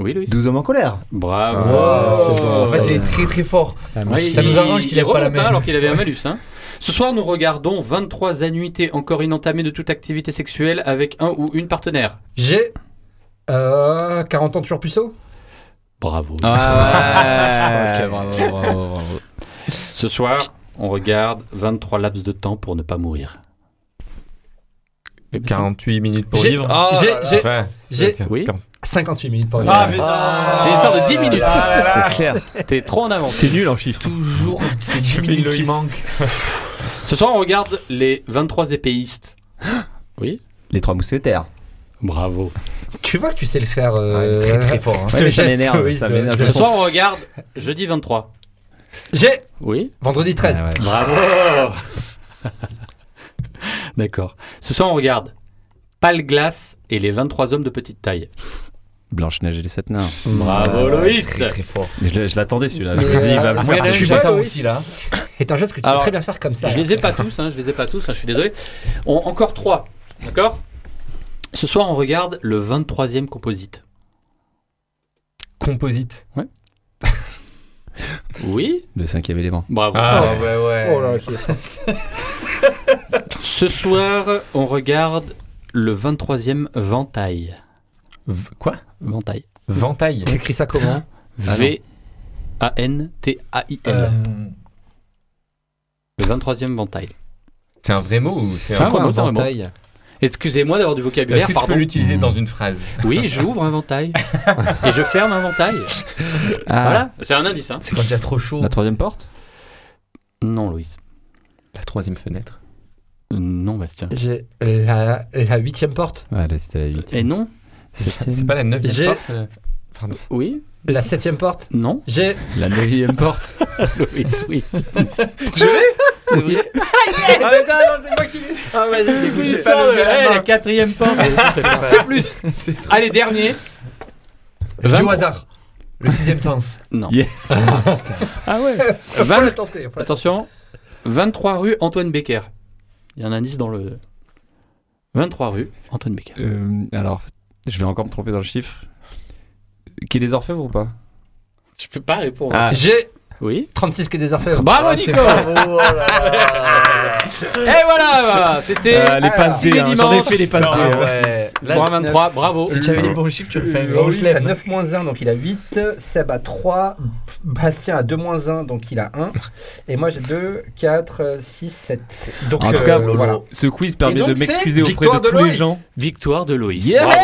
[SPEAKER 2] Oui, Loïc.
[SPEAKER 4] 12 hommes en colère.
[SPEAKER 2] Bravo.
[SPEAKER 4] Ah, c'est bon,
[SPEAKER 13] En fait,
[SPEAKER 4] ça, Ah,
[SPEAKER 13] il est
[SPEAKER 4] ouais.
[SPEAKER 13] très très fort.
[SPEAKER 2] Ouais,
[SPEAKER 13] ça
[SPEAKER 2] il-
[SPEAKER 13] nous arrange qu'il
[SPEAKER 2] il
[SPEAKER 13] ait pas la
[SPEAKER 2] remonte, hein,
[SPEAKER 13] même.
[SPEAKER 2] alors qu'il avait un
[SPEAKER 13] Ouais.
[SPEAKER 2] malus. hein. Ce soir, nous regardons 23 annuités encore inentamées de toute activité sexuelle avec un ou une partenaire.
[SPEAKER 10] J'ai euh, 40 ans toujours puceau
[SPEAKER 2] Bravo.
[SPEAKER 10] Ah ouais.
[SPEAKER 2] Ok, Ce soir, on regarde 23 laps de temps pour ne pas mourir.
[SPEAKER 9] 48 minutes pour
[SPEAKER 10] J'ai-
[SPEAKER 9] vivre.
[SPEAKER 10] Oh j'ai- là là. j'ai-
[SPEAKER 9] Ouais.
[SPEAKER 10] j'ai-
[SPEAKER 2] Oui.
[SPEAKER 10] 58 minutes pour
[SPEAKER 2] Ah, putain. C'est une histoire de 10 minutes.
[SPEAKER 10] Ah, là, là.
[SPEAKER 2] T'es trop en avance.
[SPEAKER 6] T'es nul en chiffres.
[SPEAKER 2] Toujours,
[SPEAKER 13] c'est 10 minutes qui manquent.
[SPEAKER 2] Ce soir, on regarde les 23 épéistes. Oui.
[SPEAKER 4] Les trois mousquetaires.
[SPEAKER 2] Bravo.
[SPEAKER 10] Tu vois que tu sais le faire euh,
[SPEAKER 4] Ouais, très, très fort, hein.
[SPEAKER 10] ce
[SPEAKER 4] Ouais, mais ça
[SPEAKER 10] geste,
[SPEAKER 4] m'énerve,
[SPEAKER 10] oui,
[SPEAKER 4] ça
[SPEAKER 10] de-
[SPEAKER 4] m'énerve.
[SPEAKER 10] de-
[SPEAKER 2] Ce soir, on regarde jeudi 23.
[SPEAKER 10] J'ai
[SPEAKER 2] Oui.
[SPEAKER 10] Vendredi 13.
[SPEAKER 2] Bravo. D'accord. Ce soir, on regarde Pâle Glace et les 23 hommes de petite taille.
[SPEAKER 4] Blanche-Neige et les sept nains.
[SPEAKER 2] Bravo,
[SPEAKER 4] Ah,
[SPEAKER 2] Loïs.
[SPEAKER 4] Mais Je, je l'attendais celui-là. Je
[SPEAKER 10] Mais,
[SPEAKER 4] me dis, il va
[SPEAKER 10] euh,
[SPEAKER 4] me
[SPEAKER 10] moi,
[SPEAKER 4] faire
[SPEAKER 10] je suis
[SPEAKER 4] chier.
[SPEAKER 10] pas comme aussi, là. C'est un geste que tu sais
[SPEAKER 2] Alors,
[SPEAKER 10] très bien faire comme ça.
[SPEAKER 2] Je les ai pas tous, hein, je les ai pas tous, hein, je suis désolé. On- encore trois, d'accord Ce soir, on regarde le 23e composite.
[SPEAKER 9] Composite.
[SPEAKER 2] Ouais. oui.
[SPEAKER 4] Le cinquième élément.
[SPEAKER 2] Bravo.
[SPEAKER 9] Ah,
[SPEAKER 10] ouais, ouais. Oh là,
[SPEAKER 2] Ce soir, on regarde le 23e ventail.
[SPEAKER 9] quoi
[SPEAKER 2] Ventail.
[SPEAKER 9] Ventail.
[SPEAKER 10] T'écris ça comment
[SPEAKER 2] V A N T A I L.
[SPEAKER 10] Euh,
[SPEAKER 2] Le 23e ventail.
[SPEAKER 9] C'est un vrai mot ou c'est
[SPEAKER 2] Ah,
[SPEAKER 9] un
[SPEAKER 2] un mot, un mot. Excusez-moi d'avoir du
[SPEAKER 9] Est-ce
[SPEAKER 2] vocabulaire,
[SPEAKER 9] que tu
[SPEAKER 2] pardon.
[SPEAKER 9] peux l'utiliser dans une phrase
[SPEAKER 2] Oui, j'ouvre un ventail et je ferme un ventail.
[SPEAKER 4] Ah.
[SPEAKER 2] Voilà, c'est un indice. Hein.
[SPEAKER 13] C'est quand il y a trop chaud.
[SPEAKER 4] La troisième porte
[SPEAKER 2] Non, Louise.
[SPEAKER 9] La troisième fenêtre.
[SPEAKER 2] Non, Bastien.
[SPEAKER 10] J'ai la, la huitième porte.
[SPEAKER 4] Ouais, là, c'était la huit.
[SPEAKER 2] Et non
[SPEAKER 9] C'est pas la neuvième
[SPEAKER 10] J'ai-
[SPEAKER 9] porte euh, là Pardon.
[SPEAKER 2] Oui
[SPEAKER 10] La septième porte.
[SPEAKER 2] Non
[SPEAKER 10] J'ai.
[SPEAKER 4] La neuvième porte.
[SPEAKER 2] Louise, oui.
[SPEAKER 10] C'est vrai.
[SPEAKER 9] Ah mais non, non, c'est moi qui l'ai
[SPEAKER 2] Ah, vas-y,
[SPEAKER 9] j'ai
[SPEAKER 2] j'ai
[SPEAKER 9] pas
[SPEAKER 4] euh,
[SPEAKER 2] pas
[SPEAKER 9] levé la
[SPEAKER 4] eh,
[SPEAKER 9] main.
[SPEAKER 2] La quatrième porte. C'est plus. Allez, dernier.
[SPEAKER 10] Du
[SPEAKER 2] 23.
[SPEAKER 10] hasard. Le sixième sens.
[SPEAKER 2] Non.
[SPEAKER 4] Yeah.
[SPEAKER 2] ah ouais.
[SPEAKER 10] Faut
[SPEAKER 2] Vingt-
[SPEAKER 10] le tenter. faut le
[SPEAKER 2] Attention, 23 rue Antoine Becker. Il y a un indice dans le. 23 rue Antoine Becker.
[SPEAKER 4] Euh, alors, je vais encore me tromper dans le chiffre. Qui est les orfèvres ou pas
[SPEAKER 2] Je peux pas répondre.
[SPEAKER 4] Ah.
[SPEAKER 10] J'ai
[SPEAKER 2] Oui.
[SPEAKER 10] 36 quai des orfèvres.
[SPEAKER 2] Bravo,
[SPEAKER 10] c'est
[SPEAKER 2] Nico
[SPEAKER 10] bravo.
[SPEAKER 2] Et voilà, voilà, C'était
[SPEAKER 10] Ah,
[SPEAKER 4] Euh, Les passes
[SPEAKER 2] tous
[SPEAKER 4] D.
[SPEAKER 2] les
[SPEAKER 4] hein, J'en ai
[SPEAKER 2] dimanches.
[SPEAKER 4] fait les passes
[SPEAKER 13] Ah
[SPEAKER 4] D. hein.
[SPEAKER 13] ouais. Là,
[SPEAKER 2] Pour un 23, bravo.
[SPEAKER 13] Si tu avais les bons chiffres, tu le fais.
[SPEAKER 10] Euh, Rochelet à 9 1, donc il a 8. Seb à 3. Bastien à 2 1, donc il a 1. Et moi j'ai 2, 4, 6, 7. Donc,
[SPEAKER 4] En
[SPEAKER 10] euh,
[SPEAKER 4] tout cas,
[SPEAKER 10] voilà.
[SPEAKER 4] ce quiz
[SPEAKER 2] Et
[SPEAKER 4] permet
[SPEAKER 2] donc,
[SPEAKER 4] de
[SPEAKER 2] c'est
[SPEAKER 4] m'excuser auprès
[SPEAKER 10] victoire
[SPEAKER 4] de
[SPEAKER 10] de
[SPEAKER 4] tous les
[SPEAKER 10] Loïs.
[SPEAKER 4] gens.
[SPEAKER 2] Victoire de Loïs.
[SPEAKER 4] Yeah
[SPEAKER 2] Bravo.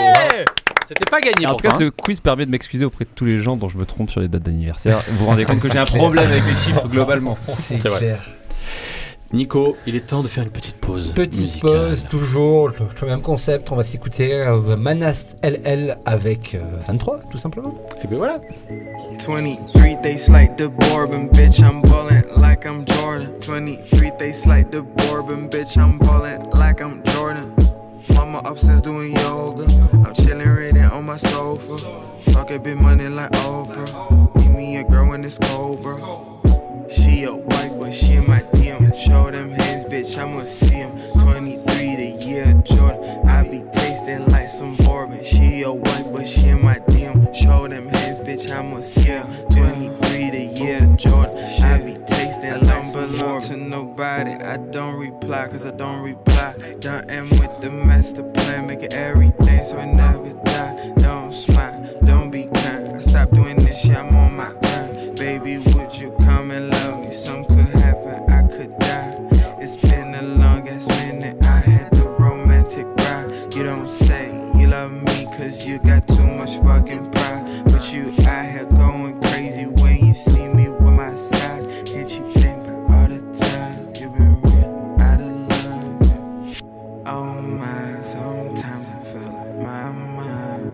[SPEAKER 2] C'était pas gagné.
[SPEAKER 4] En tout
[SPEAKER 2] pourtant,
[SPEAKER 4] cas,
[SPEAKER 2] hein.
[SPEAKER 4] ce quiz permet de m'excuser auprès de tous les gens dont je me trompe sur les dates d'anniversaire. Vous vous rendez compte que j'ai un problème avec les chiffres globalement.
[SPEAKER 10] C'est
[SPEAKER 2] C'est vrai.
[SPEAKER 10] clair.
[SPEAKER 2] Nico, il est temps de faire une petite pause.
[SPEAKER 10] Petite
[SPEAKER 2] musicale.
[SPEAKER 10] pause, toujours le, le même concept. On va s'écouter euh, Manast LL avec euh, 23, tout simplement.
[SPEAKER 2] Et ben voilà.
[SPEAKER 19] 23, they slight the Bourbon, bitch, I'm ballin' like I'm Jordan. 23, they slight the Bourbon, bitch, I'm ballin' like I'm Jordan. Mama upstairs doing yoga, I'm chillin' reading on my sofa. Talking big money like Oprah. Meet me a girl when it's cold, bro. She a white, but she in my DM. Show them hands, bitch, I'ma see 'em. 23, the year of Jordan. I be tasting like some bourbon. She a white, but she in my DM. Show them hands, bitch, I'ma see 'em. 23, the year of Jordan. I be tasting I like some bourbon. belong to nobody. I don't reply, cause I don't reply. Done am with the master plan. Make everything so I never die. Don't smile, don't be kind. I stop doing this shit, I'm on my grind. Baby, would you come and love me? Something could happen, I could die. It's been a long ass minute, I had the romantic ride. You don't say you love me, cause you got too much fucking pride. But you out here going crazy when you see me with my size. Can't you think about all the time you've been really out of line? Oh my, sometimes I feel like my mind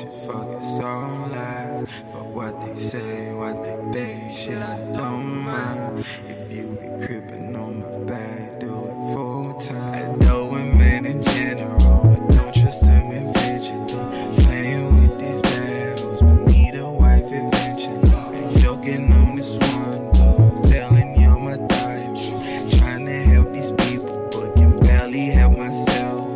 [SPEAKER 19] don't last. For what they say, what they think, shit, I don't mind. If you be creeping on my back, do it full time. Adoring men in general, but don't trust them individually. Playing with these barrels, but need a wife eventually. Ain't joking on this one, though. Telling y'all my diary. Trying to help these people, but can barely help myself.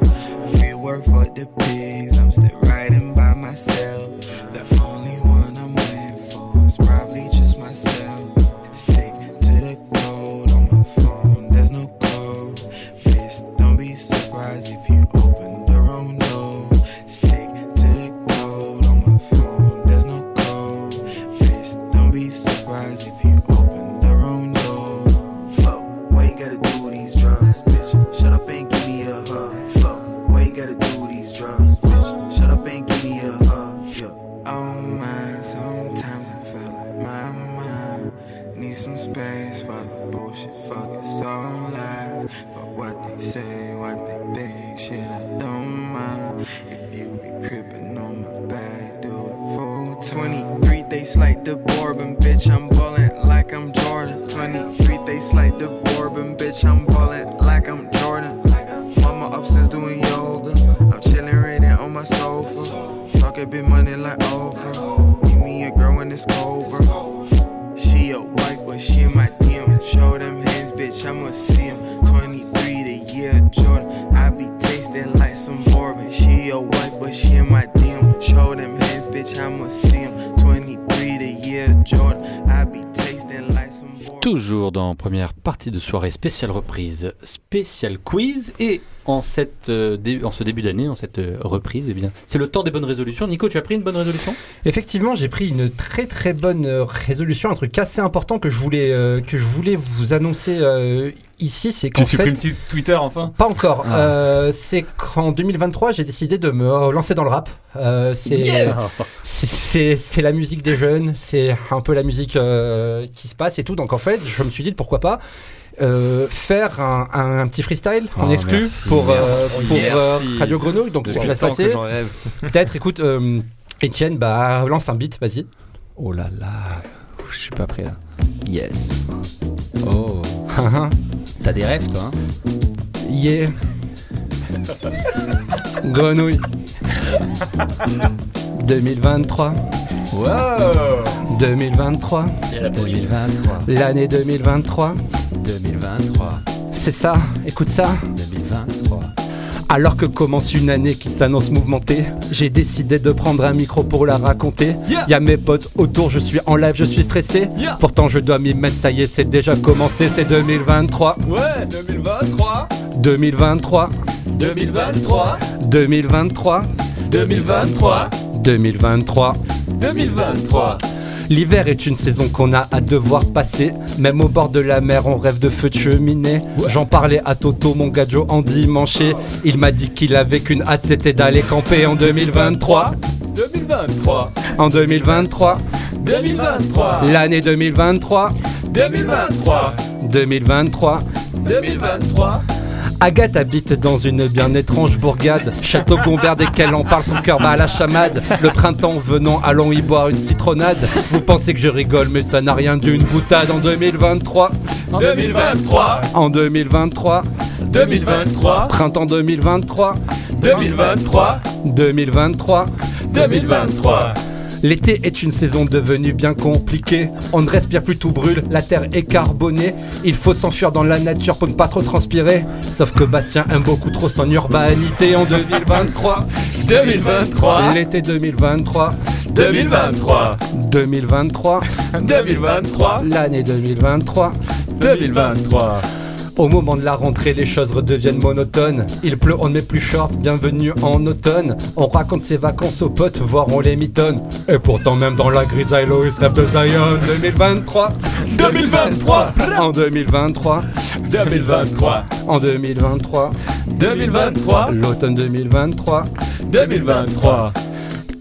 [SPEAKER 19] Free work for the pigs. I'm still riding by myself. The only one I'm waiting for is probably just myself. Stick to the code on my phone. There's no code. Please don't be surprised if you open the wrong door. Stick to the code on my phone. There's no code. Please don't be surprised if you open the wrong door. Flow, why you gotta do these drugs, bitch? Shut up and give me a hug. Flow. Why you gotta do these drugs, bitch? Shut up and give me a hug. Yeah. Oh my, sometimes I feel like my mind needs some space for the bullshit. Fuck it's all lies. For what they say, what they think, shit I don't mind. If you be creeping on my back, do it full time. 23 they like the Bourbon, bitch. I'm ballin' like I'm Jordan. 23 they like the Bourbon, bitch. I'm ballin' like I'm Jordan. Mama upstairs doing yoga. I'm chillin' reading on my sofa. Talking big money like Oprah. Meet me a girl when it's over. She a wife, but she in my DM. Show them hands, bitch. I'ma see 'em. 23 the year Jordan. I be tasting like some bourbon. She a wife, but she in my DM. Show them hands, bitch. I'ma see 'em. 23 the year Jordan. I be tasting like some
[SPEAKER 2] Toujours dans première partie de soirée spéciale reprise, spécial quiz. Et en, cette, euh, dé- en ce début d'année, en cette euh, reprise, eh bien, c'est le temps des bonnes résolutions. Nico, tu as pris une bonne résolution
[SPEAKER 10] Effectivement, j'ai pris une très très bonne euh, résolution, un truc assez important que je voulais, euh, que je voulais vous annoncer euh, ici. C'est qu'en
[SPEAKER 18] Tu
[SPEAKER 10] fait,
[SPEAKER 18] supprimes t- Twitter enfin
[SPEAKER 10] Pas encore.
[SPEAKER 18] Ah.
[SPEAKER 10] Euh, c'est qu'en 2023, j'ai décidé de me relancer dans le rap. Euh, c'est
[SPEAKER 18] Yeah.
[SPEAKER 10] c'est- c'est c'est la musique des jeunes, c'est un peu la musique euh, qui se passe et tout. Donc en fait, je me suis dit pourquoi pas. euh, faire un, un- un petit freestyle en
[SPEAKER 4] Ah,
[SPEAKER 18] Oh,
[SPEAKER 10] exclu
[SPEAKER 18] merci,
[SPEAKER 10] pour, euh,
[SPEAKER 18] merci,
[SPEAKER 10] pour euh,
[SPEAKER 18] merci.
[SPEAKER 10] Radio Grenouille, donc ce
[SPEAKER 18] Depuis
[SPEAKER 10] qui va se
[SPEAKER 18] le temps que
[SPEAKER 10] passer.
[SPEAKER 18] j'en rêve.
[SPEAKER 10] Peut-être, écoute, euh, Etienne, bah, lance un beat, vas-y.
[SPEAKER 4] Oh là là, je suis pas prêt là.
[SPEAKER 10] Yes.
[SPEAKER 4] Oh. T'as des rêves toi hein
[SPEAKER 10] Yeah. Grenouille. 2023.
[SPEAKER 4] Wow.
[SPEAKER 10] 2023.
[SPEAKER 4] 2023.
[SPEAKER 10] L'année 2023.
[SPEAKER 4] 2023.
[SPEAKER 10] C'est ça, écoute ça.
[SPEAKER 4] 2023.
[SPEAKER 10] Alors que commence une année qui s'annonce mouvementée, j'ai décidé de prendre un micro pour la raconter.
[SPEAKER 4] Yeah.
[SPEAKER 10] Y a mes potes autour, je suis en live, je suis stressé.
[SPEAKER 4] Yeah.
[SPEAKER 10] Pourtant je dois m'y mettre, ça y est, c'est déjà commencé, c'est 2023.
[SPEAKER 4] Ouais, 2023.
[SPEAKER 10] 2023.
[SPEAKER 4] 2023.
[SPEAKER 10] 2023.
[SPEAKER 4] 2023.
[SPEAKER 10] 2023.
[SPEAKER 4] 2023.
[SPEAKER 10] L'hiver est une saison qu'on a à devoir passer. Même au bord de la mer, on rêve de feux de cheminée. J'en parlais à Toto, mon gars Joe, en dimanche. Il m'a dit qu'il avait qu'une hâte, c'était d'aller camper en 2023.
[SPEAKER 4] 2023.
[SPEAKER 10] En 2023.
[SPEAKER 4] 2023.
[SPEAKER 10] L'année 2023.
[SPEAKER 4] 2023.
[SPEAKER 10] 2023.
[SPEAKER 4] 2023.
[SPEAKER 10] Agathe habite dans une bien étrange bourgade. Château Gombert, dès qu'elle en parle, son cœur bat à la chamade. Le printemps venant, allons y boire une citronnade. Vous pensez que je rigole, mais ça n'a rien d'une boutade en 2023.
[SPEAKER 4] En 2023.
[SPEAKER 10] En 2023.
[SPEAKER 4] 2023.
[SPEAKER 10] Printemps 2023.
[SPEAKER 4] 2023.
[SPEAKER 10] 2023.
[SPEAKER 4] 2023.
[SPEAKER 10] L'été est une saison devenue bien compliquée. On ne respire plus, tout brûle, la terre est carbonée. Il faut s'enfuir dans la nature pour ne pas trop transpirer. Sauf que Bastien aime beaucoup trop son urbanité en 2023.
[SPEAKER 4] 2023.
[SPEAKER 10] L'été 2023.
[SPEAKER 4] 2023.
[SPEAKER 10] 2023.
[SPEAKER 4] 2023.
[SPEAKER 10] L'année 2023.
[SPEAKER 4] 2023.
[SPEAKER 10] Au moment de la rentrée, les choses redeviennent monotones. Il pleut, on ne met plus short, bienvenue en automne. On raconte ses vacances aux potes, voire on les mitonne. Et pourtant, même dans la hein, grisaille, Loïs rêve de Zion 2023.
[SPEAKER 4] 2023.
[SPEAKER 10] En 2023.
[SPEAKER 4] 2023.
[SPEAKER 10] En 2023.
[SPEAKER 4] 2023.
[SPEAKER 10] L'automne 2023.
[SPEAKER 4] 2023.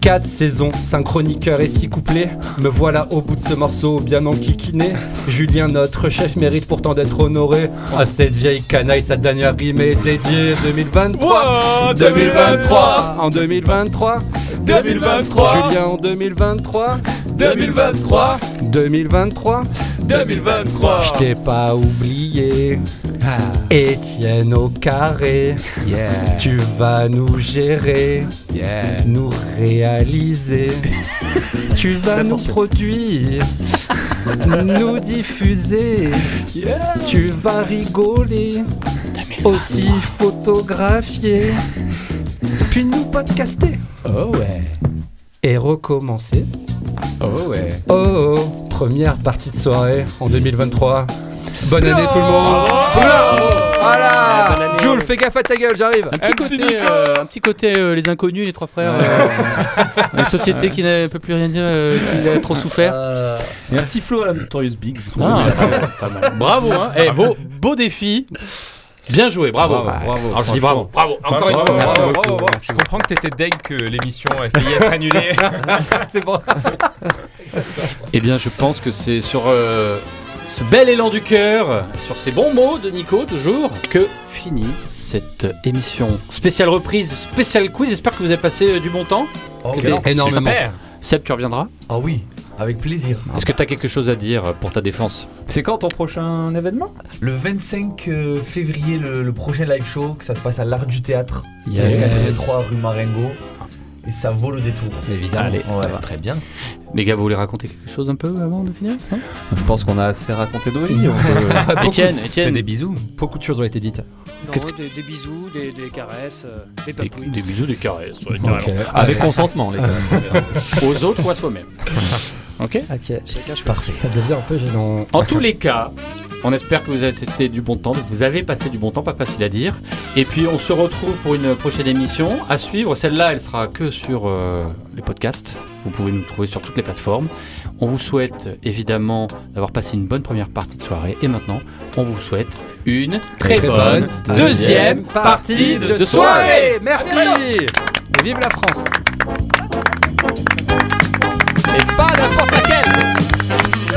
[SPEAKER 10] Quatre saisons, cinq chroniqueurs et six couplets. Me voilà au bout de ce morceau, bien enquiquiné. Julien, notre chef, mérite pourtant d'être honoré.
[SPEAKER 2] Ah,
[SPEAKER 10] À cette vieille canaille, sa dernière rime est dédiée 2023.
[SPEAKER 20] Wow, 2023.
[SPEAKER 10] En 2023.
[SPEAKER 20] 2023.
[SPEAKER 10] Julien en 2023.
[SPEAKER 20] 2023.
[SPEAKER 10] 2023.
[SPEAKER 20] 2023.
[SPEAKER 10] Je t'ai pas oublié. Étienne au carré.
[SPEAKER 20] Yeah.
[SPEAKER 10] Tu vas nous gérer. Nous réaliser. tu vas nous produire. nous diffuser. Tu vas rigoler. Aussi photographier. Puis nous podcaster.
[SPEAKER 21] Oh ouais.
[SPEAKER 10] Et recommencer.
[SPEAKER 21] Oh ouais.
[SPEAKER 10] Oh, oh, première partie de soirée en 2023. Bonne année tout le monde.
[SPEAKER 21] Eh,
[SPEAKER 10] Voilà. Jules, fais gaffe à ta gueule, j'arrive.
[SPEAKER 2] Un petit côté, euh, un petit côté euh, les inconnus, les trois frères. euh, une société qui ne peut plus rien dire, euh, qui a trop souffert.
[SPEAKER 4] Et un petit flow à la Notorious Big, je trouve.
[SPEAKER 2] Ah, Euh,
[SPEAKER 4] Mais-
[SPEAKER 2] pas mal, pas mal. Bravo, hein. Eh, beau, beau défi. Bien joué, bravo. Alors je dis bravo, bravo, encore une fois.
[SPEAKER 9] Merci
[SPEAKER 2] Bravo,
[SPEAKER 9] beaucoup.
[SPEAKER 2] bravo, bravo.
[SPEAKER 9] Je comprends que t'étais deg que l'émission a failli être annulée.
[SPEAKER 10] C'est bon.
[SPEAKER 2] Eh bien, je pense que c'est sur euh, ce bel élan du cœur, sur ces bons mots de Nico, toujours, que finit cette émission spéciale reprise, spéciale quiz. J'espère que vous avez passé euh, du bon temps.
[SPEAKER 6] Oh,
[SPEAKER 2] C'était
[SPEAKER 6] excellent.
[SPEAKER 2] énormément.
[SPEAKER 6] Super.
[SPEAKER 2] Seb, tu reviendras
[SPEAKER 6] Ah oui, avec plaisir.
[SPEAKER 22] Est-ce que t'as quelque chose à dire pour ta défense
[SPEAKER 4] C'est quand ton prochain événement
[SPEAKER 6] Le 25 euh, février, le, le prochain live show, que ça se passe à l'Art du Théâtre,
[SPEAKER 2] Yes.
[SPEAKER 6] 83 rue Marengo. Et ça vaut le détour.
[SPEAKER 2] Évidemment. Allez, ça va.
[SPEAKER 6] très bien.
[SPEAKER 2] Les gars, vous voulez raconter quelque chose un peu avant de finir non
[SPEAKER 4] Je pense qu'on a assez raconté d'Ovi.
[SPEAKER 2] Etienne, Etienne.
[SPEAKER 22] Beaucoup de choses ont été dites.
[SPEAKER 23] Non, des, des bisous, des, des caresses, euh, des
[SPEAKER 2] Des,
[SPEAKER 23] papouilles.
[SPEAKER 2] des bisous, des caresses. ouais,
[SPEAKER 22] Ok.
[SPEAKER 2] carrément.
[SPEAKER 22] Avec consentement, les gars.
[SPEAKER 2] Aux autres ou à soi-même. Ok
[SPEAKER 24] Ok, parfait. Ça devient un peu gênant.
[SPEAKER 2] En tous les cas, on espère que vous avez passé du bon temps. Vous avez passé du bon temps, pas facile à dire. Et puis on se retrouve pour une prochaine émission à suivre. Celle-là, elle sera que sur euh, les podcasts. Vous pouvez nous trouver sur toutes les plateformes. On vous souhaite évidemment d'avoir passé une bonne première partie de soirée. Et maintenant, on vous souhaite une très, bonne, deuxième partie de, soirée.
[SPEAKER 10] Merci. Et vive la France.
[SPEAKER 2] Et pas n'importe laquelle.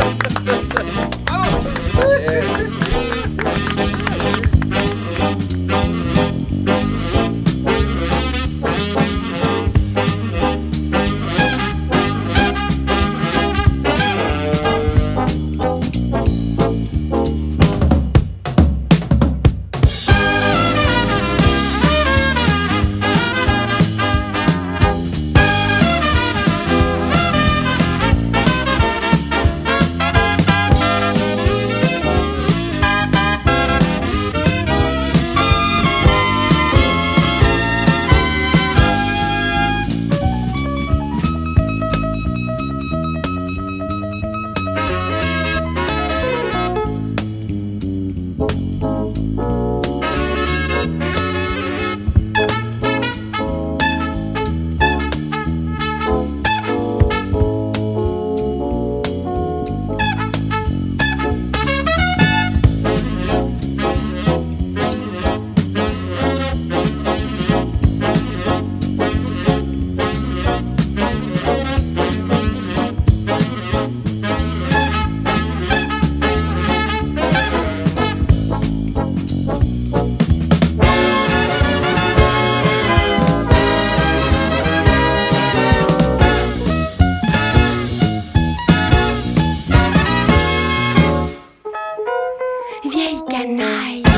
[SPEAKER 5] Vieille canaille.